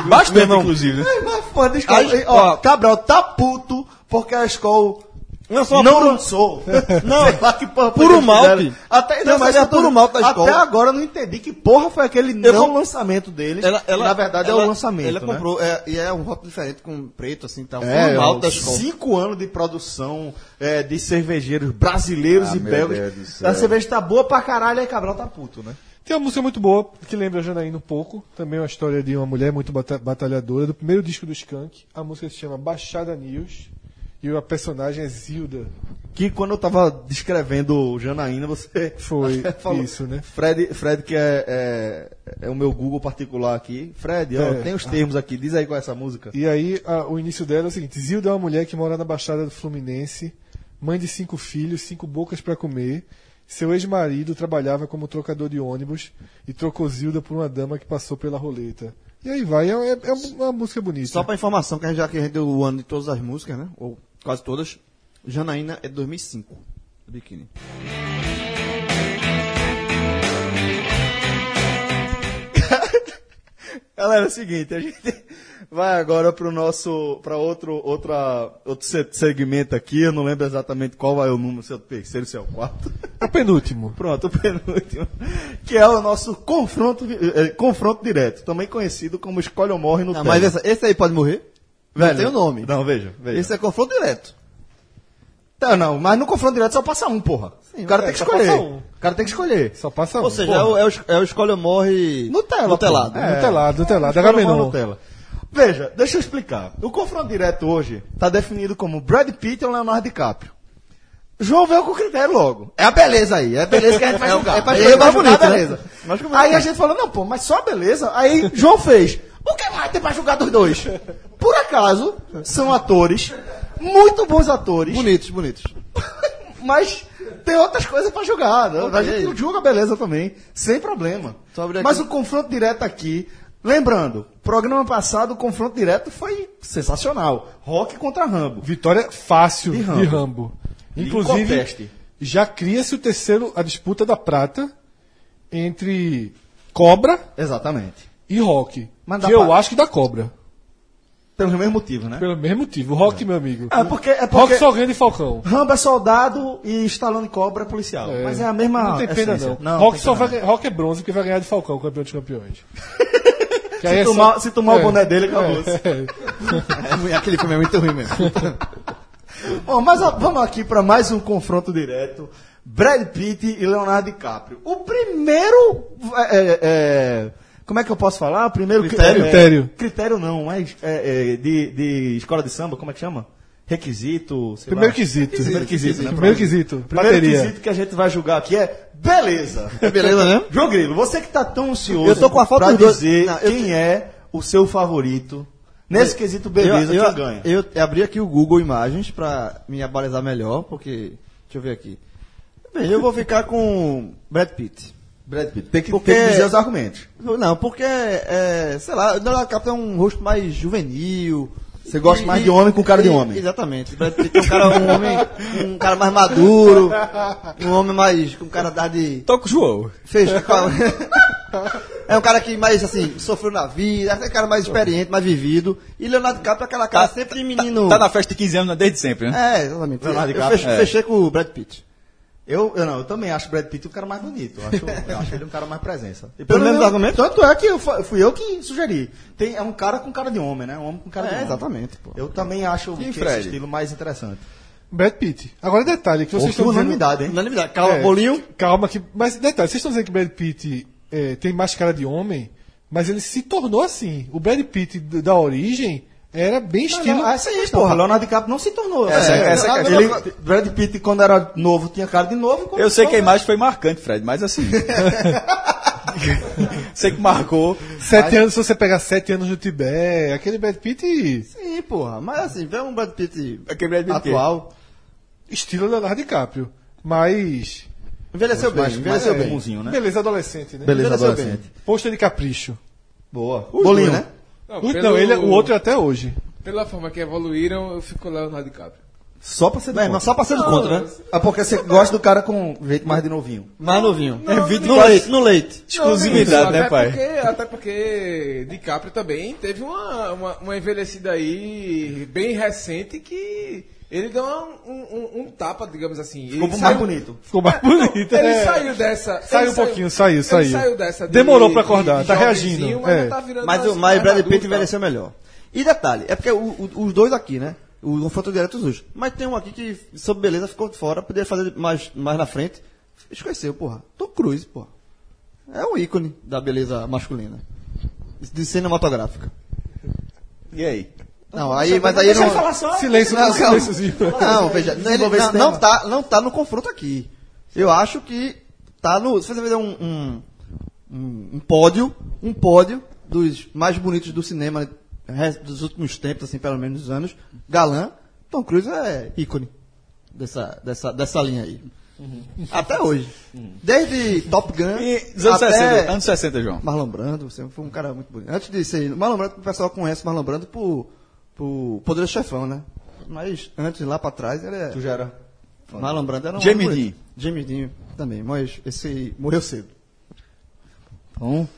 [SPEAKER 5] Bastante, inclusive. Né?
[SPEAKER 2] Mas foda, Skol, aí, ó, Cabral tá puto porque a Skol
[SPEAKER 4] Lançou
[SPEAKER 2] não lançou. Não, que porra foi
[SPEAKER 4] Puro
[SPEAKER 2] que eles
[SPEAKER 4] malte.
[SPEAKER 2] fizeram. Até,
[SPEAKER 4] Não, mas
[SPEAKER 2] eu
[SPEAKER 4] é
[SPEAKER 2] tô-
[SPEAKER 4] puro malte da Skol.
[SPEAKER 2] Até agora eu não entendi que porra foi aquele
[SPEAKER 4] Eu
[SPEAKER 2] não
[SPEAKER 4] vou-
[SPEAKER 2] lançamento deles.
[SPEAKER 4] Ela, ela,
[SPEAKER 2] Na verdade
[SPEAKER 4] ela-
[SPEAKER 2] é o lançamento,
[SPEAKER 4] Ela
[SPEAKER 2] né?
[SPEAKER 4] comprou, é, e é um rótulo diferente com preto, assim, tá?
[SPEAKER 2] É,
[SPEAKER 4] um
[SPEAKER 2] ó,
[SPEAKER 4] alto da escola.
[SPEAKER 2] cinco anos de produção é, de cervejeiros brasileiros
[SPEAKER 5] Ah,
[SPEAKER 2] e
[SPEAKER 5] meu Deus do
[SPEAKER 2] belgas.
[SPEAKER 5] céu.
[SPEAKER 2] A cerveja tá boa pra caralho, aí Cabral tá puto, né?
[SPEAKER 3] Tem uma música muito boa, que lembra a Janaína um pouco. Também é uma história de uma mulher muito bata- batalhadora, do primeiro disco do Skank. A música se chama Baixada News. E a personagem é Zilda.
[SPEAKER 2] Que quando eu tava descrevendo o Janaína, você
[SPEAKER 3] Foi
[SPEAKER 2] até falou.
[SPEAKER 3] isso, né?
[SPEAKER 2] Fred, Fred que é, é, é o meu Google particular aqui. Fred, ó,
[SPEAKER 3] É.
[SPEAKER 2] tem os termos aqui. Diz aí qual é essa música.
[SPEAKER 3] E aí, a- o início dela é o seguinte: Zilda é uma mulher que mora na Baixada do Fluminense, mãe de cinco filhos, cinco bocas pra comer. Seu ex-marido trabalhava como trocador de ônibus e trocou Zilda por uma dama que passou pela roleta. E aí vai, é, é- é uma música bonita.
[SPEAKER 4] Só pra informação, que a gente já que a gente deu o ano de todas as músicas, né? Ou quase todas. Janaína é de 2005. do Biquíni.
[SPEAKER 2] Galera, é o seguinte, a gente vai agora pro nosso, para outro, outra, outro se- segmento aqui. Eu não lembro exatamente qual vai o número, se é o terceiro, se é o quarto.
[SPEAKER 3] É o penúltimo.
[SPEAKER 2] Pronto, o penúltimo, que é o nosso confronto, eh, confronto direto, também conhecido como escolhe ou morre no
[SPEAKER 4] Não,
[SPEAKER 2] Tele.
[SPEAKER 4] mas essa- esse aí pode morrer? não tem o nome.
[SPEAKER 2] Não, veja, veja.
[SPEAKER 4] Esse é confronto direto.
[SPEAKER 2] Tá, não, mas no confronto direto só passa um, porra. o cara
[SPEAKER 3] é,
[SPEAKER 2] tem que
[SPEAKER 3] só
[SPEAKER 2] escolher.
[SPEAKER 3] passa um.
[SPEAKER 2] O cara tem que escolher.
[SPEAKER 3] Só passa um.
[SPEAKER 4] Ou seja, é o, é, o, é o escolhe ou morre
[SPEAKER 2] Nutella,
[SPEAKER 4] Nutelado.
[SPEAKER 2] pô. É.
[SPEAKER 3] Nutelado, Nutelado,
[SPEAKER 2] Escolhe ou morre
[SPEAKER 3] Agamenon.
[SPEAKER 2] Nutella. Veja, deixa eu explicar. O confronto direto hoje tá definido como Brad Pitt ou Leonardo DiCaprio. João veio com o critério logo. É a beleza aí, é a beleza que a gente vai julgar. É,
[SPEAKER 4] pra
[SPEAKER 2] pra
[SPEAKER 4] escolher mais
[SPEAKER 2] bonito,
[SPEAKER 4] bonito, né?
[SPEAKER 2] beleza. Aí a gente falou, não, pô, mas só a beleza. Aí João fez, o que mais tem pra julgar dos dois? Por acaso, são atores, muito bons atores.
[SPEAKER 4] Bonitos, bonitos.
[SPEAKER 2] Mas tem outras coisas pra julgar. né? A
[SPEAKER 4] Ok.
[SPEAKER 2] gente julga beleza também, sem problema.
[SPEAKER 4] Só abrir aqui.
[SPEAKER 2] Mas o confronto direto aqui, lembrando, programa passado o confronto direto foi sensacional. Rock contra Rambo.
[SPEAKER 3] Vitória fácil
[SPEAKER 2] De
[SPEAKER 3] de
[SPEAKER 2] Rambo.
[SPEAKER 3] Rambo.
[SPEAKER 2] conteste.
[SPEAKER 3] Inclusive, já cria-se o terceiro, a disputa da prata entre Cobra
[SPEAKER 2] Exatamente.
[SPEAKER 3] e Rock.
[SPEAKER 2] Mas dá
[SPEAKER 3] que eu
[SPEAKER 2] pra-
[SPEAKER 3] acho que dá Cobra.
[SPEAKER 2] Pelo mesmo motivo, né?
[SPEAKER 3] Pelo mesmo motivo. O Rock, meu amigo.
[SPEAKER 2] É porque, é
[SPEAKER 3] Rock
[SPEAKER 2] porque
[SPEAKER 3] só ganha de Falcão.
[SPEAKER 2] Rambo é soldado e Stallone Cobra é policial. Mas é a mesma
[SPEAKER 3] Não tem pena,
[SPEAKER 2] essência.
[SPEAKER 3] não. Rock,
[SPEAKER 2] tem
[SPEAKER 3] só
[SPEAKER 2] pena,
[SPEAKER 3] vai... Rock é bronze porque vai ganhar de Falcão, campeão dos campeões. Que
[SPEAKER 2] Se,
[SPEAKER 3] aí é só-
[SPEAKER 2] tomar, se tomar
[SPEAKER 3] É.
[SPEAKER 2] o boné dele, acabou.
[SPEAKER 4] É, aquele filme é muito ruim mesmo.
[SPEAKER 2] Bom, mas ó, vamos aqui para mais um confronto direto. Brad Pitt e Leonardo DiCaprio. O primeiro. é, é, é, como é que eu posso falar? O primeiro cri- é,
[SPEAKER 4] Critério.
[SPEAKER 3] Critério.
[SPEAKER 2] critério não, mas é, é, de, de escola de samba, como é que chama? Requisito. sei
[SPEAKER 3] Primeiro
[SPEAKER 2] lá.
[SPEAKER 3] quesito.
[SPEAKER 2] Primeiro quesito, né?
[SPEAKER 3] Primeiro quesito.
[SPEAKER 2] Primeiro
[SPEAKER 3] Bateria.
[SPEAKER 2] quesito que a gente vai julgar aqui é beleza.
[SPEAKER 4] Beleza, né?
[SPEAKER 2] João Grilo, você que tá tão ansioso
[SPEAKER 4] Eu tô com a foto
[SPEAKER 2] pra
[SPEAKER 4] dos dois.
[SPEAKER 2] dizer
[SPEAKER 4] Não, eu-
[SPEAKER 2] quem é o seu favorito. Nesse quesito beleza,
[SPEAKER 4] eu,
[SPEAKER 2] quem
[SPEAKER 4] eu,
[SPEAKER 2] ganha?
[SPEAKER 4] eu abri aqui o Google Imagens pra me abalizar melhor, porque. Deixa eu ver aqui. Bem, eu vou ficar com Brad Pitt.
[SPEAKER 2] Brad Pitt. Tem que,
[SPEAKER 4] Porque-
[SPEAKER 2] tem que dizer os argumentos.
[SPEAKER 4] Não, porque, é, sei lá, o Leonardo DiCaprio é um rosto mais juvenil,
[SPEAKER 2] Você gosta mais de homem com cara de
[SPEAKER 4] E-
[SPEAKER 2] homem.
[SPEAKER 4] Exatamente. Brad Pitt é um cara, um homem, um cara mais maduro, um homem mais com cara da de
[SPEAKER 5] Toca o João.
[SPEAKER 4] fez. É um cara que mais assim sofreu na vida, é um cara mais experiente, mais vivido. E Leonardo DiCaprio é aquela cara sempre de menino.
[SPEAKER 5] Tá na festa de 15 anos né, desde sempre, né?
[SPEAKER 4] É, exatamente.
[SPEAKER 2] Leonardo
[SPEAKER 4] eu
[SPEAKER 2] DiCaprio,
[SPEAKER 4] fech-
[SPEAKER 2] é.
[SPEAKER 4] fechei com o Brad Pitt.
[SPEAKER 2] Eu, eu não, eu também acho o Brad Pitt um cara mais bonito. Eu acho, eu acho ele um cara mais presença. E
[SPEAKER 4] Pelo menos
[SPEAKER 2] eu-
[SPEAKER 4] argumento?
[SPEAKER 2] Tanto é que eu fa- fui eu que sugeri. Tem, é um cara com cara de homem, né? Um homem com cara de
[SPEAKER 4] É,
[SPEAKER 2] homem.
[SPEAKER 4] exatamente. Pô.
[SPEAKER 2] Eu também acho que esse
[SPEAKER 5] Fred?
[SPEAKER 2] estilo mais interessante.
[SPEAKER 3] Brad Pitt. Agora detalhe que vocês
[SPEAKER 2] Houve
[SPEAKER 3] estão dizendo-
[SPEAKER 2] unanimidade, hein?
[SPEAKER 4] Unanimidade. Calma,
[SPEAKER 3] É,
[SPEAKER 4] bolinho.
[SPEAKER 3] Calma que. Mas detalhe, vocês estão dizendo que Brad Pitt é, tem mais cara de homem, mas ele se tornou assim. O Brad Pitt d- da origem era bem estilo.
[SPEAKER 2] Ah, essa é a questão. Porra, Leonardo DiCaprio não se tornou.
[SPEAKER 5] Essa- essa
[SPEAKER 4] Ah,
[SPEAKER 5] é a
[SPEAKER 2] ele, Brad Pitt, quando era novo, tinha cara de novo. e quando
[SPEAKER 5] Eu sei que é a
[SPEAKER 2] ficou-
[SPEAKER 5] imagem foi marcante, Fred, mas assim. sei que marcou.
[SPEAKER 3] Sete anos, se você pegar sete anos no Tibete, aquele Brad Pitt
[SPEAKER 4] Sim, porra. Mas assim, vê um Brad Pitt
[SPEAKER 6] É
[SPEAKER 5] Aquele Brad Pitt
[SPEAKER 4] atual.
[SPEAKER 3] estilo Leonardo DiCaprio. Mas.
[SPEAKER 4] Envelheceu bem,
[SPEAKER 2] Mas- mas
[SPEAKER 4] envelheceu
[SPEAKER 2] é
[SPEAKER 4] bem.
[SPEAKER 2] bonzinho, né?
[SPEAKER 3] Beleza adolescente, né?
[SPEAKER 2] Beleza,
[SPEAKER 4] envelheceu bem.
[SPEAKER 2] adolescente.
[SPEAKER 3] Posto de capricho.
[SPEAKER 2] Boa.
[SPEAKER 4] Os
[SPEAKER 2] Bolinho,
[SPEAKER 4] dois,
[SPEAKER 2] né?
[SPEAKER 6] Não,
[SPEAKER 3] O-
[SPEAKER 6] pelo-
[SPEAKER 3] Não, ele é o outro é até hoje.
[SPEAKER 6] Pela forma que evoluíram, eu fico Leonardo DiCaprio.
[SPEAKER 2] Só pra ser do
[SPEAKER 4] Bem, mas só passando contra, né?
[SPEAKER 2] Ah, porque você gosta do cara com um jeito mais de novinho.
[SPEAKER 4] Mais novinho.
[SPEAKER 5] É
[SPEAKER 6] Não,
[SPEAKER 4] no leite, no leite.
[SPEAKER 5] Exclusividade,
[SPEAKER 6] Até
[SPEAKER 5] né, pai?
[SPEAKER 6] Porque, até porque DiCaprio também teve uma, uma, uma envelhecida aí bem recente que ele deu uma- um, um- um tapa, digamos assim. Ele
[SPEAKER 2] Ficou mais
[SPEAKER 6] saiu-
[SPEAKER 2] bonito.
[SPEAKER 3] Ficou mais bonito.
[SPEAKER 6] Ele
[SPEAKER 3] é.
[SPEAKER 6] saiu dessa.
[SPEAKER 3] Saiu
[SPEAKER 6] ele
[SPEAKER 3] um pouquinho, saiu,
[SPEAKER 6] ele
[SPEAKER 3] saiu.
[SPEAKER 6] saiu dessa.
[SPEAKER 3] Demorou pra acordar, tá reagindo,
[SPEAKER 6] jovenzinho, Mas,
[SPEAKER 3] é.
[SPEAKER 6] já tá virando
[SPEAKER 4] Mas o
[SPEAKER 6] uma
[SPEAKER 4] mas Brad
[SPEAKER 6] adulta.
[SPEAKER 4] Pitt envelheceu melhor. E detalhe, é porque o- o- os dois aqui, né? O confronto direto os dois. Mas tem um aqui que, sob beleza, ficou de fora, poderia fazer mais, mais na frente. Esqueceu, porra. Tom Cruise, porra. É um ícone da beleza masculina. De cinematográfica.
[SPEAKER 5] E aí?
[SPEAKER 4] Não, aí, mas aí não.
[SPEAKER 3] Silêncio,
[SPEAKER 4] Não, calma.
[SPEAKER 3] silêncio.
[SPEAKER 4] Não, veja, não, ele- não, não tá, não tá no confronto aqui. Eu acho que tá no. Se você fizer um, um, um- um pódio, um pódio dos mais bonitos do cinema re- dos últimos tempos, assim, pelo menos dos anos, galã, Tom Cruise é ícone dessa, dessa, dessa linha aí. Até hoje. Desde Top Gun.
[SPEAKER 5] Uhum. E dos anos
[SPEAKER 4] até
[SPEAKER 5] 60, anos 60, João.
[SPEAKER 4] Marlon Brando, sempre foi um cara muito bonito. Antes de ser. Marlon Brando, o pessoal conhece Marlon Brando por, por Poderoso Chefão, né? Mas antes, lá pra trás, ele é.
[SPEAKER 2] Tu já era.
[SPEAKER 4] Marlon Brando era um.
[SPEAKER 5] James
[SPEAKER 4] homem
[SPEAKER 5] Dean.
[SPEAKER 4] bonito. James Dean também, mas esse morreu cedo.
[SPEAKER 2] Então,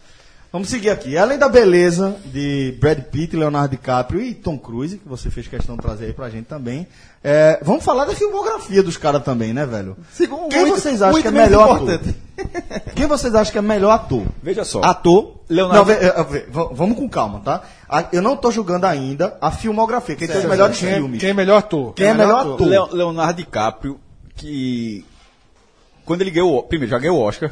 [SPEAKER 2] vamos seguir aqui. Além da beleza de Brad Pitt, Leonardo DiCaprio e Tom Cruise, que você fez questão de trazer aí pra gente também, é, vamos falar da filmografia dos caras também, né, velho?
[SPEAKER 4] Segundo,
[SPEAKER 2] Quem
[SPEAKER 4] muito-
[SPEAKER 2] vocês acham
[SPEAKER 4] muito
[SPEAKER 2] que é
[SPEAKER 4] menos
[SPEAKER 2] melhor
[SPEAKER 4] importante.
[SPEAKER 2] ator? Quem vocês acham que é melhor ator?
[SPEAKER 5] Veja só.
[SPEAKER 2] Ator.
[SPEAKER 5] Leonardo-
[SPEAKER 2] Não, ve- eh, ve- v- vamos com calma, tá? A- Eu não tô julgando ainda a filmografia, quem tem os melhores
[SPEAKER 3] Quem,
[SPEAKER 2] filmes.
[SPEAKER 3] quem é melhor ator?
[SPEAKER 2] Quem é melhor ator?
[SPEAKER 5] Leo- Leonardo DiCaprio, que. Quando ele ganhou. o- Primeiro, já ganhou o Oscar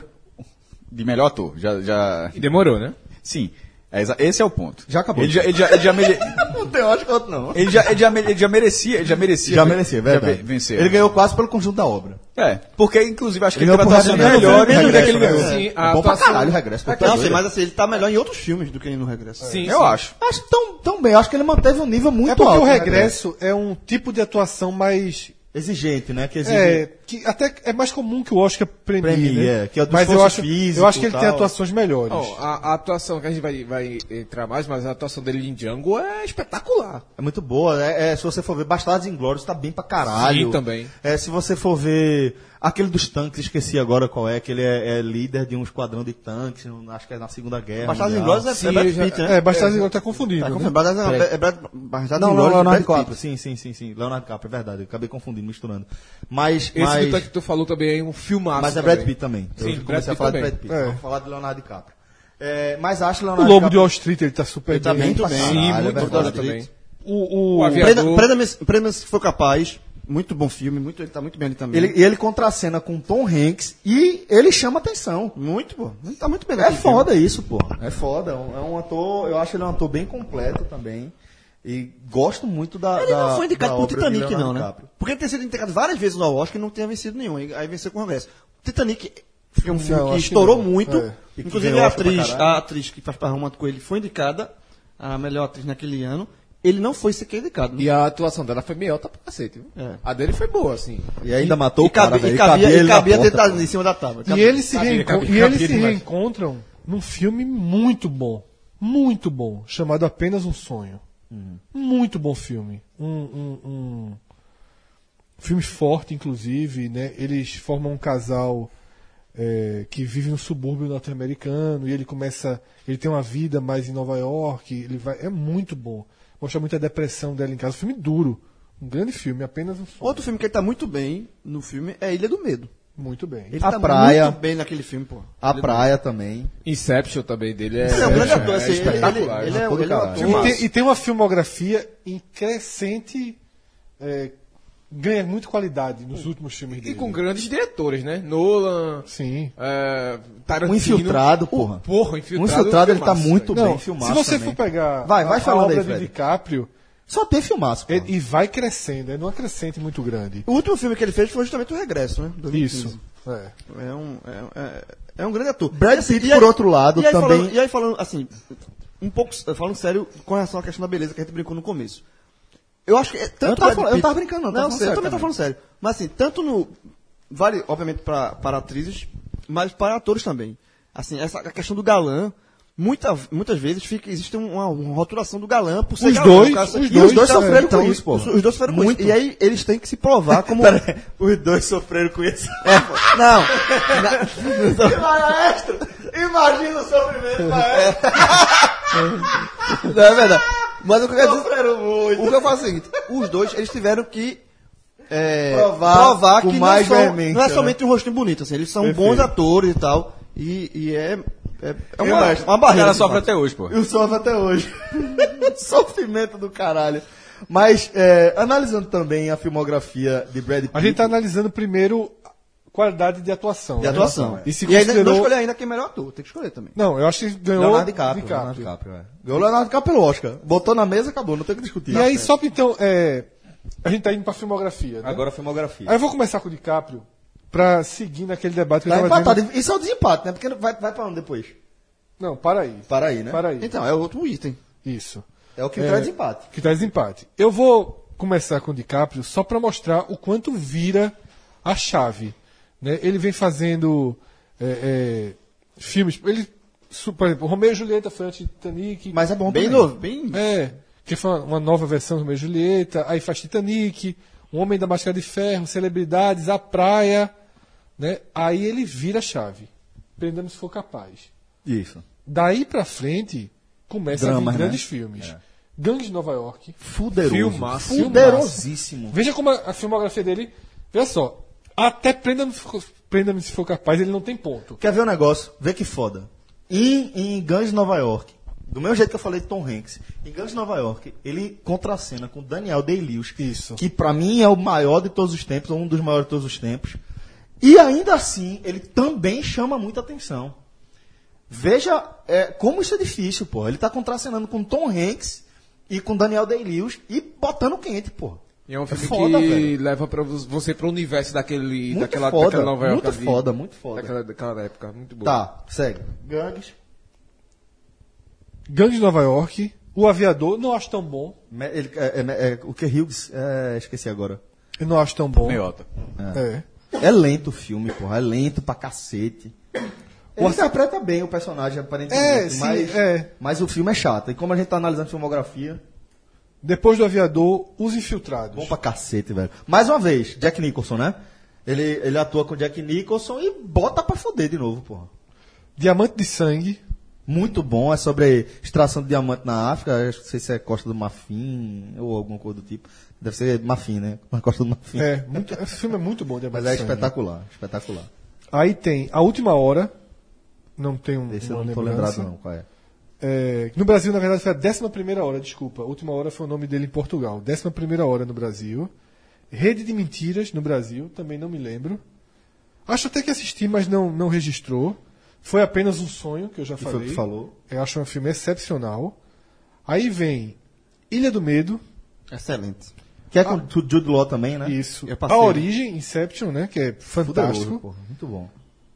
[SPEAKER 5] de melhor ator. Já. já
[SPEAKER 6] E demorou, né?
[SPEAKER 5] sim. É exa- esse é o ponto.
[SPEAKER 2] Já acabou.
[SPEAKER 5] Ele já, ele já, ele já, mere-
[SPEAKER 2] Não tem Oscar outro não.
[SPEAKER 5] ele já, ele já, mere- ele já merecia. Ele já merecia.
[SPEAKER 2] Já merecia, é verdade.
[SPEAKER 5] ve- vencer.
[SPEAKER 2] Ele ganhou quase pelo conjunto da obra.
[SPEAKER 5] É, porque inclusive acho que
[SPEAKER 2] Ele
[SPEAKER 5] ele
[SPEAKER 2] ganhou
[SPEAKER 5] tava sendo
[SPEAKER 2] por Regresso, né?
[SPEAKER 5] melhor do que
[SPEAKER 2] Regresso,
[SPEAKER 5] ele
[SPEAKER 2] né?
[SPEAKER 5] ganhou.
[SPEAKER 2] É.
[SPEAKER 6] Sim,
[SPEAKER 2] É
[SPEAKER 4] Ah,
[SPEAKER 6] a
[SPEAKER 2] bom pra
[SPEAKER 6] atuação-
[SPEAKER 2] caralho o regresso. puta
[SPEAKER 4] Não,
[SPEAKER 2] doida.
[SPEAKER 4] sei, mas assim, ele tá melhor em outros filmes do que no regresso.
[SPEAKER 6] Sim,
[SPEAKER 5] Eu
[SPEAKER 6] sim.
[SPEAKER 5] acho.
[SPEAKER 2] Acho tão, tão bem. Acho que ele manteve um nível muito
[SPEAKER 3] É porque
[SPEAKER 2] alto.
[SPEAKER 3] o
[SPEAKER 2] né,
[SPEAKER 3] regresso é um tipo de atuação mais.
[SPEAKER 2] Exigente, né? Que exige...
[SPEAKER 3] É, que até é mais comum que o Oscar premie,
[SPEAKER 2] Premie,
[SPEAKER 3] né?
[SPEAKER 2] é, que é do
[SPEAKER 3] Mas eu
[SPEAKER 2] esforço
[SPEAKER 3] acho,
[SPEAKER 2] físico
[SPEAKER 3] eu acho que ele
[SPEAKER 2] e
[SPEAKER 3] tem
[SPEAKER 2] tal.
[SPEAKER 3] atuações melhores.
[SPEAKER 6] Ó, a, a atuação que a gente vai, vai entrar mais, mas a atuação dele em Django é espetacular.
[SPEAKER 2] É muito boa. É, é, se você for ver Bastardos Inglórios, tá bem pra caralho.
[SPEAKER 6] Sim, também.
[SPEAKER 2] É, se você for ver aquele dos tanques, esqueci agora qual é, que ele é, é líder de um esquadrão de tanques,
[SPEAKER 4] um,
[SPEAKER 2] não- acho que é na Segunda Guerra.
[SPEAKER 4] Bastardos
[SPEAKER 2] Mundial.
[SPEAKER 4] Inglórios é,
[SPEAKER 6] Sim,
[SPEAKER 4] é Brad
[SPEAKER 6] eu já-
[SPEAKER 4] Pitt, né?
[SPEAKER 3] É, Bastardos Inglórios tá confundido.
[SPEAKER 4] Tá
[SPEAKER 3] né?
[SPEAKER 4] confundindo. Bastardos é, é Brad- Bastardos
[SPEAKER 2] Não, não,
[SPEAKER 4] Inglórios é
[SPEAKER 2] Leonardo
[SPEAKER 4] Brad Pitt.
[SPEAKER 2] DiCaprio. Sim, sim, sim, sim. Leonardo DiCaprio, é verdade. Eu acabei confundindo, misturando. Mas,
[SPEAKER 6] Esse
[SPEAKER 2] mas...
[SPEAKER 6] do tanque que tu falou também é um filmaço.
[SPEAKER 2] Mas é
[SPEAKER 6] também.
[SPEAKER 2] Brad Pitt também.
[SPEAKER 6] Sim,
[SPEAKER 2] eu
[SPEAKER 6] Brad
[SPEAKER 2] comecei a
[SPEAKER 6] Pitt
[SPEAKER 2] falar de
[SPEAKER 6] também.
[SPEAKER 2] Brad Pitt.
[SPEAKER 3] É.
[SPEAKER 2] Vamos falar de Leonardo DiCaprio. É, mas acho
[SPEAKER 3] O
[SPEAKER 2] Leonardo
[SPEAKER 3] Lobo de Wall Street ele tá super
[SPEAKER 2] Ele tá
[SPEAKER 3] bem.
[SPEAKER 2] bem pra
[SPEAKER 6] Sim,
[SPEAKER 2] caralho, é
[SPEAKER 6] muito
[SPEAKER 2] verdade.
[SPEAKER 6] foda também.
[SPEAKER 3] O, o,
[SPEAKER 6] O avião. Aviador.
[SPEAKER 4] Prenda- Prenda-me Prenda-me se for capaz. Muito bom filme, muito, ele tá muito bem ali também.
[SPEAKER 2] Ele, ele contracena com Tom Hanks e ele chama atenção.
[SPEAKER 4] Muito, pô. Ele tá muito bem
[SPEAKER 2] É
[SPEAKER 4] naquele filme.
[SPEAKER 2] foda isso, pô. É foda. É um é um ator, eu acho ele um ator bem completo também. E gosto muito da.
[SPEAKER 4] Ele
[SPEAKER 2] da,
[SPEAKER 4] não foi indicado
[SPEAKER 2] da
[SPEAKER 4] por
[SPEAKER 2] obra de
[SPEAKER 4] Titanic,
[SPEAKER 2] Leonardo
[SPEAKER 4] não, né?
[SPEAKER 2] DiCaprio.
[SPEAKER 4] Porque ele tem sido indicado várias vezes no Oscar e não tinha vencido nenhum. Aí aí venceu com o regresso. Titanic foi um filme
[SPEAKER 3] Não,
[SPEAKER 4] que
[SPEAKER 3] acho que
[SPEAKER 4] estourou
[SPEAKER 3] não.
[SPEAKER 4] muito.
[SPEAKER 3] É.
[SPEAKER 2] E que
[SPEAKER 4] Inclusive
[SPEAKER 2] ganhou
[SPEAKER 4] a
[SPEAKER 2] Oscar pra
[SPEAKER 4] atriz,
[SPEAKER 2] caralho.
[SPEAKER 4] a atriz que faz parromante com ele foi indicada, a melhor atriz naquele ano. Ele não foi sequer indicado. né?
[SPEAKER 6] E a atuação dela foi meio alta pra cacete. viu?
[SPEAKER 4] É.
[SPEAKER 6] A dele foi boa, assim.
[SPEAKER 2] E ainda matou
[SPEAKER 4] e
[SPEAKER 2] o cara,
[SPEAKER 4] cabia,
[SPEAKER 2] velho.
[SPEAKER 4] e cabia,
[SPEAKER 2] ele
[SPEAKER 4] e
[SPEAKER 2] na
[SPEAKER 4] cabia
[SPEAKER 2] porta,
[SPEAKER 4] dentro da-
[SPEAKER 2] pô.
[SPEAKER 4] em cima da tábua.
[SPEAKER 3] E
[SPEAKER 4] Cabia.
[SPEAKER 3] eles se,
[SPEAKER 6] Cabia,
[SPEAKER 3] reencon-
[SPEAKER 6] cabia,
[SPEAKER 3] e eles
[SPEAKER 6] cabia
[SPEAKER 3] se
[SPEAKER 6] demais.
[SPEAKER 3] reencontram num filme muito bom. Muito bom. Chamado Apenas um Sonho. Muito bom filme. Um, um- um filme forte, inclusive. Né? Eles formam um casal é, que vive no subúrbio norte-americano e ele começa. Ele tem uma vida mais em Nova York. Ele vai, é muito bom. Mostra muito a depressão dela em casa. Um filme duro. Um grande filme, apenas um filme.
[SPEAKER 4] Outro filme que ele tá muito bem no filme é Ilha do Medo.
[SPEAKER 3] Muito bem.
[SPEAKER 4] Ele
[SPEAKER 2] A
[SPEAKER 4] tá
[SPEAKER 2] Praia.
[SPEAKER 4] muito bem naquele filme, pô.
[SPEAKER 2] A praia também.
[SPEAKER 6] Inception também dele
[SPEAKER 4] Ele é um grande ator, assim, ele, ele,
[SPEAKER 6] espetacular.
[SPEAKER 4] ele é,
[SPEAKER 2] Todo
[SPEAKER 4] ele é um
[SPEAKER 2] caralho.
[SPEAKER 4] ator.
[SPEAKER 3] E tem, e tem uma filmografia em crescente. é, ganha muito qualidade nos
[SPEAKER 2] Hum.
[SPEAKER 3] últimos filmes
[SPEAKER 6] E
[SPEAKER 3] dele.
[SPEAKER 6] com grandes diretores, né? Nolan,
[SPEAKER 3] Sim.
[SPEAKER 6] é,
[SPEAKER 2] Um
[SPEAKER 6] Tarantino.
[SPEAKER 2] filtrado, porra.
[SPEAKER 6] Porra,
[SPEAKER 2] Um
[SPEAKER 6] infiltrado. é
[SPEAKER 2] infiltrado, ele tá
[SPEAKER 6] filmaço,
[SPEAKER 2] muito
[SPEAKER 3] Não,
[SPEAKER 2] bem filmado.
[SPEAKER 3] se você
[SPEAKER 2] também.
[SPEAKER 3] for pegar
[SPEAKER 2] Vai, vai
[SPEAKER 3] a- a
[SPEAKER 2] falando
[SPEAKER 3] obra
[SPEAKER 2] aí,
[SPEAKER 3] de
[SPEAKER 2] Fred.
[SPEAKER 3] DiCaprio,
[SPEAKER 2] Só tem filmaço, porra.
[SPEAKER 3] e, e vai crescendo, é numa crescente muito grande.
[SPEAKER 4] O último filme que ele fez foi justamente o Regresso, né? 2015.
[SPEAKER 3] Isso. É.
[SPEAKER 4] É um, é, é, é um grande ator.
[SPEAKER 2] Brad
[SPEAKER 4] E assim,
[SPEAKER 2] Pitt,
[SPEAKER 4] e aí-
[SPEAKER 2] por outro lado,
[SPEAKER 4] e aí
[SPEAKER 2] também-
[SPEAKER 4] falando- e aí falando, assim, um pouco, falando sério, com relação à questão da beleza que a gente brincou no começo. Eu acho que. é Tanto
[SPEAKER 2] Eu não tava
[SPEAKER 4] Brad
[SPEAKER 2] falando- eu não
[SPEAKER 4] Pitt-
[SPEAKER 2] tava brincando, não, eu
[SPEAKER 4] Não,
[SPEAKER 2] tava
[SPEAKER 4] eu
[SPEAKER 2] falando sério
[SPEAKER 4] também tava
[SPEAKER 2] também.
[SPEAKER 4] falando sério. Mas assim, tanto no. Vale, obviamente, pra- para atrizes, mas para atores também. Assim, essa a questão do galã. Muita, muitas vezes fica, existe um, uma, uma rotulação do galã por ser
[SPEAKER 3] Os
[SPEAKER 4] galã,
[SPEAKER 3] dois,
[SPEAKER 4] o cara ser-
[SPEAKER 3] os
[SPEAKER 4] e
[SPEAKER 3] dois
[SPEAKER 4] os dois
[SPEAKER 3] também,
[SPEAKER 4] sofreram
[SPEAKER 2] então,
[SPEAKER 4] com isso, pô.
[SPEAKER 2] porra.
[SPEAKER 4] Os, os dois sofreram com
[SPEAKER 2] Muito.
[SPEAKER 4] isso. E aí eles têm que se provar como.
[SPEAKER 2] Pera, os dois sofreram com isso.
[SPEAKER 4] É, pô. não.
[SPEAKER 2] Maestro, imagina o sofrimento, maestro.
[SPEAKER 4] Não, é verdade. Mas o que eu quero dizer,
[SPEAKER 2] Sofreram muito.
[SPEAKER 4] o que eu falo é o seguinte: os dois eles tiveram que é,
[SPEAKER 2] Provar
[SPEAKER 4] provar,
[SPEAKER 2] com
[SPEAKER 4] que
[SPEAKER 2] mais
[SPEAKER 4] não, são-
[SPEAKER 2] veemência,
[SPEAKER 4] não é
[SPEAKER 2] né?
[SPEAKER 4] somente um rostinho bonito, assim, eles são bons atores e tal. E, e é, é, é
[SPEAKER 5] Eu
[SPEAKER 4] uma,
[SPEAKER 5] acho.
[SPEAKER 4] uma barreira.
[SPEAKER 5] O cara
[SPEAKER 4] de
[SPEAKER 5] sofre
[SPEAKER 4] fato.
[SPEAKER 5] até hoje, pô.
[SPEAKER 2] Eu sofro até hoje. Sofrimento do caralho. Mas, é, analisando também a filmografia de Brad Pitt.
[SPEAKER 3] A gente está analisando primeiro qualidade de atuação.
[SPEAKER 4] De
[SPEAKER 3] né?
[SPEAKER 4] atuação.
[SPEAKER 2] é.
[SPEAKER 3] E se
[SPEAKER 4] E ainda não
[SPEAKER 3] considerou-
[SPEAKER 4] escolher ainda quem é melhor ator, tem que escolher também.
[SPEAKER 3] Não, eu acho que ganhou
[SPEAKER 2] Leonardo DiCaprio. Leonardo DiCaprio, é. Ganhou Leonardo DiCaprio pelo Oscar. Botou na mesa, acabou, não tem o que discutir.
[SPEAKER 3] E aí, só pra então, é, a gente tá indo pra filmografia. Né?
[SPEAKER 2] Agora a filmografia.
[SPEAKER 3] Aí eu vou começar com o DiCaprio, pra seguir naquele debate que
[SPEAKER 2] Tá
[SPEAKER 3] eu tava
[SPEAKER 2] empatado.
[SPEAKER 3] dizendo-
[SPEAKER 2] Isso é o desempate, né? Porque vai, vai pra onde depois?
[SPEAKER 3] Não, para aí.
[SPEAKER 2] Para aí, né?
[SPEAKER 3] Para aí.
[SPEAKER 4] Então, é outro item.
[SPEAKER 3] Isso.
[SPEAKER 2] É o que
[SPEAKER 3] É.
[SPEAKER 2] traz empate.
[SPEAKER 3] Que traz empate. Eu vou começar com o DiCaprio só para mostrar o quanto vira a chave. né? Ele vem fazendo é, é, filmes. Ele, su- por exemplo, Romeu e Julieta foi antes de Titanic.
[SPEAKER 2] Mas é bom
[SPEAKER 4] Bem
[SPEAKER 2] também.
[SPEAKER 4] novo, bem.
[SPEAKER 3] É, que foi uma- uma nova versão do Romeu e Julieta. Aí faz Titanic, O Homem da Máscara de Ferro, Celebridades, A Praia. Né? Aí ele vira a chave. Prendamos se for capaz.
[SPEAKER 2] Isso.
[SPEAKER 3] Daí pra frente, começa a
[SPEAKER 2] Dramas,
[SPEAKER 3] vir
[SPEAKER 2] né?
[SPEAKER 3] grandes filmes. Gangues de Nova York.
[SPEAKER 2] Fuderoso.
[SPEAKER 6] Filmaço.
[SPEAKER 2] Fuderosíssimo.
[SPEAKER 3] Veja como a, a filmografia dele. Veja só. Até Prenda-me Se For- Prenda-me se for capaz, ele não tem ponto.
[SPEAKER 2] Quer ver um negócio? Vê que foda. Em, em Gangs de Nova York, do mesmo jeito que eu falei de Tom Hanks, em Gangs de Nova York, ele contracena com Daniel Day-Lewis,
[SPEAKER 3] Isso.
[SPEAKER 2] que pra mim é o maior de todos os tempos, ou um dos maiores de todos os tempos. E ainda assim, ele também chama muita atenção. Veja é, como isso é difícil, porra. Ele tá contracenando com Tom Hanks e com Daniel Day-Lewis e botando quente, porra.
[SPEAKER 6] E é um filme
[SPEAKER 2] foda,
[SPEAKER 6] que
[SPEAKER 2] velho.
[SPEAKER 6] leva pra você pro universo daquele,
[SPEAKER 2] Muito
[SPEAKER 6] daquela,
[SPEAKER 2] foda,
[SPEAKER 6] daquela Nova York
[SPEAKER 2] muito
[SPEAKER 6] ali.
[SPEAKER 2] foda, muito foda.
[SPEAKER 6] Daquela, daquela época, muito boa.
[SPEAKER 2] Tá, segue. Gangs.
[SPEAKER 3] Gangues de Nova York. O Aviador, não acho tão bom.
[SPEAKER 2] Me- ele- é- é- é- o que Hughes, é, esqueci agora.
[SPEAKER 3] Eu não acho tão bom.
[SPEAKER 5] Meiota.
[SPEAKER 3] É.
[SPEAKER 2] É lento o filme, porra. É lento pra cacete. Ele interpreta bem o personagem, aparentemente.
[SPEAKER 3] É, sim,
[SPEAKER 2] mas,
[SPEAKER 3] é.
[SPEAKER 2] mas o filme é chato. E como a gente tá analisando filmografia,
[SPEAKER 3] Depois do Aviador, Os Infiltrados.
[SPEAKER 2] bom pra cacete, velho. Mais uma vez, Jack Nicholson, né? Ele, ele atua com Jack Nicholson e bota pra foder de novo, porra.
[SPEAKER 3] Diamante de Sangue.
[SPEAKER 2] Muito bom, é sobre extração de diamante na África, eu não sei se é Costa do Marfim ou alguma coisa do tipo. Deve ser Marfim, né? Costa do Marfim.
[SPEAKER 3] É, muito, esse filme é muito bom, Diamante
[SPEAKER 2] Mas é
[SPEAKER 3] de Sangue.
[SPEAKER 2] espetacular, espetacular.
[SPEAKER 3] Aí tem A Última Hora. Não tem um.
[SPEAKER 2] Esse
[SPEAKER 3] uma
[SPEAKER 2] eu não tô
[SPEAKER 3] lembrança.
[SPEAKER 2] lembrado não, qual é.
[SPEAKER 3] É, no Brasil, na verdade, foi a 11 hora, desculpa. A última hora foi o nome dele em Portugal. 11 hora no Brasil. Rede de Mentiras no Brasil, também não me lembro. Acho até que assisti, mas não, não registrou. Foi apenas um sonho, que eu já
[SPEAKER 2] foi o
[SPEAKER 3] falei.
[SPEAKER 2] que falou.
[SPEAKER 3] Eu acho um filme excepcional. Aí vem Ilha do Medo,
[SPEAKER 4] Excelente.
[SPEAKER 2] Que é com o Jude Law também, né?
[SPEAKER 3] isso.
[SPEAKER 4] Eu passei.
[SPEAKER 3] A Origem, Inception, né? Que é
[SPEAKER 2] Fantástico.
[SPEAKER 3] fantástico.
[SPEAKER 2] porra. Muito bom.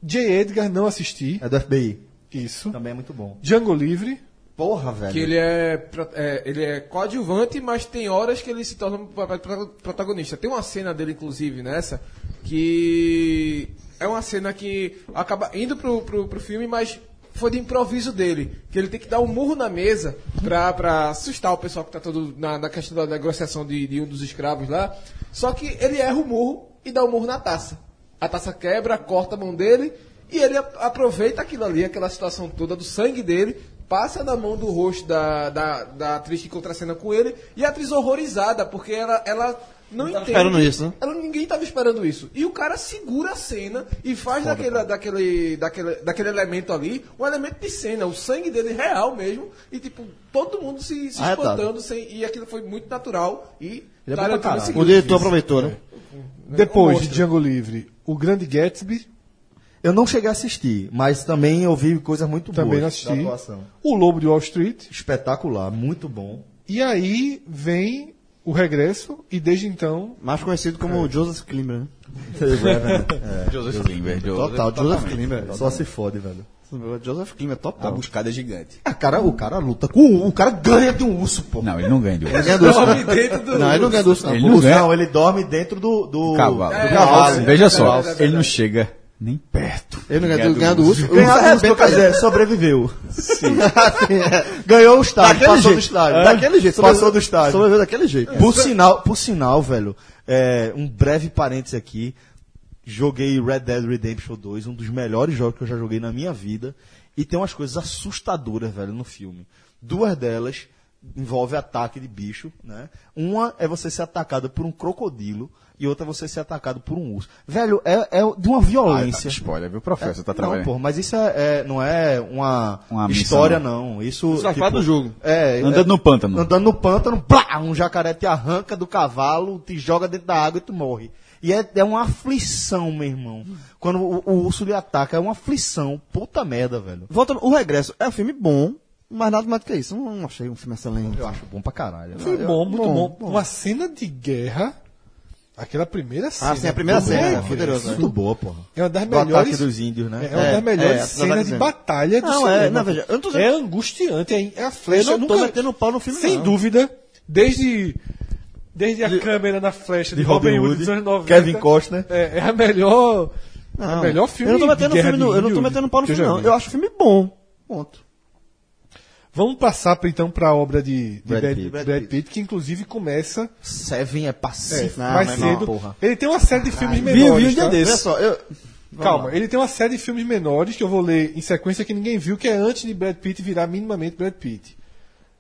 [SPEAKER 3] J. Edgar, não assisti.
[SPEAKER 2] É do FBI.
[SPEAKER 3] Isso.
[SPEAKER 2] Também é muito bom.
[SPEAKER 3] Django Livre.
[SPEAKER 2] Porra, velho.
[SPEAKER 6] Que ele é, pro- é, ele é coadjuvante, mas tem horas que ele se torna um papel pro- protagonista. Tem uma cena dele, inclusive, nessa, que é uma cena que acaba indo pro, pro, pro filme, mas foi de improviso dele. Que ele tem que dar um murro na mesa pra, pra assustar o pessoal que tá todo na, na questão da negociação de, de um dos escravos lá. Só que ele erra o murro e dá o murro na taça. A taça quebra, corta a mão dele e ele a- aproveita aquilo ali, aquela situação toda do sangue dele, passa na mão do rosto da, da, da atriz que contracena com ele e a atriz horrorizada, porque ela, ela não entende.
[SPEAKER 9] esperando isso, né?
[SPEAKER 6] Ela, ninguém estava esperando isso. E o cara segura a cena e faz daquele, daquele, daquele, daquele elemento ali um elemento de cena, o sangue dele real mesmo. E, tipo, todo mundo se, se
[SPEAKER 9] Arretado.
[SPEAKER 6] espantando. Sem, e aquilo foi muito natural. E
[SPEAKER 9] Ah, é Ele é bom pra
[SPEAKER 6] Tarantino
[SPEAKER 9] caralho.
[SPEAKER 6] seguiu.
[SPEAKER 4] O diretor aproveitou, né?
[SPEAKER 3] Depois de
[SPEAKER 6] Mostra.
[SPEAKER 3] Django Livre, o Grande Gatsby,
[SPEAKER 2] Eu não cheguei a assistir, mas também ouvi coisas muito
[SPEAKER 3] também não
[SPEAKER 2] boas
[SPEAKER 3] assisti.
[SPEAKER 2] da atuação.
[SPEAKER 3] O Lobo de Wall Street.
[SPEAKER 2] Espetacular, muito bom.
[SPEAKER 3] E aí vem o regresso, e desde então.
[SPEAKER 4] Mais conhecido como Joseph Klimber, né?
[SPEAKER 5] Joseph Klimber.
[SPEAKER 2] Total, Joseph Klimber. Só se fode, velho.
[SPEAKER 4] Joseph Klimber, top.
[SPEAKER 5] A buscada é gigante.
[SPEAKER 2] Ah, cara, o cara luta com o, o cara ganha de um urso, pô. é,
[SPEAKER 5] Não, ele não ganha de é hoje.
[SPEAKER 2] ganha do urso.
[SPEAKER 6] Dorme dentro do-
[SPEAKER 2] Não, ele não ganha do urso, não.
[SPEAKER 5] Ele não
[SPEAKER 2] Urso
[SPEAKER 5] ganha.
[SPEAKER 2] não, ele dorme dentro do, do,
[SPEAKER 5] Cavalo.
[SPEAKER 2] do
[SPEAKER 6] É,
[SPEAKER 2] cavalo.
[SPEAKER 6] é,
[SPEAKER 5] Veja
[SPEAKER 6] é,
[SPEAKER 5] só,
[SPEAKER 6] é, é, é,
[SPEAKER 5] ele
[SPEAKER 6] é.
[SPEAKER 5] não chega nem perto.
[SPEAKER 4] Ele não ganha do, ganha do urso. O
[SPEAKER 2] Ganhar
[SPEAKER 4] urso
[SPEAKER 2] do urso,
[SPEAKER 4] arrebenta
[SPEAKER 2] quer
[SPEAKER 4] ele.
[SPEAKER 2] dizer, sobreviveu. Ganhou o estádio,
[SPEAKER 4] Daquele
[SPEAKER 2] passou
[SPEAKER 4] jeito.
[SPEAKER 2] do estádio.
[SPEAKER 4] É. Daquele jeito,
[SPEAKER 2] Passou
[SPEAKER 4] sobreviveu-
[SPEAKER 2] do estádio. É.
[SPEAKER 4] sobreviveu daquele jeito.
[SPEAKER 2] Por sinal, por sinal, velho, é, um breve parênteses aqui. Joguei Red Dead Redemption 2, um dos melhores jogos que eu já joguei na minha vida. E tem umas coisas assustadoras, velho, no filme. Duas delas envolve ataque de bicho, né? Uma é você ser atacado por um crocodilo e outra é você ser atacado por um urso. Velho, é, é de uma violência.
[SPEAKER 5] Spoiler, viu, professor? Tá
[SPEAKER 2] Não,
[SPEAKER 5] trabalhando.
[SPEAKER 2] pô, mas isso é, é- não é uma,
[SPEAKER 5] Uma missão,
[SPEAKER 2] história, não. Isso,
[SPEAKER 9] Isso faz parte do jogo.
[SPEAKER 2] É,
[SPEAKER 5] Tá Andando no pântano.
[SPEAKER 2] Andando no pântano, plá, um jacaré te arranca do cavalo, te joga dentro da água e tu morre. E é, é uma aflição, meu irmão.
[SPEAKER 9] Hum.
[SPEAKER 2] Quando o, o urso lhe ataca, é uma aflição. Puta merda, velho.
[SPEAKER 4] Volta, o Regresso é um filme bom, mas nada mais do que isso. Eu não achei um filme excelente.
[SPEAKER 2] Eu acho bom pra caralho.
[SPEAKER 3] Foi
[SPEAKER 4] eu-
[SPEAKER 3] um bom, muito
[SPEAKER 4] bom,
[SPEAKER 3] bom,
[SPEAKER 4] bom.
[SPEAKER 3] Uma cena de guerra. Aquela primeira cena.
[SPEAKER 4] sim, Assim, a primeira
[SPEAKER 3] do
[SPEAKER 4] cena,
[SPEAKER 5] né?
[SPEAKER 4] é
[SPEAKER 3] Regresso.
[SPEAKER 4] poderosa.
[SPEAKER 2] Muito boa, porra.
[SPEAKER 3] É uma das
[SPEAKER 2] Do ataque
[SPEAKER 3] melhores.
[SPEAKER 2] dos índios, né?
[SPEAKER 3] É uma
[SPEAKER 4] É,
[SPEAKER 3] das melhores
[SPEAKER 4] é,
[SPEAKER 3] cenas de
[SPEAKER 4] exatamente.
[SPEAKER 3] batalha do
[SPEAKER 4] Não, é,
[SPEAKER 3] cinema.
[SPEAKER 4] não, veja, eu não tô dizendo-
[SPEAKER 3] É angustiante, é, é a flecha.
[SPEAKER 4] Eu não tô
[SPEAKER 3] nunca-
[SPEAKER 4] metendo pau no filme,
[SPEAKER 3] Sem
[SPEAKER 4] não.
[SPEAKER 3] dúvida, desde, desde a câmera na flecha de, Robin Hood dos anos 90.
[SPEAKER 2] Kevin Costner.
[SPEAKER 3] É, é a melhor... é o melhor filme
[SPEAKER 4] eu não tô
[SPEAKER 3] de
[SPEAKER 4] metendo,
[SPEAKER 3] guerra
[SPEAKER 4] filme no,
[SPEAKER 3] de
[SPEAKER 4] eu não tô
[SPEAKER 3] Hollywood
[SPEAKER 4] metendo pau no
[SPEAKER 3] que eu
[SPEAKER 4] filme,
[SPEAKER 3] já
[SPEAKER 4] não.
[SPEAKER 3] vi.
[SPEAKER 4] Eu acho o filme bom. Ponto.
[SPEAKER 3] Vamos passar pra, então para a obra de, de
[SPEAKER 2] Brad
[SPEAKER 3] Brad,
[SPEAKER 2] Pitt.
[SPEAKER 3] Brad Pitt, que inclusive começa
[SPEAKER 2] Seven é pacífico.
[SPEAKER 4] Não,
[SPEAKER 3] mais
[SPEAKER 4] mas não,
[SPEAKER 3] cedo.
[SPEAKER 2] porra.
[SPEAKER 3] Ele tem uma série de filmes
[SPEAKER 9] Vi, vi um
[SPEAKER 3] menores.
[SPEAKER 9] dia
[SPEAKER 3] tá?
[SPEAKER 4] Olha
[SPEAKER 9] desse.
[SPEAKER 4] só, eu...
[SPEAKER 3] Calma, ele tem uma série de filmes menores que eu vou ler em sequência que ninguém viu, que é antes de Brad Pitt virar minimamente Brad Pitt.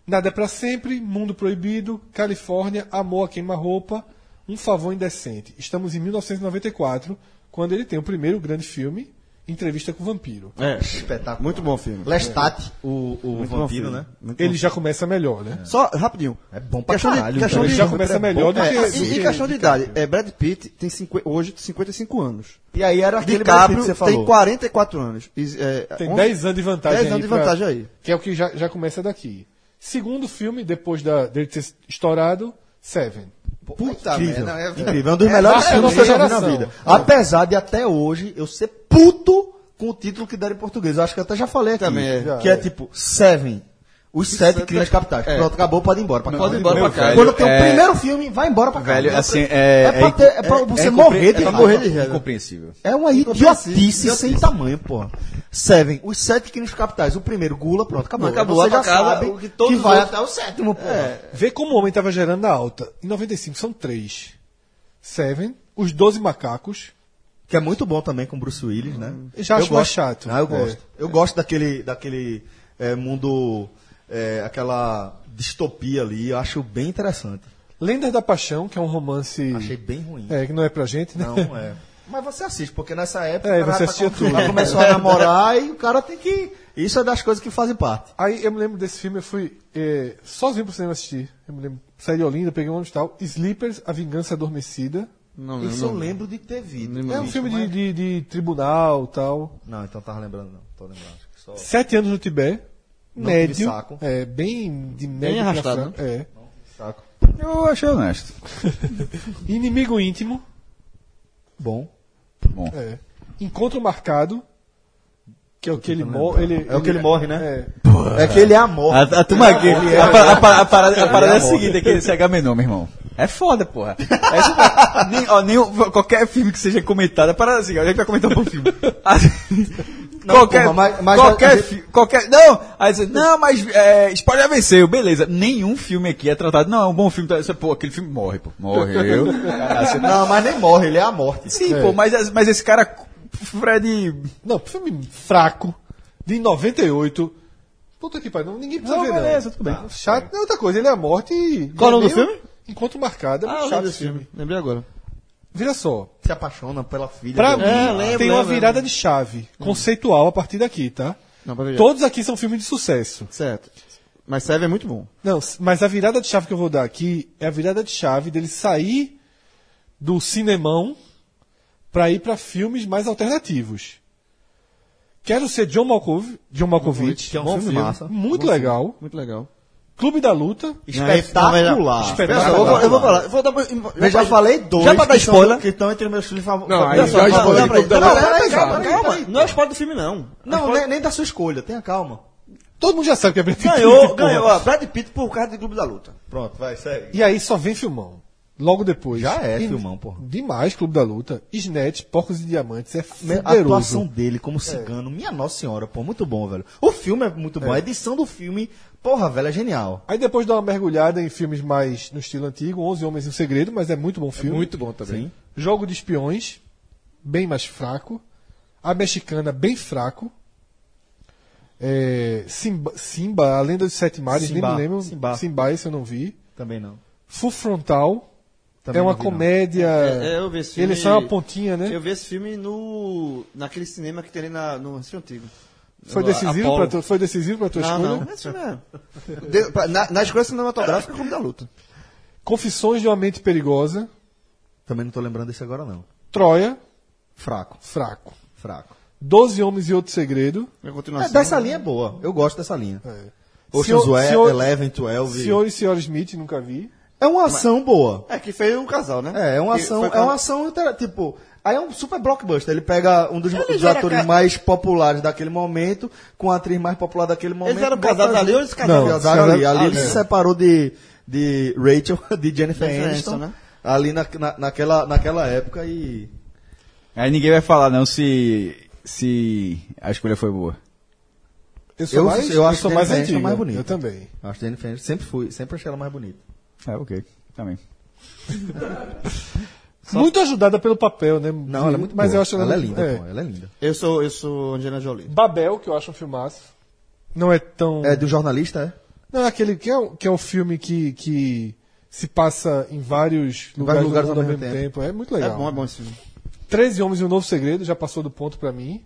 [SPEAKER 3] Nada é pra sempre, Mundo Proibido, Califórnia, Amor a Queima-Roupa, Um Favor Indecente. Estamos em 1994, quando ele tem o primeiro grande filme, Entrevista com o Vampiro.
[SPEAKER 4] É,
[SPEAKER 2] Espetáculo.
[SPEAKER 4] muito bom o filme.
[SPEAKER 2] Lestat, o, o
[SPEAKER 4] bom
[SPEAKER 2] vampiro,
[SPEAKER 4] filme.
[SPEAKER 2] né?
[SPEAKER 3] Ele já começa melhor, né?
[SPEAKER 4] Só, rapidinho.
[SPEAKER 2] É bom pra
[SPEAKER 4] Questão de-
[SPEAKER 2] caralho.
[SPEAKER 4] questão
[SPEAKER 2] velho.
[SPEAKER 3] Ele
[SPEAKER 4] de-
[SPEAKER 3] já começa melhor do
[SPEAKER 4] É,
[SPEAKER 3] que...
[SPEAKER 4] e, e questão de idade, é, Brad Pitt tem cinqu- hoje 55 anos.
[SPEAKER 2] E aí era aquele Brad Pitt
[SPEAKER 4] DiCaprio
[SPEAKER 2] que você
[SPEAKER 4] tem
[SPEAKER 2] falou.
[SPEAKER 4] 44 anos. E, é,
[SPEAKER 3] Tem
[SPEAKER 4] onze-
[SPEAKER 3] 10 anos de vantagem
[SPEAKER 4] 10 anos
[SPEAKER 3] aí
[SPEAKER 4] de
[SPEAKER 3] pra-
[SPEAKER 4] vantagem aí.
[SPEAKER 3] Que é o que já, já começa daqui. Segundo filme, depois da, dele ter estourado, Seven.
[SPEAKER 2] Puta
[SPEAKER 4] Incrível.
[SPEAKER 2] merda, é incrível. É um dos melhores
[SPEAKER 3] baixa
[SPEAKER 2] filmes que eu já vi na
[SPEAKER 3] geração.
[SPEAKER 2] vida. Apesar de até hoje eu ser puto com o título que deram em português. Eu acho que eu até já falei aqui.
[SPEAKER 4] Também é.
[SPEAKER 2] Que é, tipo, Seven. Os sete crimes capitais. Pronto, acabou, pode ir embora. pra casa.
[SPEAKER 9] é Pode ir embora pra casa.
[SPEAKER 2] Quando tem o
[SPEAKER 5] É.
[SPEAKER 2] primeiro filme, vai embora pra casa.
[SPEAKER 5] Velho,
[SPEAKER 2] pra-
[SPEAKER 5] assim, é-
[SPEAKER 2] É pra,
[SPEAKER 5] é-
[SPEAKER 2] ter, é pra você morrer de
[SPEAKER 5] é pra
[SPEAKER 2] raiva.
[SPEAKER 5] morrer de raiva. Incompreensível.
[SPEAKER 2] É uma idiotice sem tamanho, pô. Seven, os sete crimes capitais. O primeiro, gula, pronto, acabou.
[SPEAKER 9] Acabou,
[SPEAKER 2] Você
[SPEAKER 9] vai
[SPEAKER 2] já
[SPEAKER 9] pra casa,
[SPEAKER 2] sabe
[SPEAKER 9] o que
[SPEAKER 2] que,
[SPEAKER 9] todos os
[SPEAKER 2] vai
[SPEAKER 9] outros-
[SPEAKER 2] até o sétimo, pô.
[SPEAKER 3] Vê como o homem estava gerando na alta. Em 95 são três. Seven, Os Doze Macacos.
[SPEAKER 2] Que é muito bom também com Bruce Willis, né?
[SPEAKER 3] Já acho mais chato.
[SPEAKER 2] Ah, eu
[SPEAKER 3] É.
[SPEAKER 2] gosto. Eu gosto daquele, daquele é, mundo, é, aquela distopia ali. Eu acho bem interessante.
[SPEAKER 3] Lendas da Paixão, que é um romance.
[SPEAKER 2] Achei bem ruim.
[SPEAKER 3] É, que não é pra gente, né?
[SPEAKER 2] Não, é. Mas você assiste, porque nessa época
[SPEAKER 3] É,
[SPEAKER 2] o cara tá
[SPEAKER 3] você assistia
[SPEAKER 2] com-
[SPEAKER 3] tudo.
[SPEAKER 2] já começou a namorar e o cara tem que... Isso é das coisas que fazem parte.
[SPEAKER 3] Aí eu me lembro desse filme, eu fui eh, sozinho pro cinema assistir. Eu me lembro. Saí de Olinda, peguei um ônibus e tal. Sleepers, A Vingança Adormecida.
[SPEAKER 4] Não,
[SPEAKER 2] Isso eu lembro de ter visto.
[SPEAKER 3] É um filme de, de, de tribunal tal.
[SPEAKER 2] Não, então tava lembrando, não. Tô lembrando. Acho que só...
[SPEAKER 3] Sete anos no Tibete.
[SPEAKER 2] Não
[SPEAKER 3] médio.
[SPEAKER 2] tive saco. né?
[SPEAKER 3] É, bem de médio. pra
[SPEAKER 4] arrastado,
[SPEAKER 3] frente, É.
[SPEAKER 2] Saco.
[SPEAKER 5] Eu achei honesto.
[SPEAKER 3] é. Inimigo íntimo.
[SPEAKER 2] Bom.
[SPEAKER 5] Bom.
[SPEAKER 3] É. Encontro marcado. Que é o que ele
[SPEAKER 2] tentando
[SPEAKER 3] morre.
[SPEAKER 2] lembrar. É o que ele morre, né?
[SPEAKER 3] É.
[SPEAKER 2] É que ele é amor.
[SPEAKER 5] A, a turma aqui, a, pa- a pa- a parada, a parada é a seguinte, aquele CH menor, meu irmão. É foda, porra. É isso mesmo. nem, ó, nem o- qualquer filme que seja comentado, é parada assim, ó, a gente vai comentar um bom filme. Ah,
[SPEAKER 2] Não,
[SPEAKER 5] qualquer,
[SPEAKER 2] porra, mas- mas a
[SPEAKER 5] qualquer,
[SPEAKER 2] gente-
[SPEAKER 5] fi- qualquer, não, aí você, não, mas é, Spoiler venceu, beleza. Nenhum filme aqui é tratado, não, é um bom filme, tá, você, pô, aquele filme morre, pô, morreu. Aí você-
[SPEAKER 2] Não, mas nem morre, ele é a morte.
[SPEAKER 5] Sim, pô, mas, mas esse cara, Fred,
[SPEAKER 3] Não, filme fraco, de 98. Puta que pariu, não- ninguém precisa
[SPEAKER 5] Não,
[SPEAKER 3] ver,
[SPEAKER 5] beleza,
[SPEAKER 3] não.
[SPEAKER 5] tudo bem.
[SPEAKER 3] Ah, chato é outra coisa, ele é a morte e.
[SPEAKER 4] Qual o nome do
[SPEAKER 3] e-mail,
[SPEAKER 4] filme?
[SPEAKER 3] Encontro marcado. É
[SPEAKER 2] Ah,
[SPEAKER 3] muito chato esse filme.
[SPEAKER 4] Lembrei agora.
[SPEAKER 3] Veja só,
[SPEAKER 2] Se apaixona pela filha.
[SPEAKER 3] pra
[SPEAKER 2] do-
[SPEAKER 3] mim
[SPEAKER 4] lembro, né,
[SPEAKER 3] tem uma
[SPEAKER 4] lembro,
[SPEAKER 3] virada de chave conceitual a partir daqui, tá?
[SPEAKER 4] Não, é pra ver.
[SPEAKER 3] Todos aqui são filmes de sucesso.
[SPEAKER 4] Certo. Mas serve é muito bom.
[SPEAKER 3] Não, s- mas a virada de chave que eu vou dar aqui é a virada de chave dele sair do cinemão pra ir pra filmes mais alternativos. Quero ser John Malkovich, John Malkovich,
[SPEAKER 4] que é um
[SPEAKER 3] bom
[SPEAKER 4] filme massa.
[SPEAKER 3] muito legal.
[SPEAKER 4] Muito legal.
[SPEAKER 3] Clube da Luta,
[SPEAKER 2] Espetacular.
[SPEAKER 4] Veja,
[SPEAKER 3] espetacular.
[SPEAKER 4] eu, vou, eu vou falar. eu Vou dar, pra-
[SPEAKER 2] Eu já falei dois.
[SPEAKER 4] Já pra dar
[SPEAKER 2] que são-
[SPEAKER 4] spoiler?
[SPEAKER 2] Que estão entre meus filhos favoritos.
[SPEAKER 6] Não, aí já
[SPEAKER 4] Não, não,
[SPEAKER 6] spoiler,
[SPEAKER 4] não, peraí,
[SPEAKER 6] Clube da
[SPEAKER 4] não,
[SPEAKER 6] Luta
[SPEAKER 4] Então, peraí,
[SPEAKER 6] é
[SPEAKER 4] peraí,
[SPEAKER 6] pesado.
[SPEAKER 4] calma, calma. Não é spoiler do filme, não. É
[SPEAKER 2] Não, nem, nem da sua escolha, tenha calma.
[SPEAKER 3] Todo mundo já sabe que é Brad Pitt.
[SPEAKER 4] Ganhou,
[SPEAKER 3] porra.
[SPEAKER 4] ganhou. ó, Brad Pitt por causa do Clube da Luta.
[SPEAKER 2] Pronto, vai, segue.
[SPEAKER 3] E aí só vem filmão. Logo depois.
[SPEAKER 2] Já é
[SPEAKER 3] E-
[SPEAKER 2] filmão, porra.
[SPEAKER 3] Demais, Clube da Luta. Snatch, Porcos e Diamantes é
[SPEAKER 2] A atuação
[SPEAKER 3] fuderoso.
[SPEAKER 2] dele
[SPEAKER 4] É.
[SPEAKER 2] como cigano, minha nossa senhora, pô, muito bom, velho. O filme é muito bom, a edição do filme, porra, velho, é genial.
[SPEAKER 3] Aí depois dá uma mergulhada em filmes mais no estilo antigo, 11 Homens e um Segredo, mas é muito bom filme.
[SPEAKER 6] Muito bom também.
[SPEAKER 3] Jogo de Espiões, bem mais fraco. A Mexicana, bem fraco. É, Simba, Simba, A Lenda dos Sete Mares, nem
[SPEAKER 2] Simba,
[SPEAKER 3] me lembro.
[SPEAKER 2] Simba.
[SPEAKER 3] esse eu não vi.
[SPEAKER 2] Também não.
[SPEAKER 3] Full Frontal,
[SPEAKER 2] Também
[SPEAKER 3] é uma
[SPEAKER 2] não vi, não.
[SPEAKER 3] comédia...
[SPEAKER 4] É, é, eu vi esse filme.
[SPEAKER 3] Ele só é uma pontinha, né?
[SPEAKER 4] Eu vi esse filme no. naquele cinema que tem ali na, no Recife Antigo.
[SPEAKER 3] Foi
[SPEAKER 4] No
[SPEAKER 3] decisivo,
[SPEAKER 4] Apollo.
[SPEAKER 3] pra tu, foi decisivo pra tua
[SPEAKER 4] Não,
[SPEAKER 3] escolha?
[SPEAKER 4] não. Esse filme é. De- pra- na, na escolha cinematográfica, Clube da Luta.
[SPEAKER 3] Confissões de uma Mente Perigosa,
[SPEAKER 2] Também não tô lembrando desse agora, não.
[SPEAKER 3] Troia,
[SPEAKER 2] Fraco,
[SPEAKER 3] fraco.
[SPEAKER 2] fraco.
[SPEAKER 3] Doze Homens e Outro Segredo,
[SPEAKER 4] Eu
[SPEAKER 2] É, dessa linha é boa, eu gosto dessa linha.
[SPEAKER 3] Senhor-
[SPEAKER 2] Ocean's Way,
[SPEAKER 3] senhor-
[SPEAKER 2] É Eleven, Twelve.
[SPEAKER 3] Senhor e Senhora Smith, nunca vi.
[SPEAKER 2] É uma ação boa.
[SPEAKER 4] É, que fez um casal, né?
[SPEAKER 2] É, é uma
[SPEAKER 4] Que
[SPEAKER 2] ação,
[SPEAKER 4] foi
[SPEAKER 2] é uma
[SPEAKER 4] pra-
[SPEAKER 2] ação, intera- tipo, aí é um super blockbuster, ele pega um dos, dos
[SPEAKER 4] era
[SPEAKER 2] atores
[SPEAKER 4] ca-
[SPEAKER 2] mais populares daquele momento, com a atriz mais popular daquele momento.
[SPEAKER 4] Eles eram
[SPEAKER 2] bota
[SPEAKER 4] casados ali ou eles casaram?
[SPEAKER 3] Não,
[SPEAKER 2] Casaram ali, ali
[SPEAKER 4] Ah,
[SPEAKER 2] ele
[SPEAKER 4] né?
[SPEAKER 2] se separou de, de Rachel, de Jennifer
[SPEAKER 4] Jennifer
[SPEAKER 2] Aniston,
[SPEAKER 4] Aniston, né?
[SPEAKER 2] ali na, na- naquela, naquela época e...
[SPEAKER 5] aí ninguém vai falar não se, se a escolha foi boa.
[SPEAKER 3] Eu sou
[SPEAKER 2] Eu-
[SPEAKER 3] mais,
[SPEAKER 2] eu acho
[SPEAKER 3] sou
[SPEAKER 2] que
[SPEAKER 3] mais
[SPEAKER 2] Jennifer Aniston
[SPEAKER 3] antigo.
[SPEAKER 2] é mais bonita.
[SPEAKER 3] Eu também.
[SPEAKER 2] Acho que Jennifer Aniston sempre fui, sempre achei ela mais bonita.
[SPEAKER 5] É, ok, também.
[SPEAKER 3] Muito ajudada pelo papel, né?
[SPEAKER 2] Não, ela é muito
[SPEAKER 3] Mas
[SPEAKER 2] boa.
[SPEAKER 3] eu acho
[SPEAKER 2] ela é linda,
[SPEAKER 3] é.
[SPEAKER 2] pô, ela é linda.
[SPEAKER 4] Eu sou, eu sou Angelina Jolie.
[SPEAKER 3] Babel, que eu acho um filmaço. Não é tão...
[SPEAKER 2] É do jornalista, é?
[SPEAKER 3] Não, é aquele que é, um- que é um filme que, que se passa em vários lugares,
[SPEAKER 2] lugares
[SPEAKER 3] do mundo ao mesmo tempo. É muito legal.
[SPEAKER 4] É bom, é bom esse filme.
[SPEAKER 3] 13 Homens e um Novo Segredo já passou do ponto pra mim.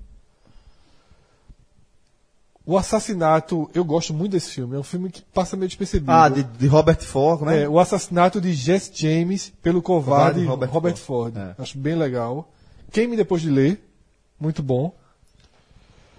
[SPEAKER 3] O Assassinato, eu gosto muito desse filme. É um filme que passa meio despercebido.
[SPEAKER 2] Ah, de, de Robert Ford, como é?
[SPEAKER 3] É, o assassinato de Jess James pelo covarde,
[SPEAKER 2] Covarde Robert
[SPEAKER 3] Robert, Ford.
[SPEAKER 2] Ford. É.
[SPEAKER 3] Acho bem legal. Quem me depois de ler, muito bom.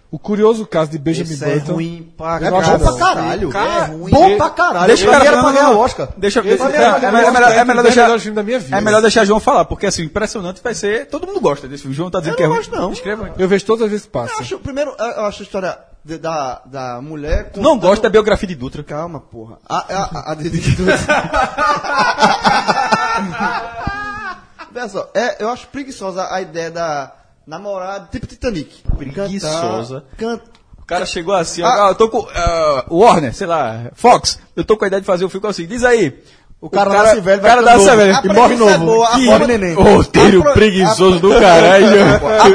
[SPEAKER 3] O curioso caso de Benjamin
[SPEAKER 4] Esse é
[SPEAKER 3] Button.
[SPEAKER 4] ruim pra
[SPEAKER 3] É bom
[SPEAKER 4] caralho.
[SPEAKER 3] pra
[SPEAKER 2] caralho.
[SPEAKER 4] Cara,
[SPEAKER 2] É
[SPEAKER 4] ruim.
[SPEAKER 2] Bom pra caralho.
[SPEAKER 5] Deixa
[SPEAKER 2] Deixa
[SPEAKER 5] o cara
[SPEAKER 2] era pra
[SPEAKER 5] falando,
[SPEAKER 2] ganhar o
[SPEAKER 5] não.
[SPEAKER 2] Oscar.
[SPEAKER 5] Deixa,
[SPEAKER 3] Esse
[SPEAKER 5] é,
[SPEAKER 3] é
[SPEAKER 5] melhor- é, melhor- é melhor, é melhor
[SPEAKER 3] o
[SPEAKER 5] deixar,
[SPEAKER 3] melhor filme da minha vida.
[SPEAKER 5] é melhor deixar João falar, porque assim, impressionante vai ser. Todo mundo gosta desse filme. João tá dizendo que é
[SPEAKER 4] não
[SPEAKER 5] ruim.
[SPEAKER 4] gosto, não.
[SPEAKER 5] Escreva aí.
[SPEAKER 3] Eu vejo todas as vezes que passa.
[SPEAKER 4] Eu acho, primeiro, eu eu acho a história de- da, da mulher. com-
[SPEAKER 5] Não é gosto da biografia de Dutra.
[SPEAKER 4] Calma, porra. A, a, a, a de- de- de- Veja só, é, eu acho preguiçosa a ideia da namorada, tipo Titanic.
[SPEAKER 5] Preguiçosa.
[SPEAKER 4] Cantar, can-
[SPEAKER 5] O cara chegou assim, ó,
[SPEAKER 4] Ah.
[SPEAKER 5] eu tô com. ah, Warner, sei lá, Fox, eu tô com a ideia de fazer o filme assim. Diz aí. O
[SPEAKER 2] cara nasce velho,
[SPEAKER 5] o
[SPEAKER 2] vai
[SPEAKER 5] cara
[SPEAKER 2] ficando
[SPEAKER 5] nasce
[SPEAKER 2] novo.
[SPEAKER 5] velho,
[SPEAKER 4] A
[SPEAKER 5] que morre
[SPEAKER 4] premissa é
[SPEAKER 5] novo.
[SPEAKER 4] boa, a
[SPEAKER 5] que
[SPEAKER 4] forma- neném.
[SPEAKER 5] roteiro
[SPEAKER 4] A pro-
[SPEAKER 5] preguiçoso
[SPEAKER 4] a-
[SPEAKER 5] do caralho.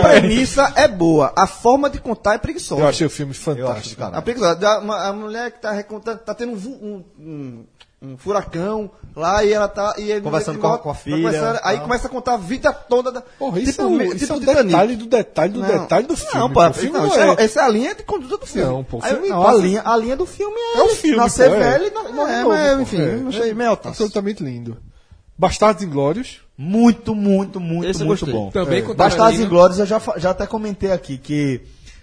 [SPEAKER 4] a premissa é boa, a forma de contar é preguiçosa.
[SPEAKER 3] Eu achei o filme
[SPEAKER 2] Eu acho do
[SPEAKER 3] fantástico.
[SPEAKER 2] caralho.
[SPEAKER 4] A película, da- uma- a mulher que tá recontando, tá tendo um, vu- um, um- um furacão lá e ela tá. E ele-
[SPEAKER 2] Conversando
[SPEAKER 4] ele
[SPEAKER 2] com a-
[SPEAKER 4] volta-
[SPEAKER 2] com a
[SPEAKER 4] tá
[SPEAKER 2] filha,
[SPEAKER 4] conversando, aí
[SPEAKER 2] tal.
[SPEAKER 4] começa a contar a vida toda da. tipo
[SPEAKER 3] Porra, isso
[SPEAKER 2] Tipo
[SPEAKER 3] é um,
[SPEAKER 4] me-
[SPEAKER 3] isso é um
[SPEAKER 4] Titanic.
[SPEAKER 3] detalhe do detalhe do
[SPEAKER 4] Não.
[SPEAKER 3] detalhe do filme.
[SPEAKER 4] Não, pô,
[SPEAKER 3] o filme não,
[SPEAKER 4] não, isso
[SPEAKER 3] é...
[SPEAKER 4] é- essa é a linha de conduta do filme.
[SPEAKER 3] Não, pô, o
[SPEAKER 4] Aí tipo,
[SPEAKER 3] filme
[SPEAKER 4] eu-
[SPEAKER 2] Não, a linha, a linha do filme é.
[SPEAKER 3] É um filme,
[SPEAKER 2] Nascer
[SPEAKER 3] pô, é.
[SPEAKER 2] velho e na-
[SPEAKER 4] Não,
[SPEAKER 2] morrer
[SPEAKER 4] é,
[SPEAKER 2] novo,
[SPEAKER 4] mas,
[SPEAKER 2] pô.
[SPEAKER 4] enfim, não achei meio altaço.
[SPEAKER 3] absolutamente lindo. Bastardos Inglórios.
[SPEAKER 2] Muito, muito, muito,
[SPEAKER 4] Esse eu
[SPEAKER 2] muito
[SPEAKER 4] gostei.
[SPEAKER 2] bom.
[SPEAKER 6] Também
[SPEAKER 2] é.
[SPEAKER 6] com
[SPEAKER 2] Bastardos
[SPEAKER 6] Tarantino.
[SPEAKER 2] Inglórios, eu já, fa- já até comentei aqui que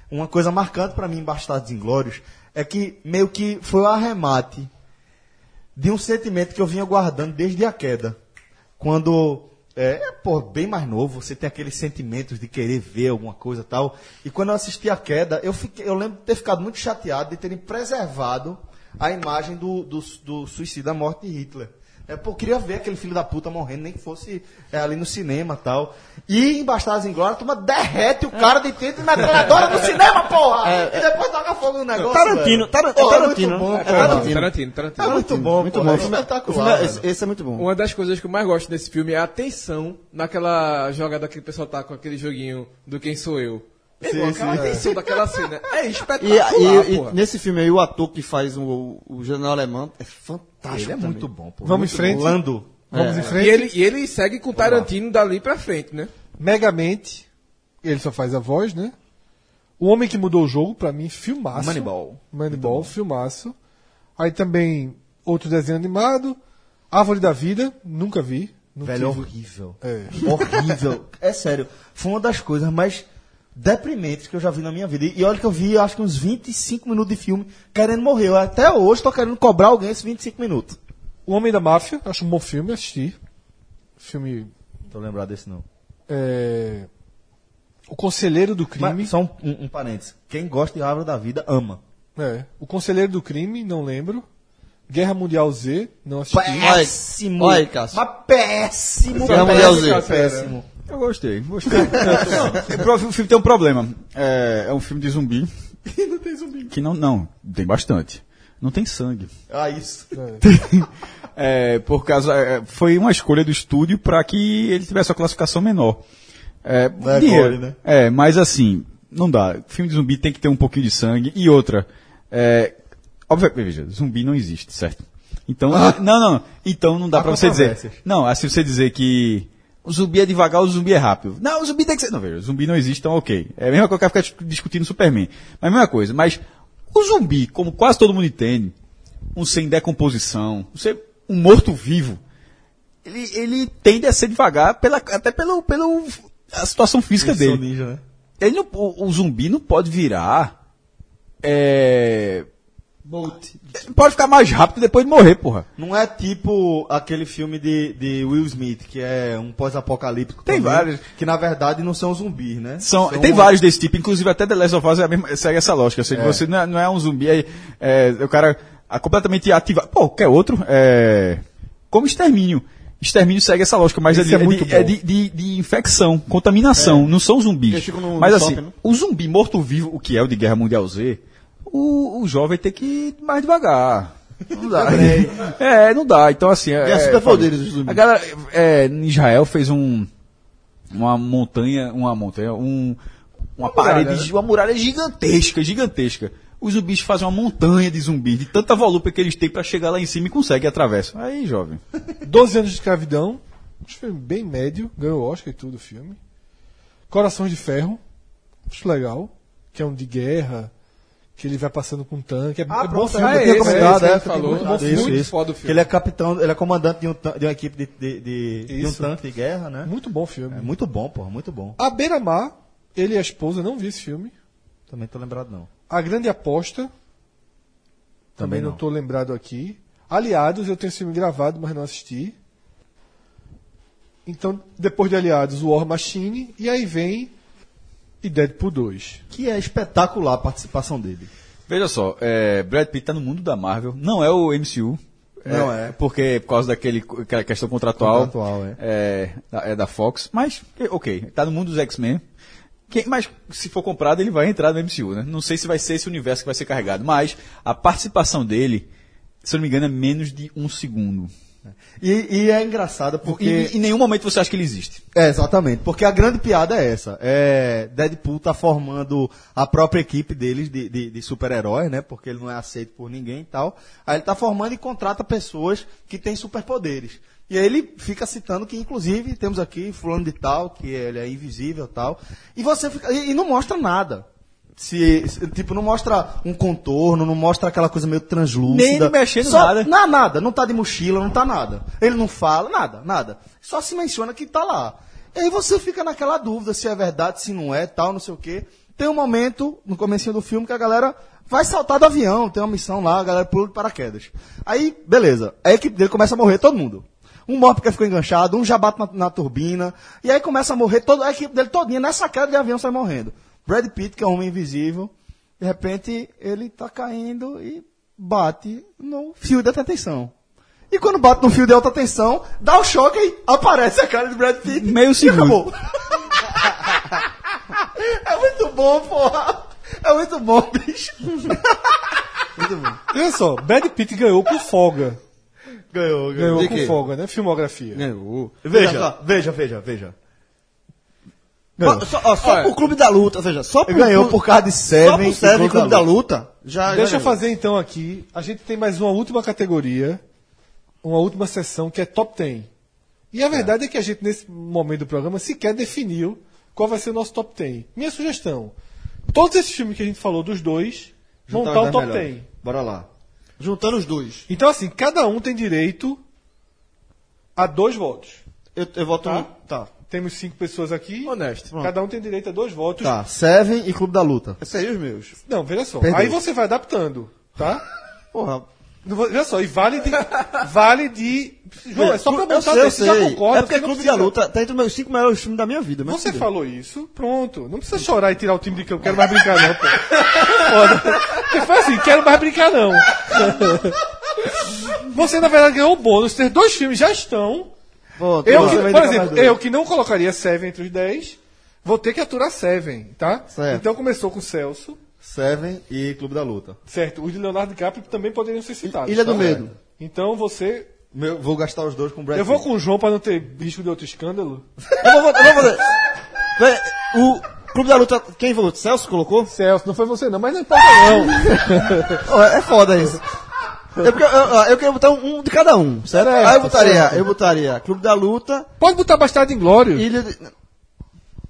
[SPEAKER 2] uma coisa marcante pra mim em Bastardos Inglórios é que meio que foi o arremate de um sentimento que eu vinha guardando desde a queda. Quando é, pô, bem mais novo, você tem aqueles sentimentos de querer ver alguma coisa e tal. E quando eu assisti a queda, eu, fiquei, eu lembro de ter ficado muito chateado de terem preservado a imagem do, do, do suicida, a morte de Hitler. É, pô, eu queria ver aquele filho da puta morrendo, nem que fosse é, ali no cinema e tal. E em Bastardos em Glória, a turma derrete o cara de tenta e metralhadora no cinema, porra! e depois toca fogo no negócio.
[SPEAKER 9] É, Tarantino,
[SPEAKER 2] velho.
[SPEAKER 9] Taran- é
[SPEAKER 2] Pô,
[SPEAKER 9] Tarantino,
[SPEAKER 2] muito bom,
[SPEAKER 9] né?
[SPEAKER 2] pô.
[SPEAKER 6] Tarantino, Tarantino,
[SPEAKER 2] É
[SPEAKER 6] Tarantino.
[SPEAKER 2] muito bom, muito bom. É espetacular.
[SPEAKER 4] esse, esse é muito bom.
[SPEAKER 6] Uma das coisas que eu mais gosto desse filme é a tensão naquela jogada que o pessoal tá com aquele joguinho do Quem Sou Eu. Meu irmão, aquela tensão daquela cena é
[SPEAKER 4] E,
[SPEAKER 6] espetacular,
[SPEAKER 4] e- e
[SPEAKER 6] porra.
[SPEAKER 4] nesse filme aí, o ator que faz o, o general alemão é fantástico.
[SPEAKER 2] Ele é muito bom, pô.
[SPEAKER 3] Vamos em
[SPEAKER 2] Muito bom.
[SPEAKER 3] frente.
[SPEAKER 2] Lando.
[SPEAKER 3] Vamos em
[SPEAKER 6] E
[SPEAKER 3] frente.
[SPEAKER 6] ele, e ele segue com Tarantino dali pra frente, né?
[SPEAKER 3] Megamente, ele só faz a voz, né? O Homem que Mudou o Jogo, pra mim, filmaço.
[SPEAKER 2] Moneyball.
[SPEAKER 3] Moneyball, filmaço. Aí também, outro desenho animado. Árvore da Vida, nunca vi. Não
[SPEAKER 2] Velho,
[SPEAKER 3] tive.
[SPEAKER 2] horrível.
[SPEAKER 3] É.
[SPEAKER 2] Horrível. É sério. Foi uma das coisas mais deprimentes que eu já vi na minha vida. E e olha que eu vi, acho que uns 25 minutos de filme querendo morrer. Eu até hoje tô querendo cobrar alguém esses 25 minutos.
[SPEAKER 3] O Homem da Máfia, acho um bom filme, assisti. Filme.
[SPEAKER 2] Tô lembrado desse não.
[SPEAKER 3] é, O Conselheiro do Crime.
[SPEAKER 2] Mas, só um, um, um parênteses. Quem gosta de Árvore da Vida, ama.
[SPEAKER 3] É. O Conselheiro do Crime, não lembro. Guerra Mundial Z, não assisti.
[SPEAKER 2] Péssimo!
[SPEAKER 4] Olha aí, Cássio.
[SPEAKER 2] Mas péssimo,
[SPEAKER 4] Você ama Leozinho?
[SPEAKER 2] péssimo, um péssimo.
[SPEAKER 5] Eu gostei, gostei. Não, o filme tem um problema. É, é um filme de zumbi. E não tem zumbi. Que não, não, tem bastante. Não tem sangue.
[SPEAKER 2] Ah, isso.
[SPEAKER 5] É, por causa, é, foi uma escolha do estúdio para que ele tivesse uma classificação menor. É,
[SPEAKER 2] Vai
[SPEAKER 5] dinheiro,
[SPEAKER 2] gole, né?
[SPEAKER 5] é, mas assim, não dá. Filme de zumbi tem que ter um pouquinho de sangue. E outra, é, óbvio, veja, zumbi não existe, certo? Então, não, não, não. então não dá pra você dizer. Não, assim você dizer que o zumbi é devagar, o zumbi é rápido. Não, o zumbi tem que ser. Não, veja, o zumbi não existe, então ok. É a mesma coisa que eu ficar discutindo Superman. Mas a mesma coisa, mas o zumbi, como quase todo mundo entende, um sem decomposição, um sem- um morto-vivo, ele, ele tende a ser devagar, pela, até pelo, pelo a situação física dele.
[SPEAKER 2] né?
[SPEAKER 5] Ele não- o, o zumbi não pode virar. É. Ele Pode ficar mais rápido depois de morrer, porra.
[SPEAKER 2] Não é tipo aquele filme de, de Will Smith, que é um pós-apocalíptico.
[SPEAKER 5] Tem
[SPEAKER 2] também,
[SPEAKER 5] vários.
[SPEAKER 2] Que na verdade não são zumbis, né?
[SPEAKER 5] São, tem vários desse tipo, inclusive até The Last of Us é a mesma- segue essa lógica. Se Você não é, não é um zumbi, é, é, o cara é completamente ativado. Pô, quer outro? É, como extermínio. Extermínio segue essa lógica, mas é
[SPEAKER 3] Esse é
[SPEAKER 5] de, é de-
[SPEAKER 3] muito bom.
[SPEAKER 5] é de- de- de infecção, contaminação, não são
[SPEAKER 4] Eles
[SPEAKER 5] zumbis.
[SPEAKER 4] ficam no-
[SPEAKER 5] mas
[SPEAKER 4] no
[SPEAKER 5] assim,
[SPEAKER 4] shopping, né?
[SPEAKER 5] o zumbi morto-vivo, o que é o de Guerra Mundial Z, o, o jovem tem que ir mais devagar. Não dá. é, não dá. Então assim. É,
[SPEAKER 4] E é superpoderes os
[SPEAKER 5] a
[SPEAKER 4] zumbis.
[SPEAKER 5] galera, é, em Israel fez um uma montanha, uma montanha, um uma, parede, gi- uma muralha né? gigantesca, gigantesca. Os zumbis fazem uma montanha de zumbis, de tanta volúpia que eles têm pra chegar lá em cima e conseguem atravessa. Aí, jovem.
[SPEAKER 3] 12 anos de escravidão. Acho um filme bem médio. Ganhou Oscar e tudo o filme. Corações de Ferro. Acho legal. Que é um de guerra. Que ele vai passando com um tanque. É, é bom filme.
[SPEAKER 6] ah,
[SPEAKER 3] eu
[SPEAKER 6] é
[SPEAKER 3] tenho
[SPEAKER 6] esse,
[SPEAKER 3] comentado,
[SPEAKER 6] é esse
[SPEAKER 3] é,
[SPEAKER 6] que ele falou.
[SPEAKER 3] Muito bom
[SPEAKER 6] Isso,
[SPEAKER 3] filme.
[SPEAKER 6] isso. foda o filme.
[SPEAKER 2] Que ele é capitão, ele é comandante de, um tan- de uma equipe de, de- de- de um
[SPEAKER 3] Isso.
[SPEAKER 2] tanque de guerra, né?
[SPEAKER 3] Muito bom filme.
[SPEAKER 2] É muito bom, porra, muito bom.
[SPEAKER 3] A Beira-Mar. Ele e a esposa. Não vi esse filme.
[SPEAKER 2] Também tô lembrado não.
[SPEAKER 3] A Grande Aposta. Também,
[SPEAKER 2] Também
[SPEAKER 3] não
[SPEAKER 2] não.
[SPEAKER 3] estou lembrado aqui. Aliados, eu tenho esse filme gravado, mas não assisti. Então, depois de Aliados, War Machine. E aí vem. E Deadpool 2.
[SPEAKER 2] Que é espetacular a participação dele.
[SPEAKER 5] Veja só, é, Brad Pitt tá no mundo da Marvel, não é o MCU.
[SPEAKER 2] Não é.
[SPEAKER 5] Porque por causa daquele aquela questão contratual.
[SPEAKER 2] Contratual, é.
[SPEAKER 5] É, da- é da Fox. Mas, e- ok, tá no mundo dos X-Men. Quem- Mas se for comprado, ele vai entrar no MCU, né? Não sei se vai ser esse universo que vai ser carregado. Mas a participação dele, se eu não me engano, é menos de um segundo.
[SPEAKER 2] E, e é engraçado
[SPEAKER 5] E,
[SPEAKER 2] porque
[SPEAKER 5] e em nenhum momento você acha que ele existe.
[SPEAKER 2] É, exatamente. Porque a grande piada é essa. É, Deadpool tá formando a própria equipe deles de, de, de super-heróis, né? Porque ele não é aceito por ninguém e tal. Aí ele tá formando e contrata pessoas que têm superpoderes. E aí ele fica citando que, inclusive, temos aqui fulano de tal, que ele é invisível e tal. E você fica. E, e não mostra nada. Se, se- tipo, não mostra um contorno, não mostra aquela coisa meio translúcida.
[SPEAKER 5] Nem ele mexendo
[SPEAKER 2] Só-
[SPEAKER 5] nada.
[SPEAKER 2] não, nada, não tá de mochila, não tá nada. Ele não fala, nada, nada. Só se menciona que tá lá. E aí você fica naquela dúvida se é verdade, se não é, tal, não sei o quê. Tem um momento, no comecinho do filme, que a galera vai saltar do avião, tem uma missão lá, a galera pula de paraquedas. Aí, beleza, a equipe dele começa a morrer todo mundo. Um morre porque ficou enganchado, um já bate na, na turbina, e aí começa a morrer toda a equipe dele todinha, nessa queda de avião sai morrendo. Brad Pitt, que é um homem invisível, de repente ele tá caindo e bate no fio da detenção.
[SPEAKER 4] E quando bate num fio de alta tensão, dá o choque e aparece a cara de Brad Pitt.
[SPEAKER 5] Meio
[SPEAKER 4] E
[SPEAKER 5] segundo.
[SPEAKER 4] acabou. é muito bom, porra. É muito bom, bicho.
[SPEAKER 3] Olha só, Brad Pitt ganhou com folga.
[SPEAKER 2] Ganhou,
[SPEAKER 3] Ganhou
[SPEAKER 2] De
[SPEAKER 3] com
[SPEAKER 2] quê?
[SPEAKER 3] folga, né? Filmografia.
[SPEAKER 6] Ganhou.
[SPEAKER 2] Veja, veja, veja, veja.
[SPEAKER 4] Só, só, ó, só
[SPEAKER 6] Olha.
[SPEAKER 4] pro Clube da Luta, ou seja, só pro,
[SPEAKER 2] Ganhou por causa de
[SPEAKER 4] só
[SPEAKER 2] Seven.
[SPEAKER 4] pro
[SPEAKER 2] e
[SPEAKER 4] Seven
[SPEAKER 2] Clube da Luta.
[SPEAKER 4] já,
[SPEAKER 3] Deixa
[SPEAKER 4] já
[SPEAKER 3] eu fazer então aqui. A gente tem mais uma última categoria, uma última sessão que é top 10. E a verdade é, que a gente, nesse momento do programa, sequer definiu qual vai ser o nosso top 10. Minha sugestão: todos esses filmes que a gente falou dos dois, montar o top 10.
[SPEAKER 2] Bora lá.
[SPEAKER 4] Juntando os dois.
[SPEAKER 3] Então, assim, cada um tem direito a dois votos.
[SPEAKER 4] Eu, eu voto.
[SPEAKER 3] Tá?
[SPEAKER 4] no- Tá.
[SPEAKER 3] Temos cinco pessoas aqui.
[SPEAKER 6] Honesto.
[SPEAKER 3] Cada um tem direito a dois votos.
[SPEAKER 2] Tá, Seven e Clube da Luta.
[SPEAKER 4] Seria os meus.
[SPEAKER 3] Não, veja só.
[SPEAKER 2] Perdeu.
[SPEAKER 3] Aí você vai adaptando, tá?
[SPEAKER 4] Porra.
[SPEAKER 3] Não vou- Olha só, e vale de. Vale de. João, é só pra
[SPEAKER 4] eu
[SPEAKER 3] botar
[SPEAKER 4] sei, eu
[SPEAKER 3] você já
[SPEAKER 4] sei.
[SPEAKER 3] concorda.
[SPEAKER 4] É porque
[SPEAKER 3] você não
[SPEAKER 4] Clube
[SPEAKER 3] precisa-
[SPEAKER 4] da Luta tá entre os meus cinco melhores filmes da minha vida. mas
[SPEAKER 3] Você
[SPEAKER 4] tudo bem.
[SPEAKER 3] falou isso, pronto. Não precisa chorar e tirar o time de campo. Quero mais brincar, não, pô. Foda. Porque foi assim, quero mais brincar, não. Você, na verdade, ganhou o bônus. Ter dois filmes já estão.
[SPEAKER 4] Pronto,
[SPEAKER 3] Eu
[SPEAKER 4] você
[SPEAKER 3] que-
[SPEAKER 4] vai
[SPEAKER 3] por
[SPEAKER 4] indicar mais
[SPEAKER 3] exemplo,
[SPEAKER 4] dois.
[SPEAKER 3] eu que não colocaria Seven entre os 10, vou ter que aturar Seven, tá?
[SPEAKER 2] Certo.
[SPEAKER 3] Então começou com Celso,
[SPEAKER 2] Seven e Clube da Luta.
[SPEAKER 3] certo? Os de Leonardo DiCaprio também poderiam ser citados.
[SPEAKER 4] Ilha do
[SPEAKER 3] tá?
[SPEAKER 4] Medo.
[SPEAKER 3] Então você.
[SPEAKER 2] Meu, vou gastar os dois com o Brad
[SPEAKER 3] Eu vou
[SPEAKER 2] Pitt.
[SPEAKER 3] com o João pra não ter risco de outro escândalo.
[SPEAKER 4] Eu vou votar, eu vou votar. Pera, O Clube da Luta, quem falou? Celso colocou?
[SPEAKER 3] Celso, não foi você não, mas não importa não.
[SPEAKER 4] Ó, é foda isso. É porque eu, eu, eu queria botar um, um de cada um, certo?
[SPEAKER 3] Certo,
[SPEAKER 4] Aí eu botaria, eu botaria Clube da Luta,
[SPEAKER 3] Pode botar Bastardo Inglório.
[SPEAKER 4] Ilha de...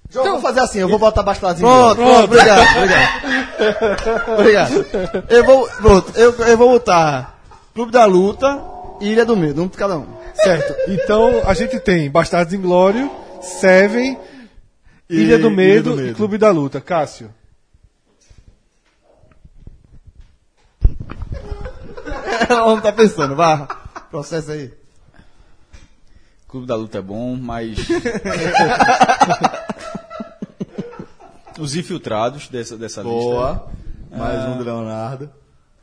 [SPEAKER 2] João, eu vou fazer assim, eu vou botar bastadinho.
[SPEAKER 4] Pronto, pronto, obrigado, obrigado. obrigado. Eu vou, pronto, eu, eu vou botar Clube da Luta e Ilha do Medo, um de cada um.
[SPEAKER 3] Certo. Então a gente tem Bastardos Inglório, Seven, Ilha do Medo, e Clube da Luta. Cássio.
[SPEAKER 4] O homem tá pensando, vá, processo aí.
[SPEAKER 5] Clube da Luta é bom, mas. Os infiltrados dessa, dessa lista.
[SPEAKER 2] Boa. Mais um do Leonardo.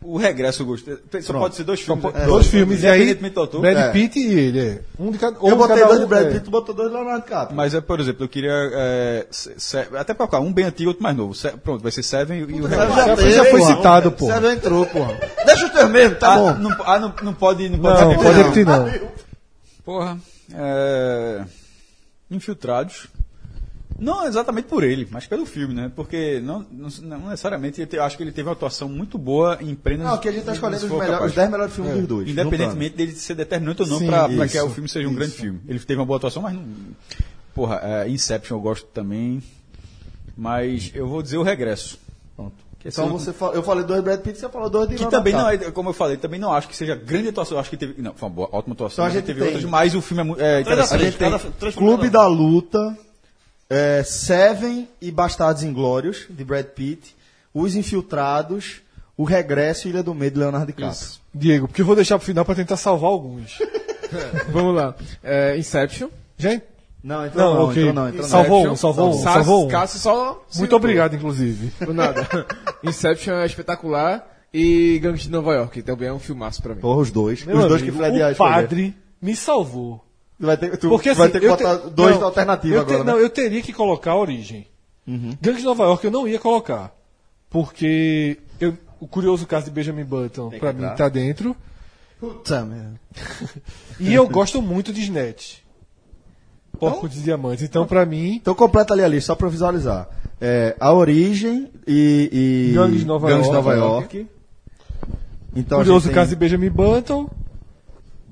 [SPEAKER 5] O regresso eu gostei. Tem- Só pode ser dois filmes. né?
[SPEAKER 3] Dois filmes. E aí,
[SPEAKER 5] Independentemente do autor.
[SPEAKER 3] Brad
[SPEAKER 2] É.
[SPEAKER 3] Pitt e ele. é. Um de cada, ou
[SPEAKER 2] Eu
[SPEAKER 3] de
[SPEAKER 2] botei
[SPEAKER 3] cada
[SPEAKER 2] dois
[SPEAKER 3] um,
[SPEAKER 2] do Brad
[SPEAKER 3] é.
[SPEAKER 2] Pitt, tu botou dois do Leonardo DiCaprio.
[SPEAKER 5] Mas é, por exemplo, eu queria. é, se- se- até pra colocar um bem antigo e outro mais novo. Se- pronto, vai ser Seven e e o regresso.
[SPEAKER 3] Já foi- já foi
[SPEAKER 4] porra.
[SPEAKER 3] citado, pô.
[SPEAKER 4] Sérgio entrou, porra.
[SPEAKER 5] é,
[SPEAKER 4] Deixa os teus mesmo, tá
[SPEAKER 5] ah,
[SPEAKER 4] bom.
[SPEAKER 5] Não, ah, não, não pode. Não pode,
[SPEAKER 3] Não,
[SPEAKER 5] repetir,
[SPEAKER 3] pode repetir não.
[SPEAKER 5] Porra. É, Infiltrados. Não exatamente por ele, mas pelo filme, né? Porque não, não, não necessariamente. ele te- Eu acho que ele teve uma atuação muito boa em plenas.
[SPEAKER 2] Não, aqui a gente tá
[SPEAKER 5] se
[SPEAKER 2] escolhendo os,
[SPEAKER 5] for
[SPEAKER 2] melhores,
[SPEAKER 5] capaz.
[SPEAKER 2] os 10 melhores filmes dos dois. né?
[SPEAKER 5] Independentemente dele ser determinante ou não
[SPEAKER 3] Sim,
[SPEAKER 5] para que
[SPEAKER 3] isso,
[SPEAKER 5] o filme seja um grande filme. Ele teve uma boa atuação, mas não. Porra, é, Inception eu gosto também. Mas eu vou dizer o regresso. Pronto. Que esse
[SPEAKER 2] Então tá.
[SPEAKER 5] eu-
[SPEAKER 2] você fala- eu falei dois Brad Pitt, você falou dois de
[SPEAKER 5] que também não, é- como eu falei, também não acho que seja grande atuação. eu Acho que teve. Não, foi uma boa, ótima atuação.
[SPEAKER 2] Então a
[SPEAKER 5] mas
[SPEAKER 2] gente
[SPEAKER 5] teve
[SPEAKER 2] tem-
[SPEAKER 5] outras, mas o filme é muito. É,
[SPEAKER 2] A
[SPEAKER 5] interessante.
[SPEAKER 2] gente tem Clube da Luta, é, Seven e Bastardos Inglórios, de Brad Pitt, Os Infiltrados, O Regresso e Ilha do Medo, de Leonardo DiCaprio.
[SPEAKER 3] Diego, porque eu vou deixar pro final pra tentar salvar alguns.
[SPEAKER 6] Vamos lá. É, Inception.
[SPEAKER 3] Já en-
[SPEAKER 2] Não, então
[SPEAKER 3] Não,
[SPEAKER 2] não,
[SPEAKER 3] ok.
[SPEAKER 2] então não, então não.
[SPEAKER 3] Salvou
[SPEAKER 6] Inception.
[SPEAKER 3] um, salvou um,
[SPEAKER 6] Sas-
[SPEAKER 3] salvou um.
[SPEAKER 6] Cássio só.
[SPEAKER 3] Muito
[SPEAKER 6] citou.
[SPEAKER 3] obrigado, inclusive.
[SPEAKER 6] Por nada. Inception é espetacular. E Gangs de Nova York também é um filmaço pra mim.
[SPEAKER 2] Porra, os dois.
[SPEAKER 3] Meu
[SPEAKER 2] os dois que
[SPEAKER 3] amigo,
[SPEAKER 2] Fred ia
[SPEAKER 3] O
[SPEAKER 2] escolher.
[SPEAKER 3] padre me salvou.
[SPEAKER 2] Tu vai ter, tu
[SPEAKER 3] Porque assim,
[SPEAKER 2] vai ter que
[SPEAKER 3] eu
[SPEAKER 2] botar
[SPEAKER 3] te-
[SPEAKER 2] dois
[SPEAKER 3] não,
[SPEAKER 2] da alternativa
[SPEAKER 3] eu te-
[SPEAKER 2] agora. né? Uhum.
[SPEAKER 3] Não, eu teria que colocar a origem. Gangue de Nova York eu não ia colocar. Porque eu- o curioso caso de Benjamin Button, pra mim, tá dentro.
[SPEAKER 4] Puta
[SPEAKER 2] é.
[SPEAKER 4] merda.
[SPEAKER 3] E eu gosto muito de Snatch. Porco de Diamantes. Então, pra mim,
[SPEAKER 2] Então completa ali a lista, só pra eu visualizar. É, a Origem e. e
[SPEAKER 3] Gangues de Nova
[SPEAKER 2] Gangues de
[SPEAKER 3] York.
[SPEAKER 2] Nova York. Então,
[SPEAKER 3] curioso caso de
[SPEAKER 2] de
[SPEAKER 3] Benjamin Button.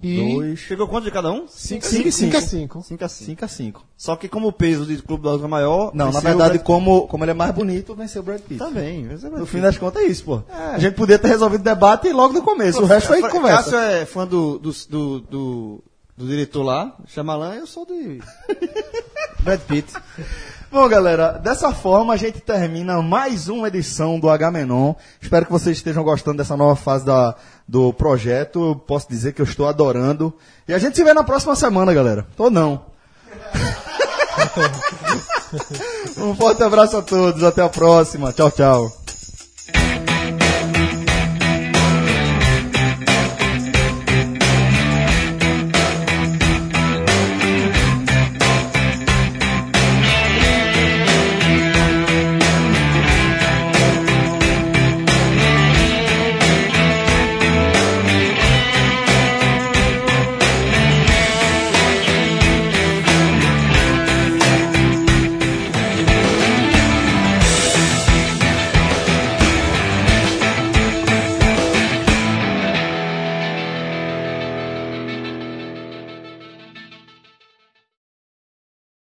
[SPEAKER 3] E
[SPEAKER 2] dois.
[SPEAKER 4] Chegou quanto de cada um?
[SPEAKER 3] 5
[SPEAKER 2] cinco,
[SPEAKER 3] a
[SPEAKER 2] cinco.
[SPEAKER 3] 5.
[SPEAKER 4] 5 a 5.
[SPEAKER 2] 5 a 5.
[SPEAKER 4] Só que como o peso do Clube da Luta é maior...
[SPEAKER 2] Não, na
[SPEAKER 4] venceu
[SPEAKER 2] verdade,
[SPEAKER 4] o Brad-
[SPEAKER 2] como, como ele é mais bonito, venceu o Brad Pitt.
[SPEAKER 4] Também. mas é Brad
[SPEAKER 2] No fim
[SPEAKER 4] Pitt.
[SPEAKER 2] das contas é isso, pô. A gente podia ter resolvido o debate logo no começo. O resto foi
[SPEAKER 4] Fra- Cássio
[SPEAKER 2] conversa.
[SPEAKER 4] é fã do, do, do, do, do diretor lá, Shyamalan, eu sou de... Brad Pitt.
[SPEAKER 2] Bom, galera, dessa forma a gente termina mais uma edição do H-Menon. Espero que vocês estejam gostando dessa nova fase da, do projeto. Eu posso dizer que eu estou adorando. E a gente se vê na próxima semana, galera. Ou não. um forte abraço a todos. Até a próxima. Tchau, tchau.